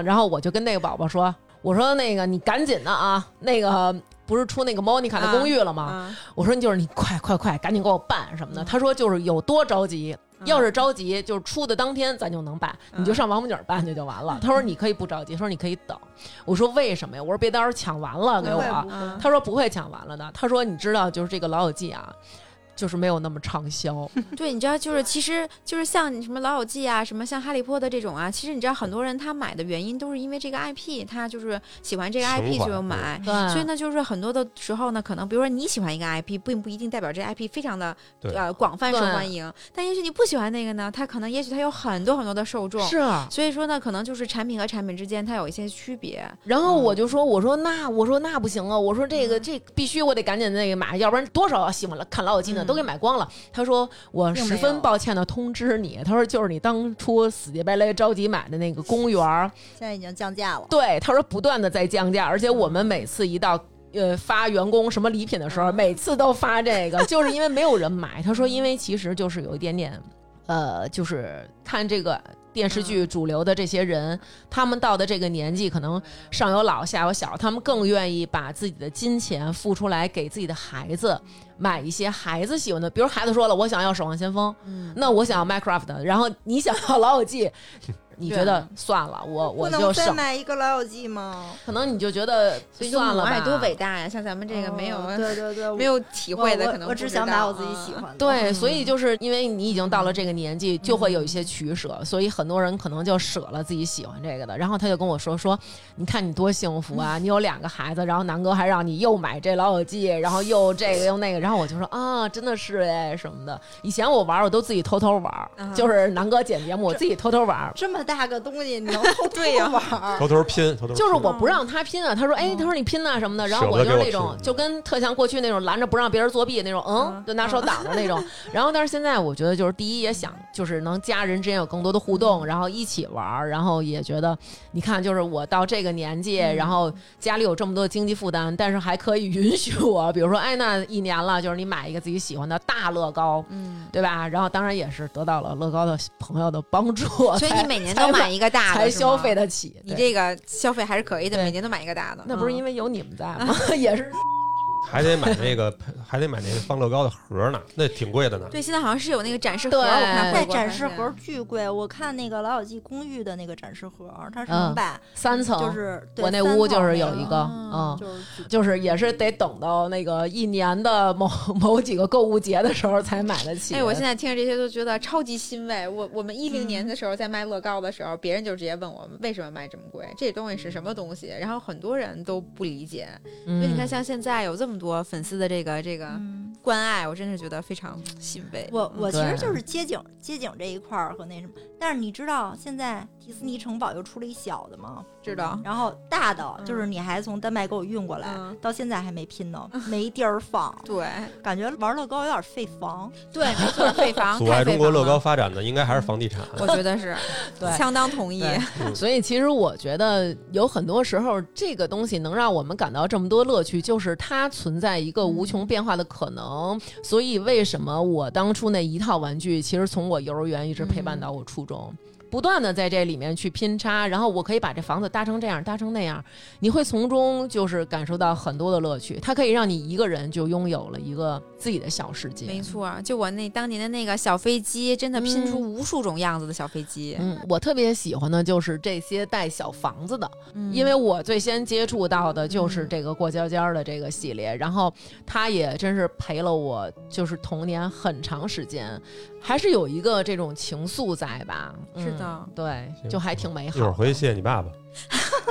Speaker 2: 然后我就跟那个宝宝说，我说那个你赶紧的啊，那个不是出那个 Monica 的公寓了吗？
Speaker 5: 啊，
Speaker 2: 我说你就是你快快快，赶紧给我办什么的。
Speaker 4: 嗯
Speaker 2: 他说就是有多着急。要是着急，就是出的当天咱就能办，你
Speaker 4: 嗯
Speaker 2: 就上王府井办去就完了。他说你可以不着急，说你可以等。我说为什么呀？我说别到时候抢完了给我。
Speaker 4: 会不
Speaker 5: 嗯
Speaker 2: 他说不会抢完了的。他说你知道，就是这个老友记啊，就是没有那么畅销。
Speaker 5: 对，你知道，就是其实就是像你什么《老友记》啊，什么像《哈利波特》这种啊，其实你知道，很多人他买的原因都是因为这个 IP，他就是喜欢这个
Speaker 3: 情
Speaker 5: IP
Speaker 3: 怀
Speaker 5: 就买。
Speaker 2: 对
Speaker 5: 所以呢，就是很多的时候呢，可能比如说你喜欢一个 IP，并不一定代表这 IP 非常的
Speaker 3: 对
Speaker 5: 呃广泛受
Speaker 2: 对
Speaker 5: 欢迎。但也许你不喜欢那个呢，它可能也许它有很多很多的受众。
Speaker 2: 是啊，
Speaker 5: 所以说呢，可能就是产品和产品之间它有一些区别。
Speaker 2: 然后我就说，我说那我说那不行啊，我说这个这必须我得赶紧那个买，要不然多少喜欢了看老友记呢
Speaker 5: 嗯
Speaker 2: 都给买光了。他说我
Speaker 4: 并
Speaker 2: 十
Speaker 4: 没
Speaker 2: 分
Speaker 4: 有
Speaker 2: 抱歉的通知你，他说就是你当初死乞白赖着急买的那个公园儿，
Speaker 4: 现在已经降价了，
Speaker 2: 对，他说不断的在降价，而且我们每次一到。呃，发员工什么礼品的时候，每次都发这 个，就是因为没有人买。他说，因为其实就是有一点点，呃，就是看这个电视剧主流的这些人，他们到的这个年纪，可能上有老下有小，他们更愿意把自己的金钱付出来给自己的孩子买一些孩子喜欢的，比如孩子说了，我想要《守望先锋》，
Speaker 5: 嗯，
Speaker 2: 那我想要 Minecraft，然后你想要《老友记》，你觉得算了，我
Speaker 4: 啊不
Speaker 2: 我
Speaker 4: 能
Speaker 2: 就
Speaker 4: 再
Speaker 2: 省
Speaker 4: 买一个老友记吗？
Speaker 2: 可能你就觉得
Speaker 5: 所以就
Speaker 2: 算
Speaker 5: 母
Speaker 2: 了
Speaker 5: 爱
Speaker 2: 吧，
Speaker 5: 多伟大呀！像咱们这个没有、
Speaker 4: 哦对 对对，
Speaker 5: 没有体
Speaker 4: 我
Speaker 5: 会的，
Speaker 4: 我
Speaker 5: 可能
Speaker 4: 我
Speaker 5: 不
Speaker 4: 只
Speaker 5: 知
Speaker 4: 想买
Speaker 5: 道
Speaker 4: 我自己
Speaker 5: 嗯嗯
Speaker 4: 喜欢的。
Speaker 2: 对，所以就是因为你已经到了这个年纪，就会有一些取舍，所以很多人可能就舍了自己喜欢这个的。然后他就跟我说说，你看你多幸福啊，你有两个孩子，然后南哥还让你又买这老友记，然后又这个又那个，然后我就说啊，真的是哎什么的。以前我玩儿我都自己偷偷玩儿，
Speaker 5: 啊
Speaker 2: 就是南哥剪节目，我自己偷偷玩儿。
Speaker 4: 这么大个东西，你能偷
Speaker 5: 对呀
Speaker 4: 偷玩儿？
Speaker 3: 偷偷拼，偷偷
Speaker 2: 啊就是
Speaker 3: 拼
Speaker 2: 我
Speaker 5: 哦
Speaker 2: 不让他拼啊，他说，哎，他说你拼啊什么的，然后
Speaker 3: 舍不得
Speaker 2: 我就是
Speaker 3: 给我
Speaker 2: 那种
Speaker 3: 拼
Speaker 2: 就跟特像过去那种拦着不让别人作弊那种，嗯
Speaker 5: 嗯，
Speaker 2: 就拿手挡着 那种。然后但是现在我觉得就是第一也想就是能家人之间有更多的互动，
Speaker 5: 嗯
Speaker 2: 然后一起玩儿，然后也觉得你看就是我到这个年纪，
Speaker 5: 嗯
Speaker 2: 然后家里有这么多的经济负担，但是还可以允许我，比如说哎那一年了，就是你买一个自己喜欢的大乐高，
Speaker 5: 嗯，
Speaker 2: 对吧？然后当然也是得到了乐高的朋友的帮助，
Speaker 5: 所以
Speaker 2: 才
Speaker 5: 你每年都买一个大的
Speaker 2: 才
Speaker 5: 是
Speaker 2: 消
Speaker 5: 吗
Speaker 2: 费得起。
Speaker 5: 你
Speaker 2: 对
Speaker 5: 这个消费还是可以的，
Speaker 2: 对
Speaker 5: 每年都买一个大的。嗯
Speaker 2: 那不是因为有你们在吗？ 也是
Speaker 3: 还得买那个， 还得买那个放乐高的盒呢，那挺贵的呢
Speaker 5: 嗯。对，现在好像是有那个展示
Speaker 2: 对
Speaker 5: 盒，我看
Speaker 2: 对
Speaker 4: 那
Speaker 5: 在
Speaker 4: 哎展示盒巨贵，我看那个《老友记》公寓的那个展示盒，它是
Speaker 2: 嗯
Speaker 4: 能把
Speaker 2: 三层，
Speaker 4: 就是对
Speaker 2: 我那
Speaker 4: 三
Speaker 2: 屋
Speaker 4: 套
Speaker 2: 就是
Speaker 4: 那
Speaker 2: 有一个，嗯，
Speaker 4: 就是
Speaker 2: 就是也是得等到那个一年的某 某几个购物节的时候才买得起。
Speaker 5: 哎，我现在听着这些都觉得超级欣慰。我我们一零年的时候在卖乐高的时候，别人就直接问我们为什么卖这么贵，这东西是什么东西，然后很多人都不理解。
Speaker 2: 嗯
Speaker 5: 所以你看，像现在有这么多粉丝的这个这个
Speaker 4: 嗯
Speaker 5: 关爱，我真是觉得非常欣慰。嗯
Speaker 4: 我我其
Speaker 2: 对
Speaker 4: 实就是街景街景这一块儿和那什么，但是你知道现在迪士尼城堡又出了一小的吗？
Speaker 5: 知道
Speaker 4: 然后大的就是你还从丹麦给我运过来，
Speaker 5: 嗯
Speaker 4: 到现在还没拼呢，没地儿放，
Speaker 5: 对
Speaker 4: 感觉玩乐高有点费房。
Speaker 5: 对，没错，费房
Speaker 3: 阻碍
Speaker 5: 太
Speaker 3: 中
Speaker 5: 费
Speaker 3: 国
Speaker 5: 房
Speaker 3: 乐高
Speaker 5: 了，
Speaker 3: 发展的应该还是房地产。
Speaker 5: 我觉得是
Speaker 2: 对
Speaker 5: 相当同意。
Speaker 2: 对所以其实我觉得有很多时
Speaker 5: 嗯
Speaker 2: 候，这个东西能让我们感到这么多乐趣，就是它存在一个无穷变化的可能。能。所以为什么我当初那一套玩具，其实从我幼儿园一直陪
Speaker 5: 嗯
Speaker 2: 伴到我初中。不断的在这里面去拼插，然后我可以把这房子搭成这样，搭成那样，你会从中就是感受到很多的乐趣。它可以让你一个人就拥有了一个自己的小世界。
Speaker 5: 没错，就我那当年的那个小飞机，真的拼出无数种样子的小飞机。
Speaker 2: 嗯，我特别喜欢的就是这些带小房子的，
Speaker 5: 嗯
Speaker 2: 因为我最先接触到的就是
Speaker 5: 嗯
Speaker 2: 这个过家家儿的这个系列，然后它也真是陪了我就是童年很长时间，还是有一个这种情愫在吧？
Speaker 5: 是的
Speaker 2: 嗯对，
Speaker 3: 行
Speaker 2: 就还挺美
Speaker 3: 一会儿
Speaker 2: 好。
Speaker 3: 回去谢谢你爸爸。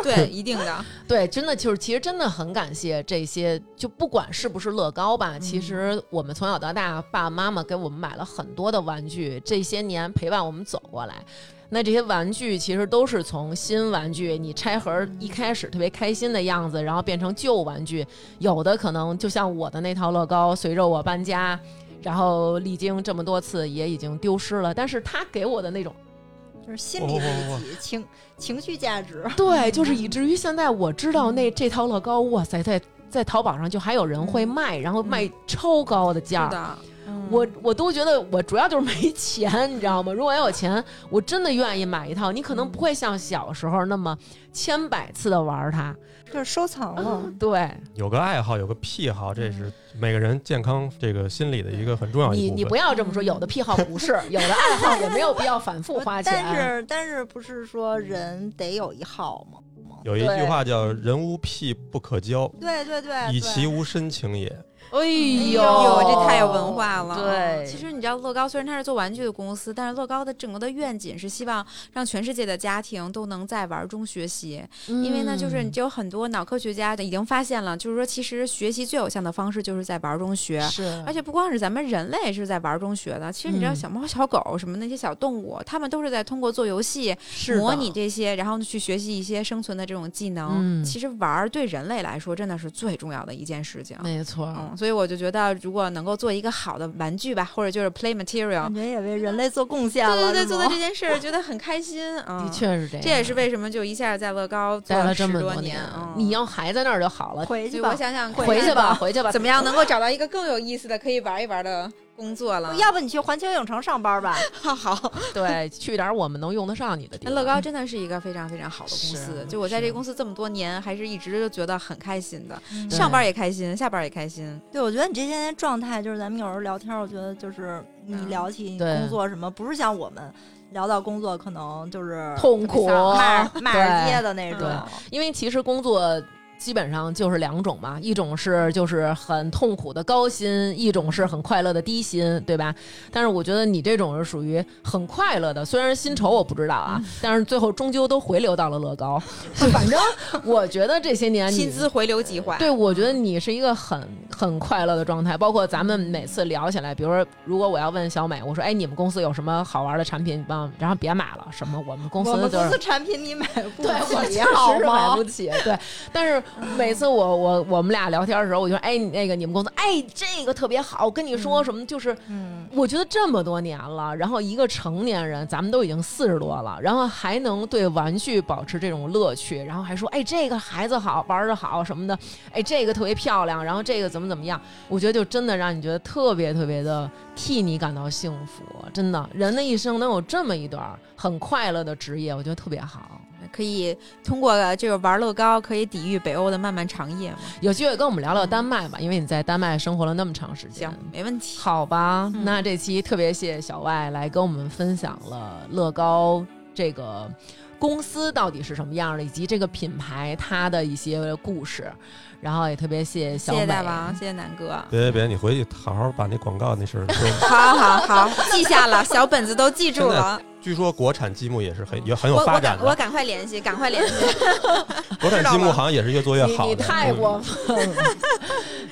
Speaker 5: 对，一定的。
Speaker 2: 对，真的就是其实真的很感谢这些，就不管是不是乐高吧，其实我们从小到大，爸爸妈妈给我们买了很多的玩具，这些年陪伴我们走过来。那这些玩具其实都是从新玩具，你拆盒儿一开始特别开心的样子，然后变成旧玩具。有的可能就像我的那套乐高，随着我搬家，然后历经这么多次，也已经丢失了。但是他给我的那种
Speaker 4: 就是心理
Speaker 3: 哇哇
Speaker 4: 慰藉、情情绪价值。
Speaker 2: 对，就是以至于现在我知道那这套乐高，哇塞，在在淘宝上就还有人会卖，然后卖超高的
Speaker 5: 嗯是
Speaker 2: 价儿。
Speaker 5: 的，嗯
Speaker 2: 我我都觉得我主要就是没钱，你知道吗？如果要有钱，我真的愿意买一套。你可能不会像小时候那么千百次的玩它，
Speaker 4: 就是收藏了。
Speaker 2: 对
Speaker 3: 有个爱好，有个癖好，这
Speaker 5: 嗯
Speaker 3: 是每个人健康这个心理的一个很重要的一
Speaker 2: 你
Speaker 3: 部分。
Speaker 2: 你不要这么说，有的癖好不是，有的爱好也没有必要反复 花钱。啊哎
Speaker 4: 但是但是不是说人得有一号吗？
Speaker 3: 有一句
Speaker 2: 对
Speaker 3: 话叫“人无癖不可交，
Speaker 4: 对对对，
Speaker 3: 以
Speaker 4: 对
Speaker 3: 其无深情也
Speaker 2: 哎呦，
Speaker 5: 哟，这太有文化了。啊
Speaker 2: 对
Speaker 5: 其实你知道，乐高虽然它是做玩具的公司，但是乐高的整个的愿景是希望让全世界的家庭都能在玩中学习。
Speaker 2: 嗯，
Speaker 5: 因为呢，就是你就有很多脑科学家已经发现了，就是说，其实学习最有效的方式就是在玩中学。
Speaker 2: 是
Speaker 5: 而且不光是咱们人类是在玩中学的，其实你知道
Speaker 2: 嗯
Speaker 5: 小猫、小狗什么那些小动物，它们都是在通过做游戏
Speaker 2: 是
Speaker 5: 模
Speaker 2: 的
Speaker 5: 拟这些，然后呢去学习一些生存的这种技能。
Speaker 2: 嗯
Speaker 5: 其实玩儿对人类来说真的是最重要的一件事情。
Speaker 2: 没错，
Speaker 5: 嗯，所以我就觉得，如果能够做一个好的玩具吧，或者就是 play material，
Speaker 4: 感觉也为人类做贡献
Speaker 5: 对
Speaker 4: 了。
Speaker 5: 嗯对对，
Speaker 4: 是
Speaker 5: 做
Speaker 4: 吗
Speaker 5: 到这件事儿觉得很开心。嗯，
Speaker 2: 的，确是这样。
Speaker 5: 这也是为什么就一下在乐高做
Speaker 2: 待了
Speaker 5: 十
Speaker 2: 这么
Speaker 5: 多
Speaker 2: 年，
Speaker 5: 嗯、
Speaker 2: 你要还在那儿就好了。
Speaker 5: 所
Speaker 4: 回
Speaker 5: 以
Speaker 4: 去
Speaker 5: 我
Speaker 4: 吧。
Speaker 5: 想想看
Speaker 2: 回去吧，回去吧。
Speaker 5: 怎么样能够找到一个更有意思的可以玩一玩的工作了？
Speaker 4: 要不你去环球影城上班吧？
Speaker 5: 要哦 好，
Speaker 2: 对，去点儿我们能用得上你的地
Speaker 5: 那
Speaker 2: 方。
Speaker 5: 乐高真的是一个非常非常好的公
Speaker 2: 是
Speaker 5: 司
Speaker 2: 啊，
Speaker 5: 就我在
Speaker 2: 是
Speaker 5: 这
Speaker 2: 啊
Speaker 5: 公司这么多年，还是一直就觉得很开心的，
Speaker 2: 对
Speaker 5: 上班也开心，下班也开心。
Speaker 4: 对，我觉得你这些年状态，就是咱们有时候聊天，我觉得就是你
Speaker 5: 嗯
Speaker 4: 聊起你
Speaker 2: 对
Speaker 4: 工作什么，不是像我们聊到工作可能就是
Speaker 2: 痛苦
Speaker 4: 骂骂人
Speaker 2: 对
Speaker 4: 街的那种。
Speaker 2: 对 因为其实工作。基本上就是两种嘛，一种是就是很痛苦的高薪，一种是很快乐的低薪，对吧？但是我觉得你这种是属于很快乐的，虽然薪酬我不知道啊，
Speaker 5: 嗯
Speaker 2: 但是最后终究都回流到了乐高。 反正我觉得这些年你
Speaker 5: 薪资回流计划，
Speaker 2: 对，我觉得你是一个很很快乐的状态，包括咱们每次聊起来，比如说，如果我要问小美，我说，哎，你们公司有什么好玩的产品？你帮，然后别买了，什么我们公司
Speaker 4: 我们
Speaker 2: 就
Speaker 4: 公
Speaker 2: 是
Speaker 4: 司。产品你买不
Speaker 2: 对， 我
Speaker 4: 起
Speaker 2: 确
Speaker 4: 好
Speaker 2: 实是买
Speaker 4: 吗嗯
Speaker 2: 不？起。对，但是每次我我我们俩聊天的时候，我就说，哎，你那个你们公司，哎，这个特别好，我跟你说什么，就是
Speaker 4: 嗯，
Speaker 2: 我觉得这么多年了，然后一个成年人，咱们都已经四十多了，然后还能对玩具保持这种乐趣，然后还说，哎，这个孩子好，玩的好什么的，哎，这个特别漂亮，然后这个怎么怎么样，我觉得就真的让你觉得特别特别的替你感到幸福，真的，人的一生能有这么一段儿很快乐的职业，我觉得特别好。
Speaker 5: 可以通过这个玩乐高，可以抵御北欧的漫漫长夜嘛？
Speaker 2: 有机会跟我们聊聊丹麦吧，因为你在丹麦生活了那么长时间
Speaker 5: 行。，没问题。
Speaker 2: 嗯好吧，
Speaker 5: 嗯
Speaker 2: 那这期特别谢谢小外来跟我们分享了乐高这个公司到底是什么样的，以及这个品牌它的一些故事。然后也特别谢谢小
Speaker 5: 谢
Speaker 2: 美，
Speaker 5: 谢大王，谢谢南哥。
Speaker 3: 别别别，你回去好好把那广告那事儿说。
Speaker 5: 好好好，记下 了，小本子都记住
Speaker 3: 真的
Speaker 5: 了。
Speaker 3: 据说国产积木也是很也很
Speaker 5: 我
Speaker 3: 有发
Speaker 5: 我
Speaker 3: 展
Speaker 5: 赶我
Speaker 3: 的，
Speaker 5: 赶快联系，赶 快联系。
Speaker 3: 国产积木好像也是越做越
Speaker 2: 你
Speaker 3: 好的。
Speaker 2: 你太
Speaker 3: 嗯
Speaker 2: 过分了。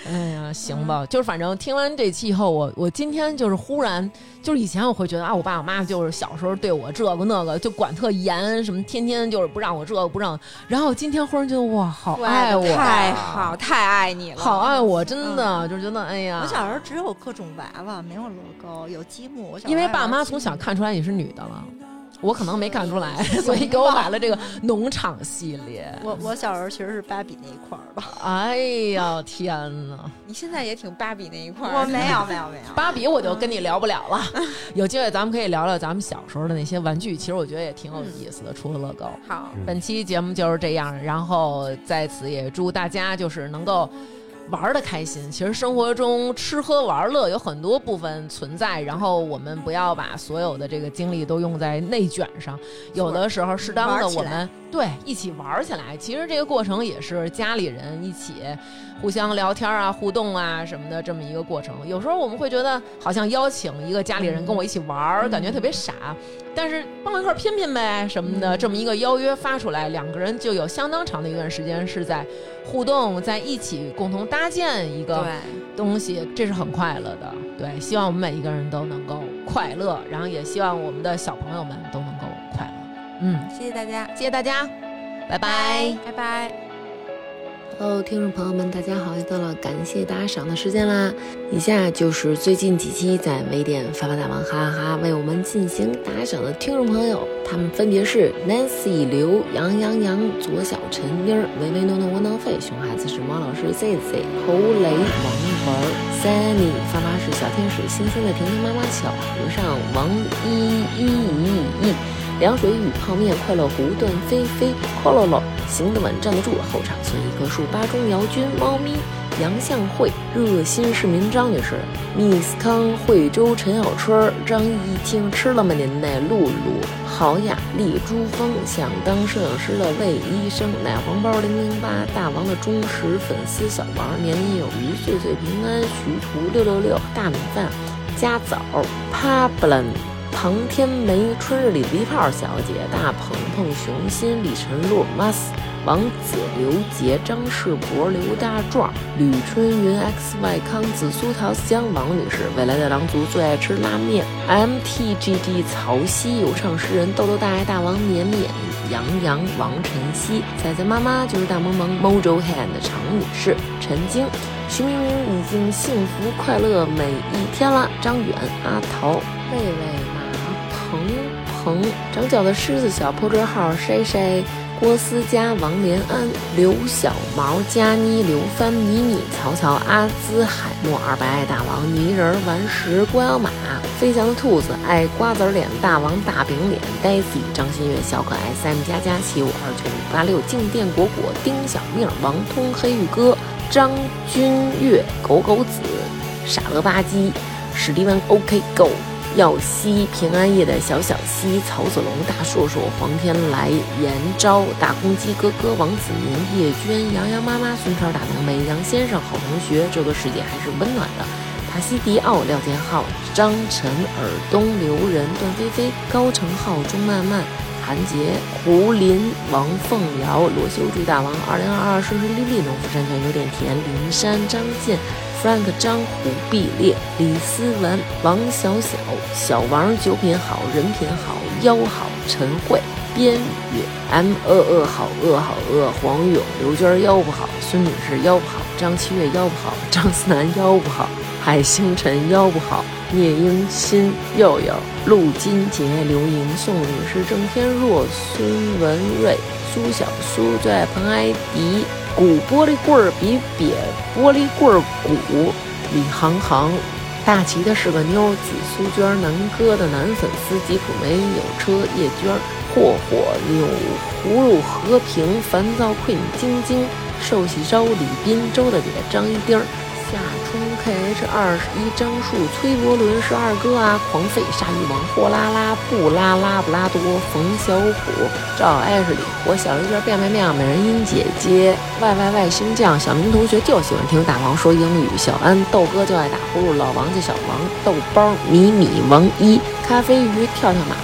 Speaker 2: 哎呀，行吧，就是反正听完这期以后，我我今天就是忽然，就是以前我会觉得啊，我爸我妈就是小时候对我这个那个就管特严，什么天天就是不让我这个不让，然后今天忽然觉得哇，好爱我，啊
Speaker 5: 太好，，太爱你了，嗯
Speaker 2: 好哎爱我，真的、就是觉得哎呀，
Speaker 4: 我小时候只有各种娃娃，没有乐高，有积木。我小时候
Speaker 2: 因为
Speaker 4: 还
Speaker 2: 爸
Speaker 4: 玩
Speaker 2: 妈
Speaker 4: 积
Speaker 2: 从小
Speaker 4: 木
Speaker 2: 看出来你是女的了，
Speaker 3: 我可能没看出来，所以给我买了这个农场系列。
Speaker 4: 我我小时候其实是芭比那一块儿吧，
Speaker 3: 哎呀，天哪！
Speaker 5: 你现在也挺芭比那一块儿，
Speaker 4: 我没有没有没有，
Speaker 3: 芭比我就跟你聊不了了，有机会咱们可以聊聊咱们小时候的那些玩具，其实我觉得也挺有意思的，除了乐高。
Speaker 5: 好。
Speaker 4: 嗯
Speaker 3: 本期节目就是这样，然后在此也祝大家就是能够玩的开心。其实生活中吃喝玩乐有很多部分存在，然后我们不要把所有的这个精力都用在内卷上，有的时候适当的
Speaker 4: 嗯玩起
Speaker 3: 我
Speaker 4: 来
Speaker 3: 们对一起玩起来。其实这个过程也是家里人一起互相聊天啊、互动啊什么的这么一个过程。有时候我们会觉得好像邀请一个家里人跟我一起玩
Speaker 4: 嗯
Speaker 3: 儿，感觉特别傻，但是帮我一块儿拼拼呗什么的，这么一个邀约发出来，两个人就有相当长的一段时间是在互动，在一起共同搭建一个
Speaker 5: 对，
Speaker 3: 东西，这是很快乐的。对，希望我们每一个人都能够快乐，然后也希望我们的小朋友们都能够快乐。嗯，
Speaker 5: 谢谢大家，
Speaker 3: 谢谢大家，拜拜。
Speaker 5: 拜拜。
Speaker 2: Hello，听众朋友们，大家好，又到了感谢打赏的时间啦！以下就是最近几期在微店发发大王哈哈哈为我们进行打赏的听众朋友，他们分别是 Nancy 刘、杨洋洋、左小陈妮儿、唯唯诺诺窝囊废、熊孩子是猫老师 Z Z、侯雷、王文儿、Sunny、发发是小天使、星星的婷婷妈妈、小和尚、王一一一一。凉水与泡面、快乐湖、段飞飞、Kololo、行得稳站得住、后场村一棵树、巴中姚军、猫咪、杨向慧、热心市民张女士、Miss 康、惠州陈小春、张一听、吃了吗您的露露、郝雅丽、朱峰、想当摄影师的魏医生、奶黄包零零八、大王的忠实粉丝小王、年年有余、岁岁平安、徐图六六六、大米饭、家枣、帕布兰、庞天梅、春日里的梨泡小姐、大鹏鹏、熊心、李晨露、Mas、王子、刘杰、张世博、刘大壮、吕春云、X Y、康子、苏桃、江王女士、未来的狼族最爱吃拉面、M T G G、曹曦、有唱诗人豆豆大爱大王绵绵、杨洋、王晨曦、仔仔妈妈就是大萌萌 Mojo Hand 的常女士、陈晶。徐明明已经幸福快乐每一天了。张远、阿桃、贝贝、马鹏鹏、长脚的狮子、小破折号、谁谁、郭思佳、王连安、刘小毛、佳妮、刘帆、妮妮、曹操、阿兹、海默、二白爱大王、泥人儿、顽石、关小马、飞翔的兔子、爱瓜子儿脸大王、大饼脸、Daisy、张馨月、小可爱、Sam 佳佳、七五二九五八六、静电果果、丁小命、王通、黑玉哥。张君越、狗狗子、傻乐吧唧、史蒂文 OK Go、耀西、平安夜的小小西、曹子龙、大硕硕、黄天来、严昭、大公鸡哥哥、王子明、叶娟、洋洋妈妈、孙超、大明梅、杨先生、好同学，这个世界还是温暖的。塔西迪奥、廖建浩、张晨、尔东、刘仁、段菲菲、高成浩、钟曼曼、韩杰、胡林、王凤瑶、罗修、朱大王、二零二二、顺顺利利、农夫山泉有点甜、林山、张健、Frank、张虎、毕烈、李思文、王小小、小王、九品好、人品好、妖好、陈慧。边宇 M 饿饿好饿好饿，黄勇刘娟腰不好，孙女士腰不好，张七月腰不好，张思南腰不好，海星辰腰不好，聂英新佑佑，陆金杰、刘莹、宋女士、郑天若、孙文瑞、苏小苏、最爱彭艾迪、鼓玻璃棍儿比瘪玻璃棍儿鼓、李航航、大齐的是个妞儿，紫苏娟儿，南哥的男粉丝，吉普没有车，叶娟儿，霍霍，钮葫芦，和平，烦躁 queen，晶晶，寿喜烧，李斌，周大姐，张一丁儿，夏春 KH 二十一，张树，崔伯伦是二哥啊，狂吠，鲨鱼王，货拉拉，布拉拉布拉多，冯小虎，赵爱是李活，小鱼儿变变变，美人音姐姐，Y Y Y 星酱，小明同学就喜欢听大王说英语，小安豆哥就爱打呼噜，老王叫小王，豆包米米王一，咖啡鱼跳跳马，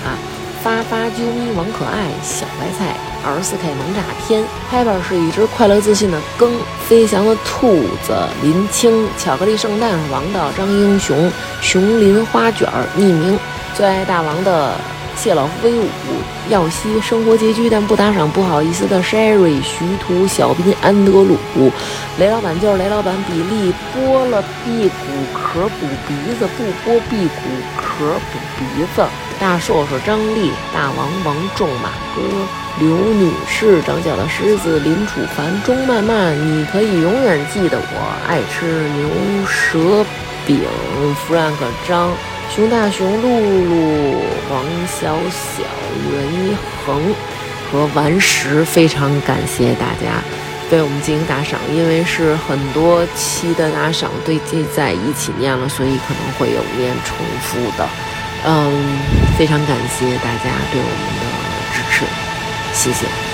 Speaker 2: 发发啾咪王可爱，小白菜二十四 K 萌炸天，Pepper 是一只快乐自信的更，飞翔的兔子林青，巧克力圣诞王道张英雄，熊林花卷儿匿名，最爱大王的谢老威武，耀西生活拮据但不打赏不好意思的 Sherry 徐图小斌安德鲁，雷老板就是雷老板，比利剥了辟骨壳补鼻子，不剥辟骨壳补鼻子。大硕硕张丽、大王王仲马哥、刘女士、长脚的狮子、林楚凡、钟曼曼，你可以永远记得我爱吃牛舌饼。Frank 张、熊大熊、露露、黄小小、任一恒和顽石，非常感谢大家。为我们进行打赏，因为是很多期的打赏堆积在一起念了，所以可能会有念重复的。嗯，非常感谢大家对我们的支持，谢谢。